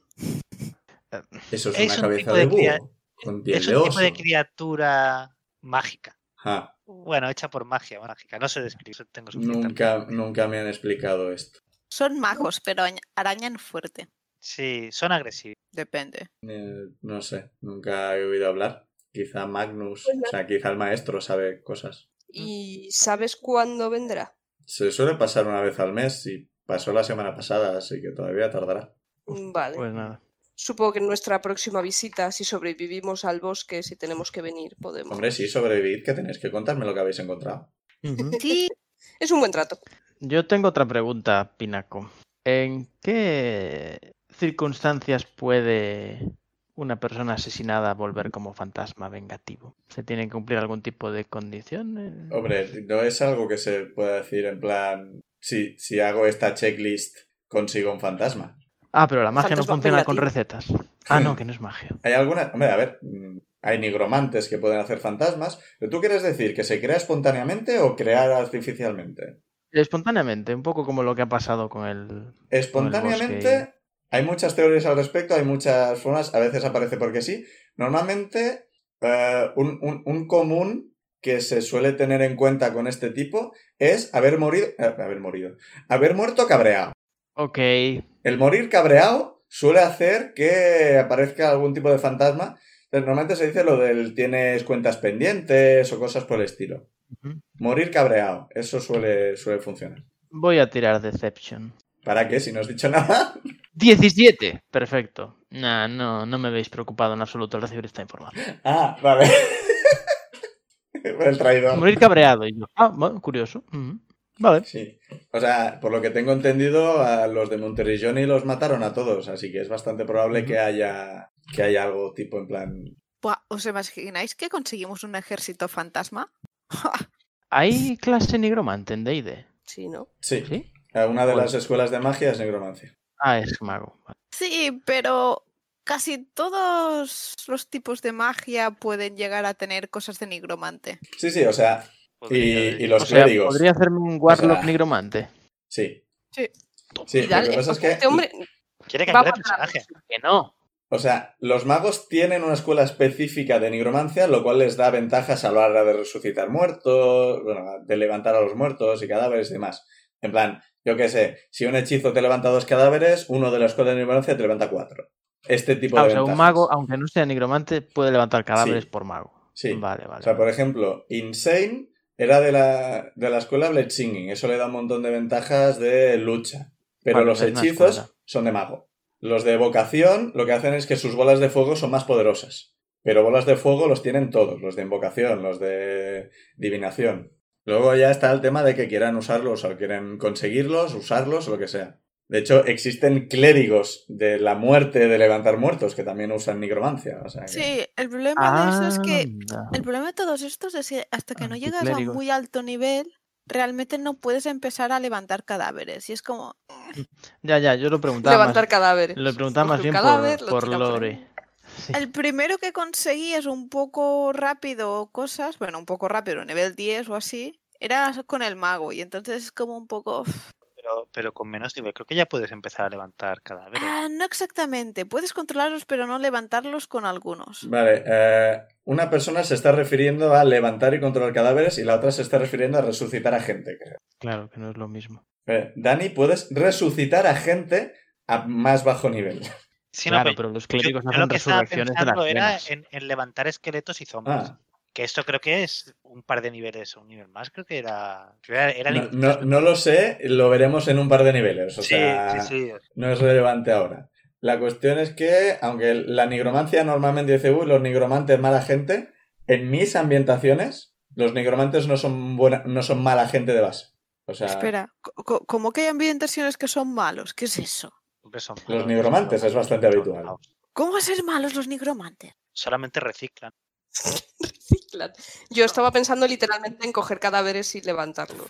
Speaker 1: Eso es,
Speaker 2: Es
Speaker 1: una
Speaker 2: un
Speaker 1: cabeza
Speaker 2: tipo
Speaker 1: de
Speaker 2: de cría-
Speaker 1: búho. Con piel
Speaker 2: es
Speaker 1: de
Speaker 2: un
Speaker 1: oso.
Speaker 2: tipo de criatura mágica.
Speaker 1: Ah,
Speaker 2: Bueno, hecha por magia, mágica. No sé describir. Tengo suficiente.
Speaker 1: nunca, nunca me han explicado esto.
Speaker 3: Son magos, pero añ- arañan fuerte.
Speaker 2: Sí, son agresivos.
Speaker 3: Depende.
Speaker 1: Eh, no sé, nunca he oído hablar. Quizá Magnus,
Speaker 2: Pues
Speaker 1: o sea, quizá el maestro sabe cosas.
Speaker 5: ¿Y sabes cuándo vendrá?
Speaker 1: Se suele pasar una vez al mes y pasó la semana pasada, así que todavía tardará.
Speaker 5: Vale.
Speaker 4: Pues nada.
Speaker 5: Supongo que en nuestra próxima visita, si sobrevivimos al bosque, si tenemos que venir, podemos.
Speaker 1: Hombre, sí, sobrevivid, que tenéis que contarme lo que habéis encontrado.
Speaker 3: Sí,
Speaker 5: Es un buen trato.
Speaker 4: Yo tengo otra pregunta, Pinaco. ¿En qué circunstancias puede una persona asesinada volver como fantasma vengativo? ¿Se tienen que cumplir algún tipo de condiciones?
Speaker 1: Hombre, no es algo que se pueda decir en plan, si, si hago esta checklist consigo un fantasma.
Speaker 4: Ah, pero la magia no
Speaker 5: Fantasma
Speaker 4: funciona con
Speaker 5: vengativo.
Speaker 4: recetas. Ah, no, que no es magia.
Speaker 1: Hay alguna, hombre, a ver, mm, hay nigromantes que pueden hacer fantasmas, pero tú quieres decir que se crea espontáneamente o crear artificialmente.
Speaker 4: Espontáneamente, un poco como lo que ha pasado con el...
Speaker 1: Espontáneamente, hay muchas teorías al respecto, hay muchas formas, a veces aparece porque sí. Normalmente, eh, un, un- un común que se suele tener en cuenta con este tipo es haber morido, eh, haber morido, haber muerto cabreado.
Speaker 4: Ok,
Speaker 1: El morir cabreado suele hacer que aparezca algún tipo de fantasma. Entonces, Normalmente se dice lo del tienes cuentas pendientes o cosas por el estilo.
Speaker 4: Ujú.
Speaker 1: Morir cabreado, eso suele, suele funcionar.
Speaker 4: voy a tirar Deception.
Speaker 1: ¿Para qué? Si no has dicho nada.
Speaker 4: 17. Perfecto. Nah, no, no me habéis preocupado en absoluto al recibir esta información.
Speaker 1: ah, vale. el traidor.
Speaker 4: Morir cabreado. Y yo, ah, bueno, curioso. Ujú. Vale.
Speaker 1: Sí. O sea, por lo que tengo entendido, a los de Monterrey los mataron a todos, así que es bastante probable que haya, que haya algo tipo en plan.
Speaker 3: Buah, ¿os imagináis que conseguimos un ejército fantasma?
Speaker 4: Hay clase nigromante en D&D,
Speaker 5: Sí, ¿no?
Speaker 1: Sí.
Speaker 4: ¿sí?
Speaker 1: Eh, Una de las escuelas de magia es negromancia.
Speaker 4: Ah, es mago. Vale.
Speaker 3: Sí, pero casi todos los tipos de magia pueden llegar a tener cosas de nigromante.
Speaker 1: Sí, sí, o sea, y, y los
Speaker 4: O sea,
Speaker 1: clérigos.
Speaker 4: podría hacerme un warlock
Speaker 1: Pues O sea,
Speaker 4: nigromante.
Speaker 1: Sí.
Speaker 3: Sí.
Speaker 1: Sí,
Speaker 5: y
Speaker 1: lo
Speaker 5: dale.
Speaker 1: que pasa es que.
Speaker 5: Este hombre
Speaker 2: Quiere
Speaker 5: va
Speaker 2: cambiar
Speaker 5: a
Speaker 2: de
Speaker 5: matar a
Speaker 2: personaje.
Speaker 4: Que no.
Speaker 1: O sea, los magos tienen una escuela específica de nigromancia, lo cual les da ventajas a la hora de resucitar muertos, bueno, de levantar a los muertos y cadáveres y demás. En plan, yo qué sé, si un hechizo te levanta dos cadáveres, uno de la escuela de nigromancia te levanta cuatro. Este tipo
Speaker 4: Ah,
Speaker 1: de
Speaker 4: o sea, un
Speaker 1: ventajas.
Speaker 4: mago, aunque no sea nigromante, puede levantar cadáveres por mago.
Speaker 1: Sí.
Speaker 4: Vale,
Speaker 1: O
Speaker 4: vale.
Speaker 1: sea, por ejemplo, Insane era de la, de la escuela Blitzinging. Eso le da un montón de ventajas de lucha. Pero
Speaker 4: Bueno,
Speaker 1: los
Speaker 4: es una
Speaker 1: hechizos
Speaker 4: escuela.
Speaker 1: son de mago. Los de evocación lo que hacen es que sus bolas de fuego son más poderosas. Pero bolas de fuego los tienen todos. Los de invocación, los de divinación. Luego ya está el tema de que quieran usarlos o quieren conseguirlos, usarlos o lo que sea. De hecho, existen clérigos de la muerte, de levantar muertos, que también usan nigromancia. O sea que-
Speaker 3: Sí, el problema de
Speaker 4: Ah,
Speaker 3: eso es que
Speaker 4: Anda.
Speaker 3: El problema de todos estos es que hasta
Speaker 1: Ah,
Speaker 3: que no llegas a un
Speaker 4: Anticlérigos.
Speaker 3: muy alto nivel, realmente no puedes empezar a levantar cadáveres. Y es como,
Speaker 4: Ya, ya, yo lo preguntaba más-
Speaker 5: levantar cadáveres.
Speaker 4: Lo preguntaba más
Speaker 5: Coge un
Speaker 4: bien
Speaker 5: cadáver,
Speaker 4: por,
Speaker 5: lo
Speaker 4: por
Speaker 5: tira por
Speaker 4: Lore.
Speaker 5: ahí.
Speaker 4: Sí.
Speaker 3: el primero que conseguías un poco rápido cosas, bueno, un poco rápido, nivel 10 o así, era con el mago. Y entonces es como un poco, "Uf,
Speaker 2: pero, pero con menos nivel. Creo que ya puedes empezar a levantar cadáveres.
Speaker 3: Ah, no exactamente. Puedes controlarlos, pero no levantarlos con algunos.
Speaker 1: Vale, eh, una persona se está refiriendo a levantar y controlar cadáveres y la otra se está refiriendo a resucitar a gente, creo.
Speaker 4: Claro, que no es lo mismo.
Speaker 1: Eh, Dani, puedes resucitar a gente a más bajo nivel.
Speaker 2: Sí, no,
Speaker 4: claro,
Speaker 2: pero
Speaker 4: pero los
Speaker 2: yo-
Speaker 4: clérigos
Speaker 2: yo
Speaker 4: hacen
Speaker 2: lo que estaba
Speaker 4: resurrecciones de las
Speaker 2: pensando era
Speaker 4: venas.
Speaker 2: en, en levantar esqueletos y zombies.
Speaker 1: Ah,
Speaker 2: Que esto creo que es un par de niveles o un nivel más. Creo que era. creo que era
Speaker 1: no,
Speaker 2: era-
Speaker 1: no- no lo sé, lo veremos en un par de niveles. O
Speaker 2: sí,
Speaker 1: sea,
Speaker 2: sí, sí.
Speaker 1: no es relevante ahora. La cuestión es que, aunque la nigromancia normalmente dice, uy, los nigromantes mala gente, en mis ambientaciones, los nigromantes no son, buena, no son mala gente de base. O sea,
Speaker 3: Espera, co- co- ¿cómo que hay ambientaciones que son malos? ¿Qué es eso?
Speaker 2: Siempre son
Speaker 1: Los
Speaker 2: malos,
Speaker 1: nigromantes
Speaker 2: son
Speaker 1: es bastante
Speaker 2: malos.
Speaker 1: habitual.
Speaker 3: ¿Cómo va a ser malos los nigromantes?
Speaker 2: Solamente reciclan.
Speaker 5: Claro. Yo estaba pensando literalmente en coger cadáveres y levantarlos.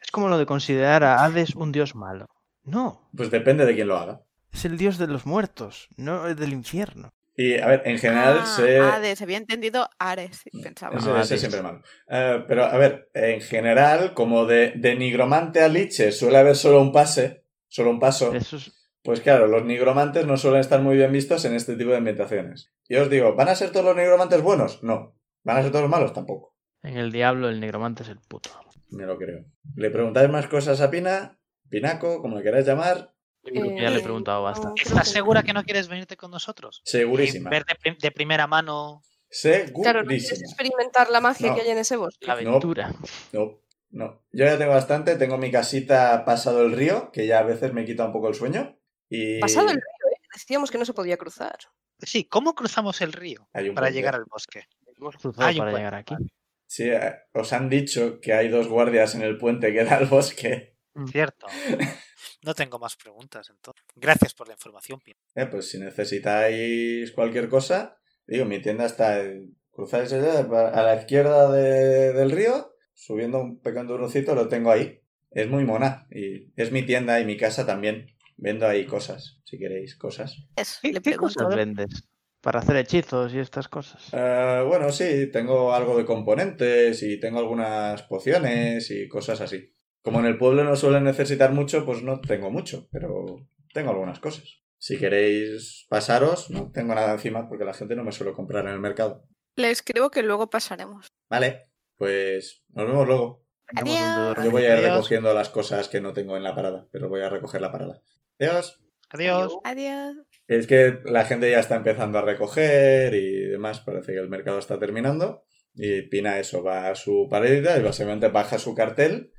Speaker 4: Es como lo de considerar a Hades un dios malo. No,
Speaker 1: pues depende de quién lo haga.
Speaker 4: es el dios de los muertos, no el del infierno.
Speaker 1: Y, a ver, en general
Speaker 3: Ah,
Speaker 1: se... Mm,
Speaker 3: Hades, había entendido Ares, pensaba.
Speaker 1: Ese-
Speaker 4: Ah,
Speaker 1: ese
Speaker 4: sí.
Speaker 1: siempre malo. Eh, pero a ver, en general, como de, de nigromante a liche suele haber solo un pase, solo un paso,
Speaker 4: Eso es
Speaker 1: pues claro, los nigromantes no suelen estar muy bien vistos en este tipo de ambientaciones. Y os digo, ¿van a ser todos los nigromantes buenos? No. ¿Van a ser todos malos? Tampoco.
Speaker 4: en el diablo, el negromante es el puto.
Speaker 1: Me lo creo. ¿Le preguntáis más cosas a Pina? Pinaco, como le queráis llamar,
Speaker 5: Eh,
Speaker 4: Ya le he preguntado bastante.
Speaker 5: creo
Speaker 2: ¿Estás
Speaker 5: que-
Speaker 2: segura que no quieres venirte con nosotros?
Speaker 1: segurísima.
Speaker 2: Y Ver de, prim- de primera mano.
Speaker 5: Claro, ¿no quieres
Speaker 1: Segurísima.
Speaker 5: experimentar la magia
Speaker 1: No.
Speaker 5: que hay en ese bosque?
Speaker 4: La
Speaker 1: No.
Speaker 4: aventura.
Speaker 1: No, no. Yo ya tengo bastante. Tengo mi casita pasado el río, que ya a veces me quita un poco el sueño. Y
Speaker 5: Pasado el río, ¿eh? decíamos que no se podía cruzar.
Speaker 2: Sí, ¿cómo cruzamos el río
Speaker 1: Hay un
Speaker 2: para
Speaker 1: puente.
Speaker 2: llegar al bosque?
Speaker 4: Hemos cruzado
Speaker 2: Hay un
Speaker 4: para
Speaker 2: puente,
Speaker 4: llegar aquí.
Speaker 1: Sí, eh, os han dicho que hay dos guardias en el puente que da al bosque.
Speaker 2: Cierto. No tengo más preguntas, entonces. Gracias por la información, Pino.
Speaker 1: Eh, pues si necesitáis cualquier cosa, digo, mi tienda está en- cruzáis allá, a la izquierda de- del río, subiendo un pequeño turroncito, lo tengo ahí. Es muy mona y es mi tienda y mi casa también. Vendo ahí cosas, si queréis cosas.
Speaker 3: Es,
Speaker 4: ¿Qué,
Speaker 3: le
Speaker 4: qué
Speaker 3: pregunto.
Speaker 4: cosas vendes? Para hacer hechizos y estas cosas.
Speaker 1: Eh, bueno, sí, tengo algo de componentes y tengo algunas pociones y cosas así. Como en el pueblo no suelen necesitar mucho, pues no tengo mucho, pero tengo algunas cosas. Si queréis pasaros, no tengo nada encima porque la gente no me suele comprar en el mercado.
Speaker 3: Le escribo que luego pasaremos.
Speaker 1: Vale, pues nos vemos luego.
Speaker 4: Tengamos un
Speaker 3: Adiós.
Speaker 4: dolor.
Speaker 1: Yo voy a ir
Speaker 2: Adiós.
Speaker 1: recogiendo las cosas que no tengo en la parada, pero voy a recoger la parada. Adiós.
Speaker 2: Adiós.
Speaker 3: Adiós.
Speaker 1: Es que la gente ya está empezando a recoger y demás, parece que el mercado está terminando. Y Pina eso, va a su paredita y básicamente baja su cartel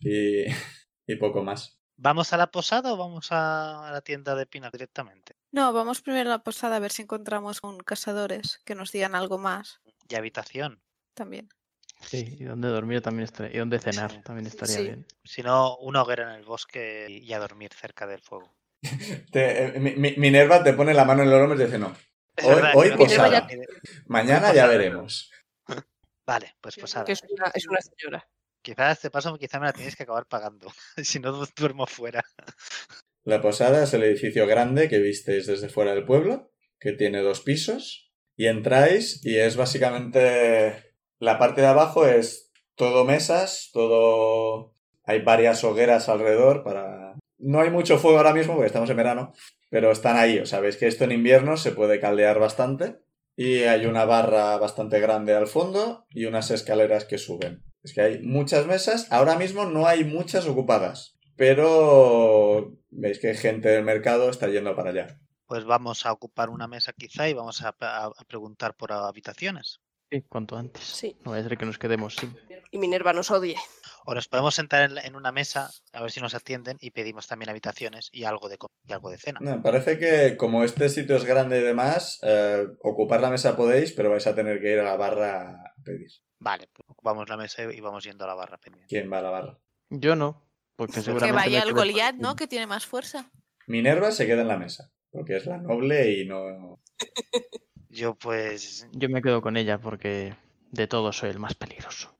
Speaker 1: y, y poco más.
Speaker 2: ¿Vamos a la posada o vamos a, a la tienda de Pina directamente?
Speaker 3: No, vamos primero a la posada a ver si encontramos un cazadores que nos digan algo más
Speaker 2: Y habitación.
Speaker 3: también.
Speaker 4: Sí, y donde dormir también estaría, y donde
Speaker 2: Sí.
Speaker 4: cenar también estaría
Speaker 5: Sí.
Speaker 4: bien.
Speaker 2: Si no, una hoguera en el bosque y y a dormir cerca del fuego.
Speaker 1: Te- eh, mi- mi- Minerva te pone la mano en los hombros y dice, no,
Speaker 2: Es
Speaker 1: Hoy-
Speaker 2: verdad,
Speaker 1: hoy
Speaker 2: creo que
Speaker 1: posada.
Speaker 2: ya-
Speaker 1: mañana ya veremos.
Speaker 2: Vale, pues posada.
Speaker 5: Que es una, es una señora.
Speaker 2: Quizás este paso quizás me la tienes que acabar pagando. si no, du- duermo fuera.
Speaker 1: La posada es el edificio grande que visteis desde fuera del pueblo, que tiene dos pisos. Y entráis y es básicamente... La parte de abajo es todo mesas, todo... Hay varias hogueras alrededor para... No hay mucho fuego ahora mismo porque estamos en verano, pero están ahí. O sea, veis que esto en invierno se puede caldear bastante. Y hay una barra bastante grande al fondo y unas escaleras que suben. Es que hay muchas mesas. Ahora mismo no hay muchas ocupadas. Pero veis que gente del mercado está yendo para allá.
Speaker 2: Pues vamos a ocupar una mesa quizá y vamos a, a- a preguntar por habitaciones.
Speaker 4: Sí, cuanto antes.
Speaker 5: Sí.
Speaker 4: No vaya a ser que nos quedemos sin.
Speaker 5: Y Minerva nos odie.
Speaker 2: O nos podemos sentar en, la- en una mesa a ver si nos atienden y pedimos también habitaciones y algo de, co- y algo de cena.
Speaker 1: No, parece que como este sitio es grande y demás, eh, ocupar la mesa podéis, pero vais a tener que ir a la barra a pedir.
Speaker 2: Vale, pues ocupamos la mesa y vamos yendo a la barra pendiente.
Speaker 1: ¿Quién va a la barra?
Speaker 4: Yo no, porque
Speaker 3: Que
Speaker 4: seguramente. me
Speaker 3: vaya el
Speaker 4: quedo-
Speaker 3: Goliat, ¿no? Que tiene más fuerza.
Speaker 1: Minerva se queda en la mesa, porque es la noble y no...
Speaker 2: Yo pues
Speaker 4: Yo me quedo con ella porque de todos soy el más peligroso.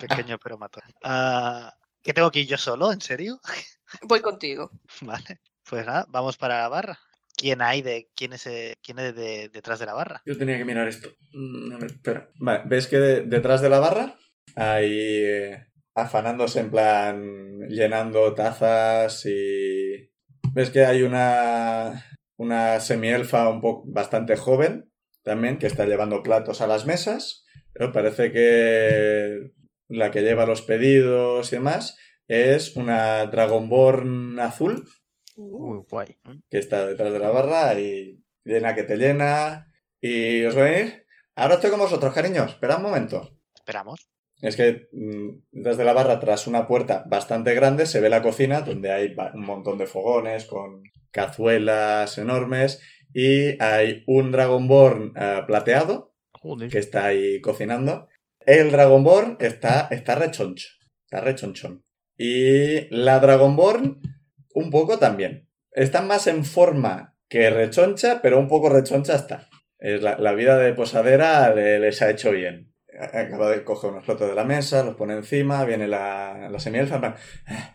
Speaker 2: pequeño pero matón. Ah, ¿Qué tengo que ir yo solo? ¿En serio?
Speaker 5: Voy contigo.
Speaker 2: Vale. Pues nada, vamos para la barra. ¿Quién hay de quién es eh, quién es de- detrás de la barra?
Speaker 1: Yo tenía que mirar esto. Mm, a ver, espera. Vale, ¿ves que de- detrás de la barra hay eh, afanándose en plan llenando tazas y ves que hay una una semielfa un poco bastante joven también que está llevando platos a las mesas pero parece que la que lleva los pedidos y demás es una dragonborn azul
Speaker 5: Uh.
Speaker 1: Uh.
Speaker 4: Uy, guay.
Speaker 1: que está detrás de la barra y llena que te llena y os venís ahora estoy con vosotros cariños espera un momento
Speaker 2: Esperamos.
Speaker 1: es que mm, detrás de la barra, tras una puerta bastante grande, se ve la cocina donde hay va- un montón de fogones con cazuelas enormes y hay un Dragonborn eh, plateado
Speaker 4: Joder.
Speaker 1: que está ahí cocinando. El Dragonborn está, está rechoncho, está rechonchón. Y la Dragonborn un poco también. Está más en forma que rechoncha, pero un poco rechoncha está. Es la, la vida de posadera le- les ha hecho bien. Acaba de coger unos platos de la mesa, los pone encima, viene la, la semielfa, en plan, "Ah,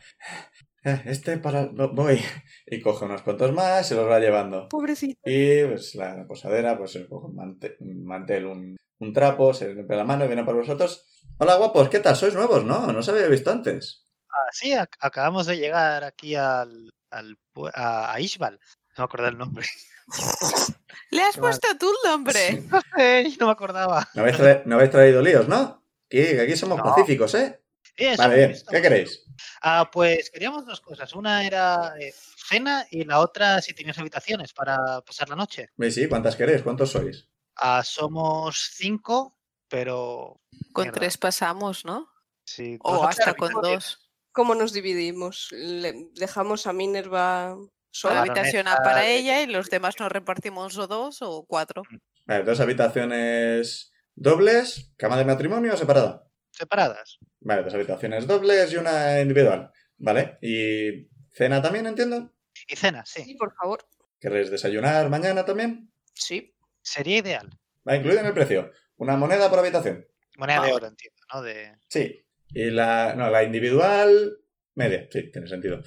Speaker 1: ah, Este para... vo- voy. Y coge unos cuantos más y se los va llevando.
Speaker 5: Pobrecito.
Speaker 1: Y pues, la posadera, pues se coge un mante- un mantel, un, un trapo, se limpia la mano, viene para vosotros. Hola guapos, ¿qué tal? ¿Sois nuevos? No, no os había visto antes.
Speaker 2: Ah, sí, ac- acabamos de llegar aquí al, al pue- a, a Ishbal. No me acordaba el nombre.
Speaker 3: Le has
Speaker 2: Vale.
Speaker 3: puesto tú el nombre.
Speaker 1: Sí.
Speaker 2: No sé, no me acordaba.
Speaker 1: No habéis, tra- no habéis traído líos, ¿no? Que aquí somos
Speaker 2: No.
Speaker 1: pacíficos, ¿eh?
Speaker 2: Eso,
Speaker 1: Vale, bien.
Speaker 2: listo.
Speaker 1: ¿Qué queréis?
Speaker 2: Ah, pues queríamos dos cosas. Una era eh, cena y la otra si tenías habitaciones para pasar la noche.
Speaker 1: Sí, sí, ¿cuántas queréis? ¿Cuántos sois?
Speaker 2: Ah, somos cinco, pero
Speaker 3: Con
Speaker 2: Mierda.
Speaker 3: tres pasamos, ¿no?
Speaker 2: sí.
Speaker 3: O
Speaker 2: dos
Speaker 3: Oh, hasta
Speaker 2: habitaciones.
Speaker 3: con dos.
Speaker 5: ¿Cómo nos dividimos? Le- ¿Dejamos a Minerva
Speaker 3: Una
Speaker 5: sola?
Speaker 2: Claro.
Speaker 3: habitación
Speaker 2: baronesa
Speaker 3: para
Speaker 2: de-
Speaker 3: ella y los demás nos repartimos o dos o cuatro.
Speaker 1: Vale, dos habitaciones dobles, cama de matrimonio separada.
Speaker 2: separadas.
Speaker 1: Vale, dos habitaciones dobles y una individual. Vale, y cena también, entiendo.
Speaker 2: Y cena, sí.
Speaker 5: Sí, por favor.
Speaker 1: ¿Queréis desayunar mañana también?
Speaker 5: Sí.
Speaker 2: Sería ideal.
Speaker 1: Va incluido en el precio. Una moneda por habitación.
Speaker 2: Moneda de
Speaker 5: Vale.
Speaker 2: oro, entiendo, ¿no? De...
Speaker 1: Sí. Y la, no, la individual, media. Sí, tiene sentido.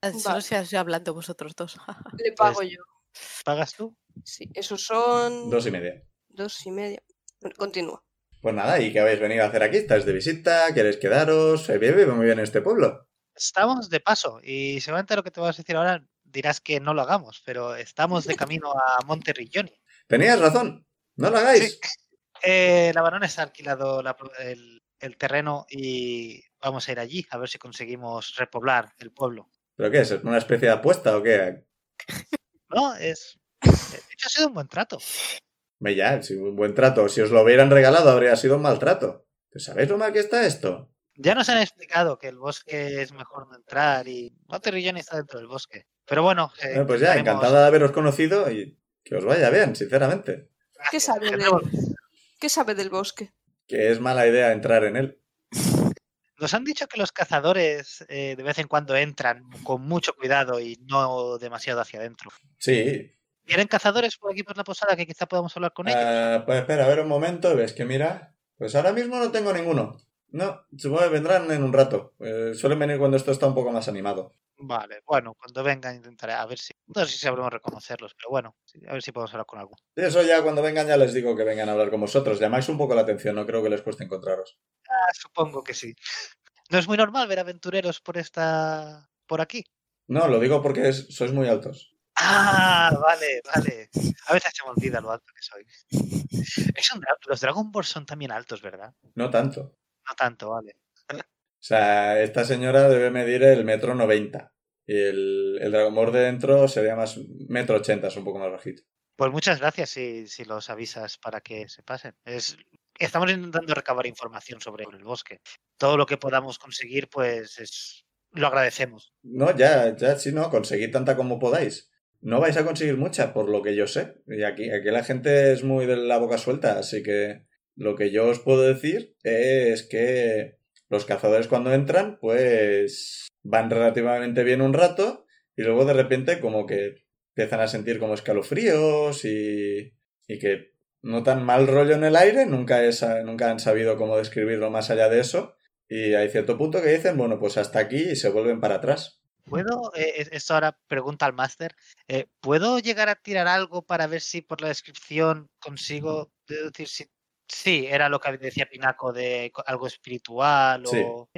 Speaker 3: Ah, si No
Speaker 5: Vale.
Speaker 3: seas ya hablando vosotros dos.
Speaker 5: Le pago
Speaker 4: Pues
Speaker 5: yo.
Speaker 2: ¿Pagas tú?
Speaker 5: Sí. Esos son
Speaker 1: Dos y media.
Speaker 5: dos y media. Bueno, continúa.
Speaker 1: Pues nada, ¿y qué habéis venido a hacer aquí? ¿Estáis de visita? ¿Queréis quedaros? Se vive muy bien este pueblo.
Speaker 2: Estamos de paso y seguramente lo que te vas a decir ahora dirás que no lo hagamos, pero estamos de camino a Monte Rigioni.
Speaker 1: Tenías razón. No lo hagáis.
Speaker 2: Eh, la baronesa ha alquilado la pro- el, el terreno y vamos a ir allí a ver si conseguimos repoblar el pueblo.
Speaker 1: ¿Pero qué es? ¿Una especie de apuesta o qué?
Speaker 2: No, es... De hecho, ha sido un buen trato.
Speaker 1: Hombre, Ya, si un buen trato. Si os lo hubieran regalado habría sido un maltrato. ¿Pero ¿Sabéis lo mal que está esto?
Speaker 2: Ya nos han explicado que el bosque es mejor no entrar y Monte Rigioni está dentro del bosque. Pero bueno... eh,
Speaker 1: Bueno, pues ya,
Speaker 2: intentaremos-
Speaker 1: encantada de haberos conocido y que os vaya bien, sinceramente.
Speaker 5: ¿Qué sabe, de-
Speaker 2: Intentaremos-
Speaker 5: ¿Qué sabe del bosque?
Speaker 1: que es mala idea entrar en él.
Speaker 2: Nos han dicho que los cazadores eh, de vez en cuando entran con mucho cuidado y no demasiado hacia adentro.
Speaker 1: Sí.
Speaker 2: ¿Vienen cazadores por aquí por la posada que quizá podamos hablar con ellos?
Speaker 1: Ah, pues espera, a ver un momento, ves que mira. Pues ahora mismo no tengo ninguno. No, supongo que vendrán en un rato. Eh, suelen venir cuando esto está un poco más animado.
Speaker 2: Eh, Vale, bueno, cuando vengan intentaré a ver si. No sé si sabremos reconocerlos, pero bueno, sí, a ver si podemos hablar con alguno.
Speaker 1: Eso ya cuando vengan ya les digo que vengan a hablar con vosotros. Llamáis un poco la atención, no creo que les cueste encontraros.
Speaker 2: Ah, supongo que sí. No es muy normal ver aventureros por esta. por aquí.
Speaker 1: No, lo digo porque es- sois muy altos.
Speaker 2: Ah, vale, vale. A veces se me olvida lo alto que soy. Es un dra- Los Dragon Ball son también altos, ¿verdad?
Speaker 1: No tanto.
Speaker 2: No tanto, vale.
Speaker 1: O sea, esta señora debe medir el metro 90. Y el, el dragomor de dentro sería más metro 80, es un poco más bajito.
Speaker 2: Pues muchas gracias si, si los avisas para que se pasen. Es, estamos intentando recabar información sobre el bosque. Todo lo que podamos conseguir, pues es, lo agradecemos.
Speaker 1: No, ya, ya, sí, no, conseguid tanta como podáis. No vais a conseguir mucha, por lo que yo sé. Y aquí, aquí la gente es muy de la boca suelta, así que lo que yo os puedo decir es que los cazadores cuando entran, pues van relativamente bien un rato y luego de repente como que empiezan a sentir como escalofríos y, y que notan mal rollo en el aire, nunca, es, nunca han sabido cómo describirlo más allá de eso. Y hay cierto punto que dicen, bueno, pues hasta aquí y se vuelven para atrás.
Speaker 2: ¿Puedo? eh, es- esto ahora pregunta al máster. eh, ¿Puedo llegar a tirar algo para ver si por la descripción consigo deducir si Sí, era lo que decía Pinaco de co- algo espiritual o...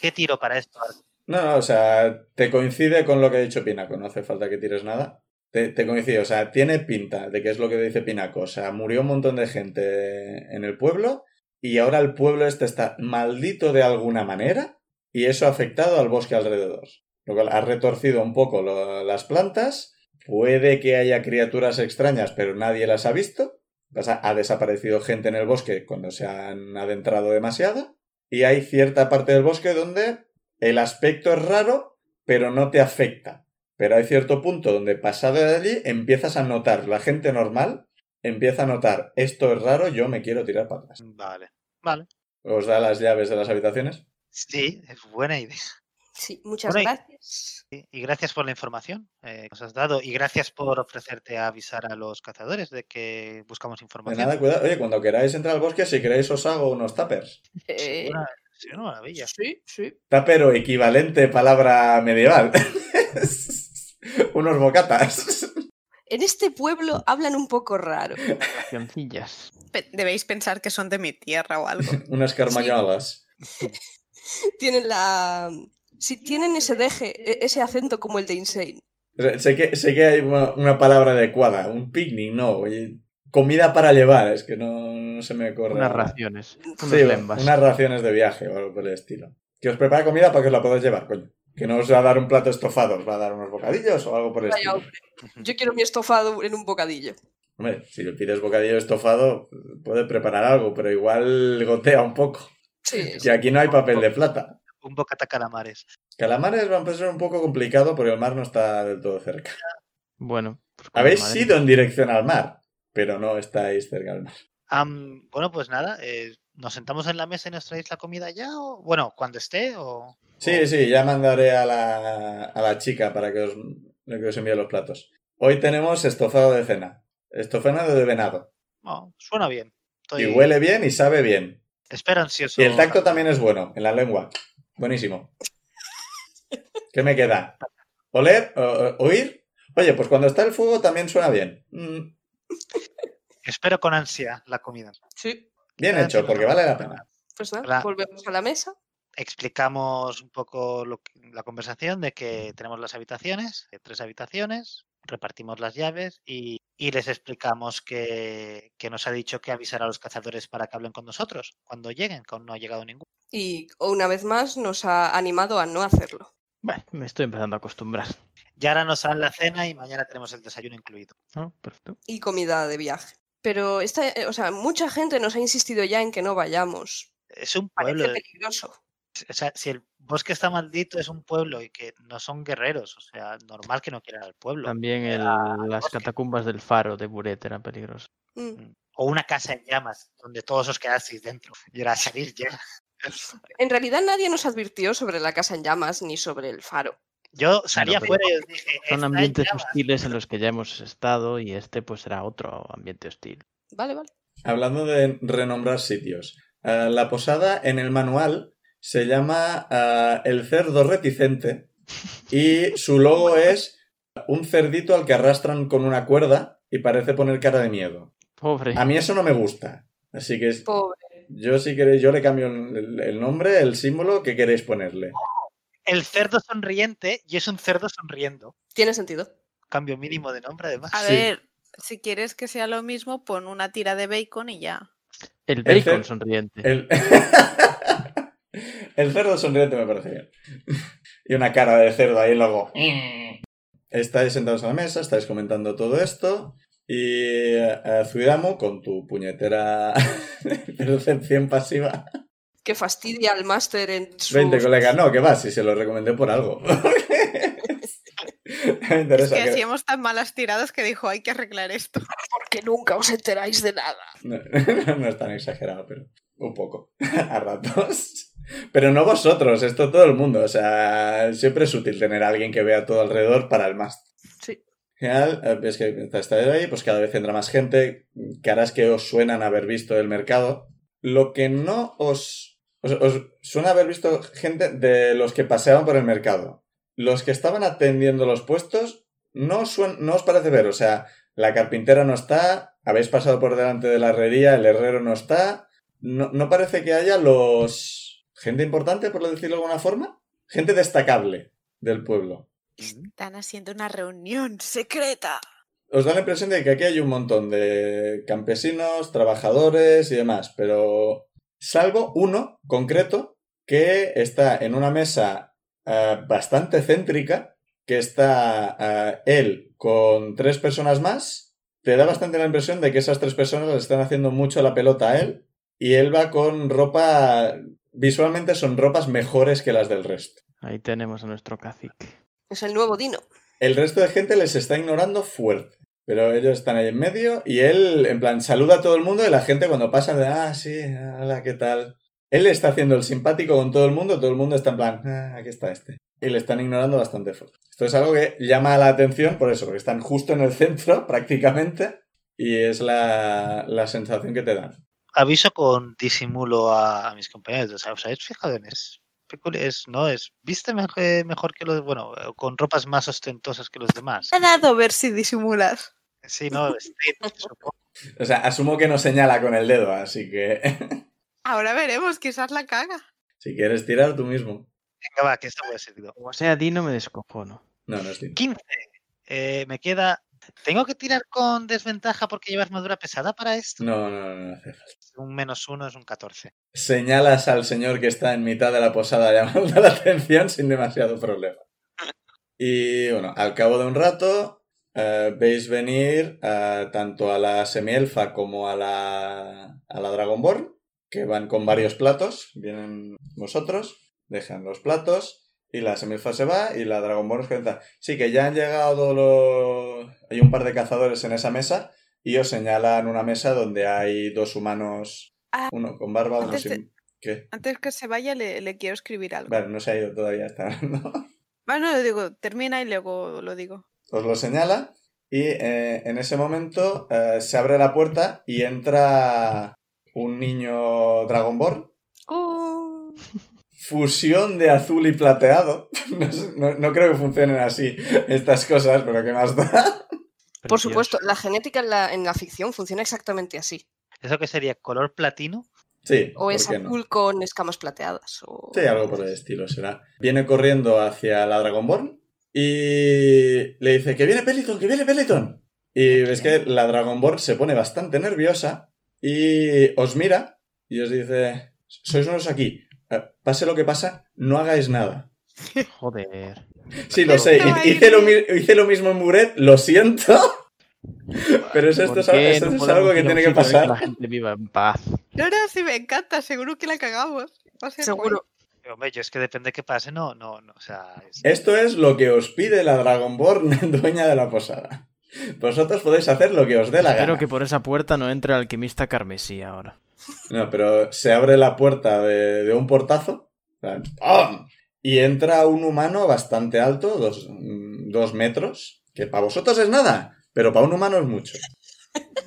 Speaker 2: ¿Qué tiro para esto?
Speaker 1: No, no, o sea, te coincide con lo que ha dicho Pinaco, no hace falta que tires nada. Te, te coincide, o sea, tiene pinta de que es lo que dice Pinaco. O sea, murió un montón de gente en el pueblo y ahora el pueblo este está maldito de alguna manera y eso ha afectado al bosque alrededor. Lo cual ha retorcido un poco lo- las plantas. Puede que haya criaturas extrañas, pero nadie las ha visto. O sea, ha desaparecido gente en el bosque cuando se han adentrado demasiado. Y hay cierta parte del bosque donde el aspecto es raro, pero no te afecta. Pero hay cierto punto donde pasado de allí empiezas a notar, la gente normal empieza a notar, esto es raro, yo me quiero tirar para atrás.
Speaker 2: Vale, vale.
Speaker 1: Os da las llaves de las habitaciones.
Speaker 2: Sí, es buena idea.
Speaker 5: Sí, muchas
Speaker 2: Bueno, y-
Speaker 5: gracias.
Speaker 2: Sí, Y gracias por la información eh, que nos has dado y gracias por ofrecerte a avisar a los cazadores de que buscamos
Speaker 1: De
Speaker 2: información.
Speaker 1: nada, cuidado. Oye, cuando queráis entrar al bosque, si queréis os hago unos tappers.
Speaker 5: Eh,
Speaker 2: Una- sí, una maravilla.
Speaker 5: sí, sí.
Speaker 1: Tupper o equivalente palabra medieval. unos bocatas.
Speaker 5: En este pueblo hablan un poco raro.
Speaker 4: Racioncillas.
Speaker 3: Pe- Debéis pensar que son de mi tierra o algo.
Speaker 1: unas carmañolas.
Speaker 5: Tienen la. Si tienen ese deje, e- ese acento como el de Insane.
Speaker 1: O sea, Sé que, sé que hay una, una palabra adecuada. Un picnic, no. oye, comida para llevar. Es que no, no se me ocurre.
Speaker 4: Unas raciones. Unos
Speaker 1: Sí,
Speaker 4: lembas.
Speaker 1: unas raciones de viaje o algo por el estilo. Que os prepare comida para que os la podáis llevar, coño. Que no os va a dar un plato estofado, os va a dar unos bocadillos o algo por el
Speaker 5: Vaya,
Speaker 1: estilo.
Speaker 5: hombre. Yo quiero mi estofado en un bocadillo.
Speaker 1: Hombre, si le pides bocadillo estofado, puede preparar algo, pero igual gotea un poco.
Speaker 5: Sí,
Speaker 1: Que aquí no hay papel de plata.
Speaker 2: Un bocata calamares.
Speaker 1: Calamares van a ser un poco complicado porque el mar no está del todo cerca.
Speaker 4: Bueno. pues con
Speaker 1: Habéis
Speaker 4: madre.
Speaker 1: ido en dirección al mar, pero no estáis cerca del mar.
Speaker 2: Am, bueno, pues nada, eh, ¿nos sentamos en la mesa y nos traéis la comida ya? O, bueno, cuando esté o...
Speaker 1: Sí, sí, ya mandaré a la, a la chica para que os, que os envíe los platos. Hoy tenemos estofado de cena. Estofado de venado.
Speaker 2: no, suena bien. Estoy-
Speaker 1: Y huele bien y sabe bien.
Speaker 2: Espero ansioso.
Speaker 1: Y el tacto también es bueno, en la lengua. Buenísimo. ¿Qué me queda? ¿Oler? O- o- ¿Oír? Oye, pues cuando está el fuego también suena bien. Mm,
Speaker 2: Espero con ansia la comida.
Speaker 5: sí.
Speaker 1: bien hecho, porque vale la pena.
Speaker 5: Pues nada,
Speaker 2: Hola.
Speaker 5: volvemos a la mesa.
Speaker 2: explicamos un poco lo que- la conversación de que tenemos las habitaciones, eh, tres habitaciones, repartimos las llaves y, y les explicamos que, que nos ha dicho que avisar a los cazadores para que hablen con nosotros cuando lleguen, que aún no ha llegado ninguno.
Speaker 5: Y una vez más nos ha animado a no hacerlo.
Speaker 4: Bueno, me estoy empezando a acostumbrar.
Speaker 2: Y ahora nos dan la cena y mañana tenemos el desayuno incluido.
Speaker 4: ¿no? Perfecto.
Speaker 5: Y comida de viaje. Pero esta, eh, o sea, mucha gente nos ha insistido ya en que no vayamos.
Speaker 2: Es un
Speaker 5: Parece
Speaker 2: pueblo, eh,
Speaker 5: peligroso.
Speaker 2: o sea, si el bosque está maldito es un pueblo y que no son guerreros, o sea, normal que no quieran al pueblo.
Speaker 4: También el- las catacumbas del faro de Buret eran peligrosas.
Speaker 5: Mm.
Speaker 2: O una casa en llamas donde todos os quedasteis dentro y era salir ya.
Speaker 5: En realidad nadie nos advirtió sobre la casa en llamas ni sobre el faro.
Speaker 2: Yo salí
Speaker 4: pero
Speaker 2: afuera y os dije. "Está
Speaker 4: Son
Speaker 2: en
Speaker 4: ambientes
Speaker 2: llamas".
Speaker 4: hostiles en los que ya hemos estado y este pues será otro ambiente hostil.
Speaker 5: Vale, vale.
Speaker 1: Hablando de renombrar sitios, eh, la posada en el manual se llama eh, El cerdo reticente y su logo es un cerdito al que arrastran con una cuerda y parece poner cara de miedo.
Speaker 4: Pobre.
Speaker 1: A mí eso no me gusta. Así que es-
Speaker 5: Pobre.
Speaker 1: yo si queréis, yo le cambio el, el nombre, el símbolo que queréis ponerle.
Speaker 2: El cerdo sonriente y es un cerdo sonriendo.
Speaker 5: Tiene sentido.
Speaker 2: Cambio mínimo de nombre, además.
Speaker 3: A
Speaker 1: Sí.
Speaker 3: ver, si quieres que sea lo mismo, pon una tira de bacon y ya.
Speaker 4: El
Speaker 1: cer-
Speaker 4: bacon sonriente.
Speaker 1: El, El cerdo sonriente me parece bien. Y una cara de cerdo ahí luego. Estáis sentados a la mesa, estáis comentando todo esto. Y eh, Zuidamu, con tu puñetera percepción pasiva.
Speaker 5: Que fastidia al máster en su...
Speaker 1: 20, colega, no, que va, si se lo recomendé por algo. me
Speaker 3: Es
Speaker 1: interesa
Speaker 3: que
Speaker 1: que-
Speaker 3: hacíamos tan malas tiradas que dijo, hay que arreglar esto.
Speaker 5: Porque nunca os enteráis de nada.
Speaker 1: No, no es tan exagerado, pero un poco, a ratos. Pero no vosotros, esto todo el mundo. O sea, siempre es útil tener a alguien que vea todo alrededor para el máster.
Speaker 5: Sí.
Speaker 1: En general, eh, ves que mientras estáis ahí, pues cada vez entra más gente, caras que os suenan haber visto del mercado. Lo que no os, os, os suena haber visto gente de los que paseaban por el mercado. Los que estaban atendiendo los puestos no, os suen- no os parece ver, o sea, la carpintera no está, habéis pasado por delante de la herrería, el herrero no está, no, no parece que haya los... gente importante, por decirlo de alguna forma, gente destacable del pueblo.
Speaker 3: Están haciendo una reunión secreta.
Speaker 1: Os da la impresión de que aquí hay un montón de campesinos, trabajadores y demás, pero salvo uno concreto que está en una mesa eh, bastante céntrica, que está eh, él con tres personas más, te da bastante la impresión de que esas tres personas le están haciendo mucho la pelota a él y él va con ropa, visualmente son ropas mejores que las del resto.
Speaker 4: Ahí tenemos a nuestro cacique.
Speaker 5: Es el nuevo Dino.
Speaker 1: El resto de gente les está ignorando fuerte. Pero ellos están ahí en medio y él, en plan, saluda a todo el mundo y la gente cuando pasa de, ah, sí, hola, ¿qué tal? Él está haciendo el simpático con todo el mundo, todo el mundo está en plan, ah, aquí está este. Y le están ignorando bastante fuerte. Esto es algo que llama la atención por eso, porque están justo en el centro prácticamente y es la, la sensación que te dan.
Speaker 2: Aviso con disimulo a, a mis compañeros. O sea, ¿os habéis fijado en eso? Pecul- Es, no es viste mejor, mejor que los bueno eh, con ropas más ostentosas que los demás
Speaker 3: He dado a ver si disimulas.
Speaker 2: sí no vestido, supongo.
Speaker 1: O sea, asumo que no señala con el dedo, así que
Speaker 3: Ahora veremos, quizás la caga.
Speaker 1: si quieres tirar tú mismo.
Speaker 2: venga va que esto puede ser digo.
Speaker 4: Como sea Dino, me descojono.
Speaker 1: No, no es tiempo.
Speaker 2: 15 Eh, me queda tengo que tirar con desventaja porque llevo armadura pesada para esto
Speaker 1: No, no, no, no hace falta.
Speaker 2: un menos uno es un 14
Speaker 1: señalas al señor que está en mitad de la posada llamando la atención sin demasiado problema. Y bueno, al cabo de un rato eh, veis venir eh, tanto a la semielfa como a la, a la Dragonborn, que van con varios platos, vienen vosotros, dejan los platos y la semielfa se va y la Dragonborn os cuenta, sí que ya han llegado los... Hay un par de cazadores en esa mesa y os señalan una mesa donde hay dos humanos,
Speaker 3: Ah,
Speaker 1: uno con barba, uno
Speaker 3: antes
Speaker 1: sin...
Speaker 3: de-
Speaker 1: ¿Qué?
Speaker 3: Antes que se vaya, le, le quiero escribir algo.
Speaker 1: Vale, no se ha ido todavía hasta ahora, ¿no?
Speaker 3: Bueno, lo digo, termina y luego lo digo.
Speaker 1: Os lo señala y eh, en ese momento eh, se abre la puerta y entra un niño Dragonborn.
Speaker 5: ¡Oh!
Speaker 3: Uh,
Speaker 1: Fusión de azul y plateado. No, sé, no- no creo que funcionen así estas cosas, pero ¿qué más da?
Speaker 5: Por
Speaker 4: Precioso.
Speaker 5: supuesto, la genética en la, en la ficción funciona exactamente así.
Speaker 2: eso que sería color platino
Speaker 1: Sí,
Speaker 5: O es
Speaker 1: ¿por qué no?
Speaker 5: azul con escamas plateadas. O...
Speaker 1: Sí, algo por el estilo será. Viene corriendo hacia la Dragonborn y le dice que viene Peliton, que viene Peliton. Y ves que la Dragonborn se pone bastante nerviosa y os mira y os dice, sois unos aquí. Eh, Pase lo que pasa, no hagáis nada.
Speaker 4: Joder.
Speaker 1: Sí, lo sé.
Speaker 3: Estaba ahí.
Speaker 1: Hice lo, mi- hice lo mismo en Muret, lo siento. Pero eso- Pues esto
Speaker 4: ¿Por
Speaker 1: es algo-
Speaker 4: qué
Speaker 1: esto
Speaker 4: no
Speaker 1: es
Speaker 4: podemos
Speaker 1: algo que
Speaker 4: ir a un
Speaker 1: tiene que
Speaker 4: sitio en el
Speaker 1: pasar?
Speaker 4: La gente viva en paz.
Speaker 3: no, no, sí, me encanta, seguro que la cagamos. Va a ser
Speaker 5: Seguro.
Speaker 2: Hombre, yo es que depende que pase no no no o sea es-
Speaker 1: Esto es lo que os pide la Dragonborn, dueña de la posada. Vosotros podéis hacer lo que os dé la gana.
Speaker 4: Espero que por esa puerta no entre el alquimista carmesí ahora.
Speaker 1: No, pero se abre la puerta de, de un portazo. en plan, ¡pam! Y entra un humano bastante alto, dos, mm, dos metros, que para vosotros es nada, pero para un humano es mucho.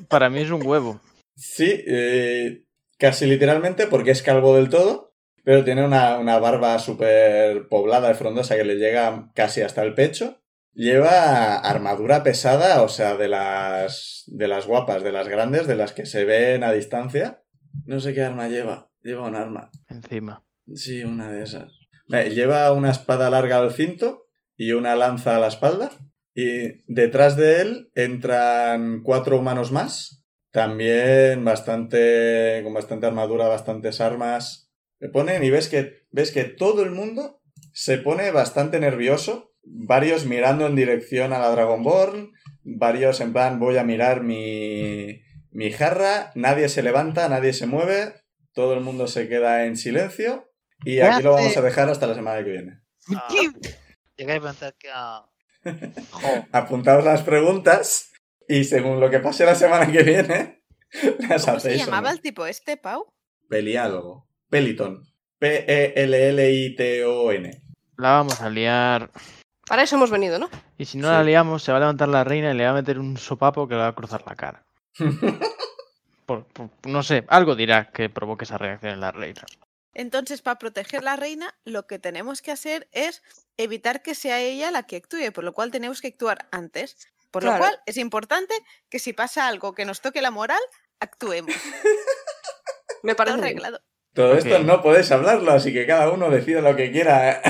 Speaker 4: Para mí es un huevo.
Speaker 1: Sí, eh, casi literalmente porque es calvo del todo, pero tiene una, una barba súper poblada y frondosa que le llega casi hasta el pecho. Lleva armadura pesada, o sea, de las, de las guapas, de las grandes, de las que se ven a distancia. No sé qué arma lleva. Lleva un arma.
Speaker 4: Encima.
Speaker 1: Sí, una de esas. Vale, Lleva una espada larga al cinto y una lanza a la espalda. Y detrás de él entran cuatro humanos más. También bastante. con bastante armadura, bastantes armas. Le ponen y ves que. ves que todo el mundo se pone bastante nervioso. Varios mirando en dirección a la Dragonborn. Varios en plan, voy a mirar mi. mi jarra. Nadie se levanta, nadie se mueve. Todo el mundo se queda en silencio. Y aquí lo vamos a dejar hasta la semana que viene.
Speaker 2: ah, llegué a preguntar que ah, jo,
Speaker 1: Apuntaos las preguntas y según lo que pase la semana que viene, las
Speaker 3: ¿Cómo se
Speaker 1: hacéis. o
Speaker 3: llamaba
Speaker 1: no.
Speaker 3: el tipo este, Pau?
Speaker 1: Peliálogo. Peliton. P-E-L-L-I-T-O-N.
Speaker 4: La vamos a liar.
Speaker 5: Para eso hemos venido, ¿no?
Speaker 4: Y si no
Speaker 1: Sí.
Speaker 4: la liamos, se va a levantar la reina y le va a meter un sopapo que le va a cruzar la cara. Por- por- no sé, algo dirá que provoque esa reacción en la reina.
Speaker 3: Entonces, para proteger la reina, lo que tenemos que hacer es evitar que sea ella la que actúe, por lo cual tenemos que actuar antes. Por lo
Speaker 5: Claro.
Speaker 3: cual es importante que si pasa algo que nos toque la moral, actuemos.
Speaker 5: Me
Speaker 3: Todo
Speaker 5: parece bien.
Speaker 3: arreglado.
Speaker 1: Todo esto
Speaker 4: Ok.
Speaker 1: no podéis hablarlo, así que cada uno decida lo que quiera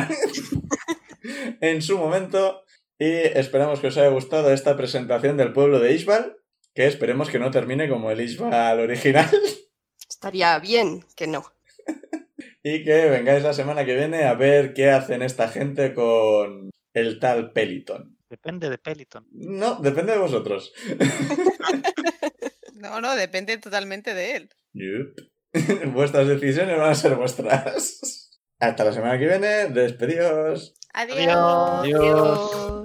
Speaker 1: en su momento. Y esperamos que os haya gustado esta presentación del pueblo de Ishbal, que esperemos que no termine como el Ishbal original.
Speaker 5: Estaría bien que no.
Speaker 1: Y que vengáis la semana que viene a ver qué hacen esta gente con el tal Peliton.
Speaker 2: Depende de Peliton.
Speaker 1: No, depende de vosotros.
Speaker 3: No, no, depende totalmente de él.
Speaker 1: Yup. Vuestras decisiones van a ser vuestras. Hasta la semana que viene, despedidos.
Speaker 3: Adiós.
Speaker 2: Adiós.
Speaker 5: Adiós.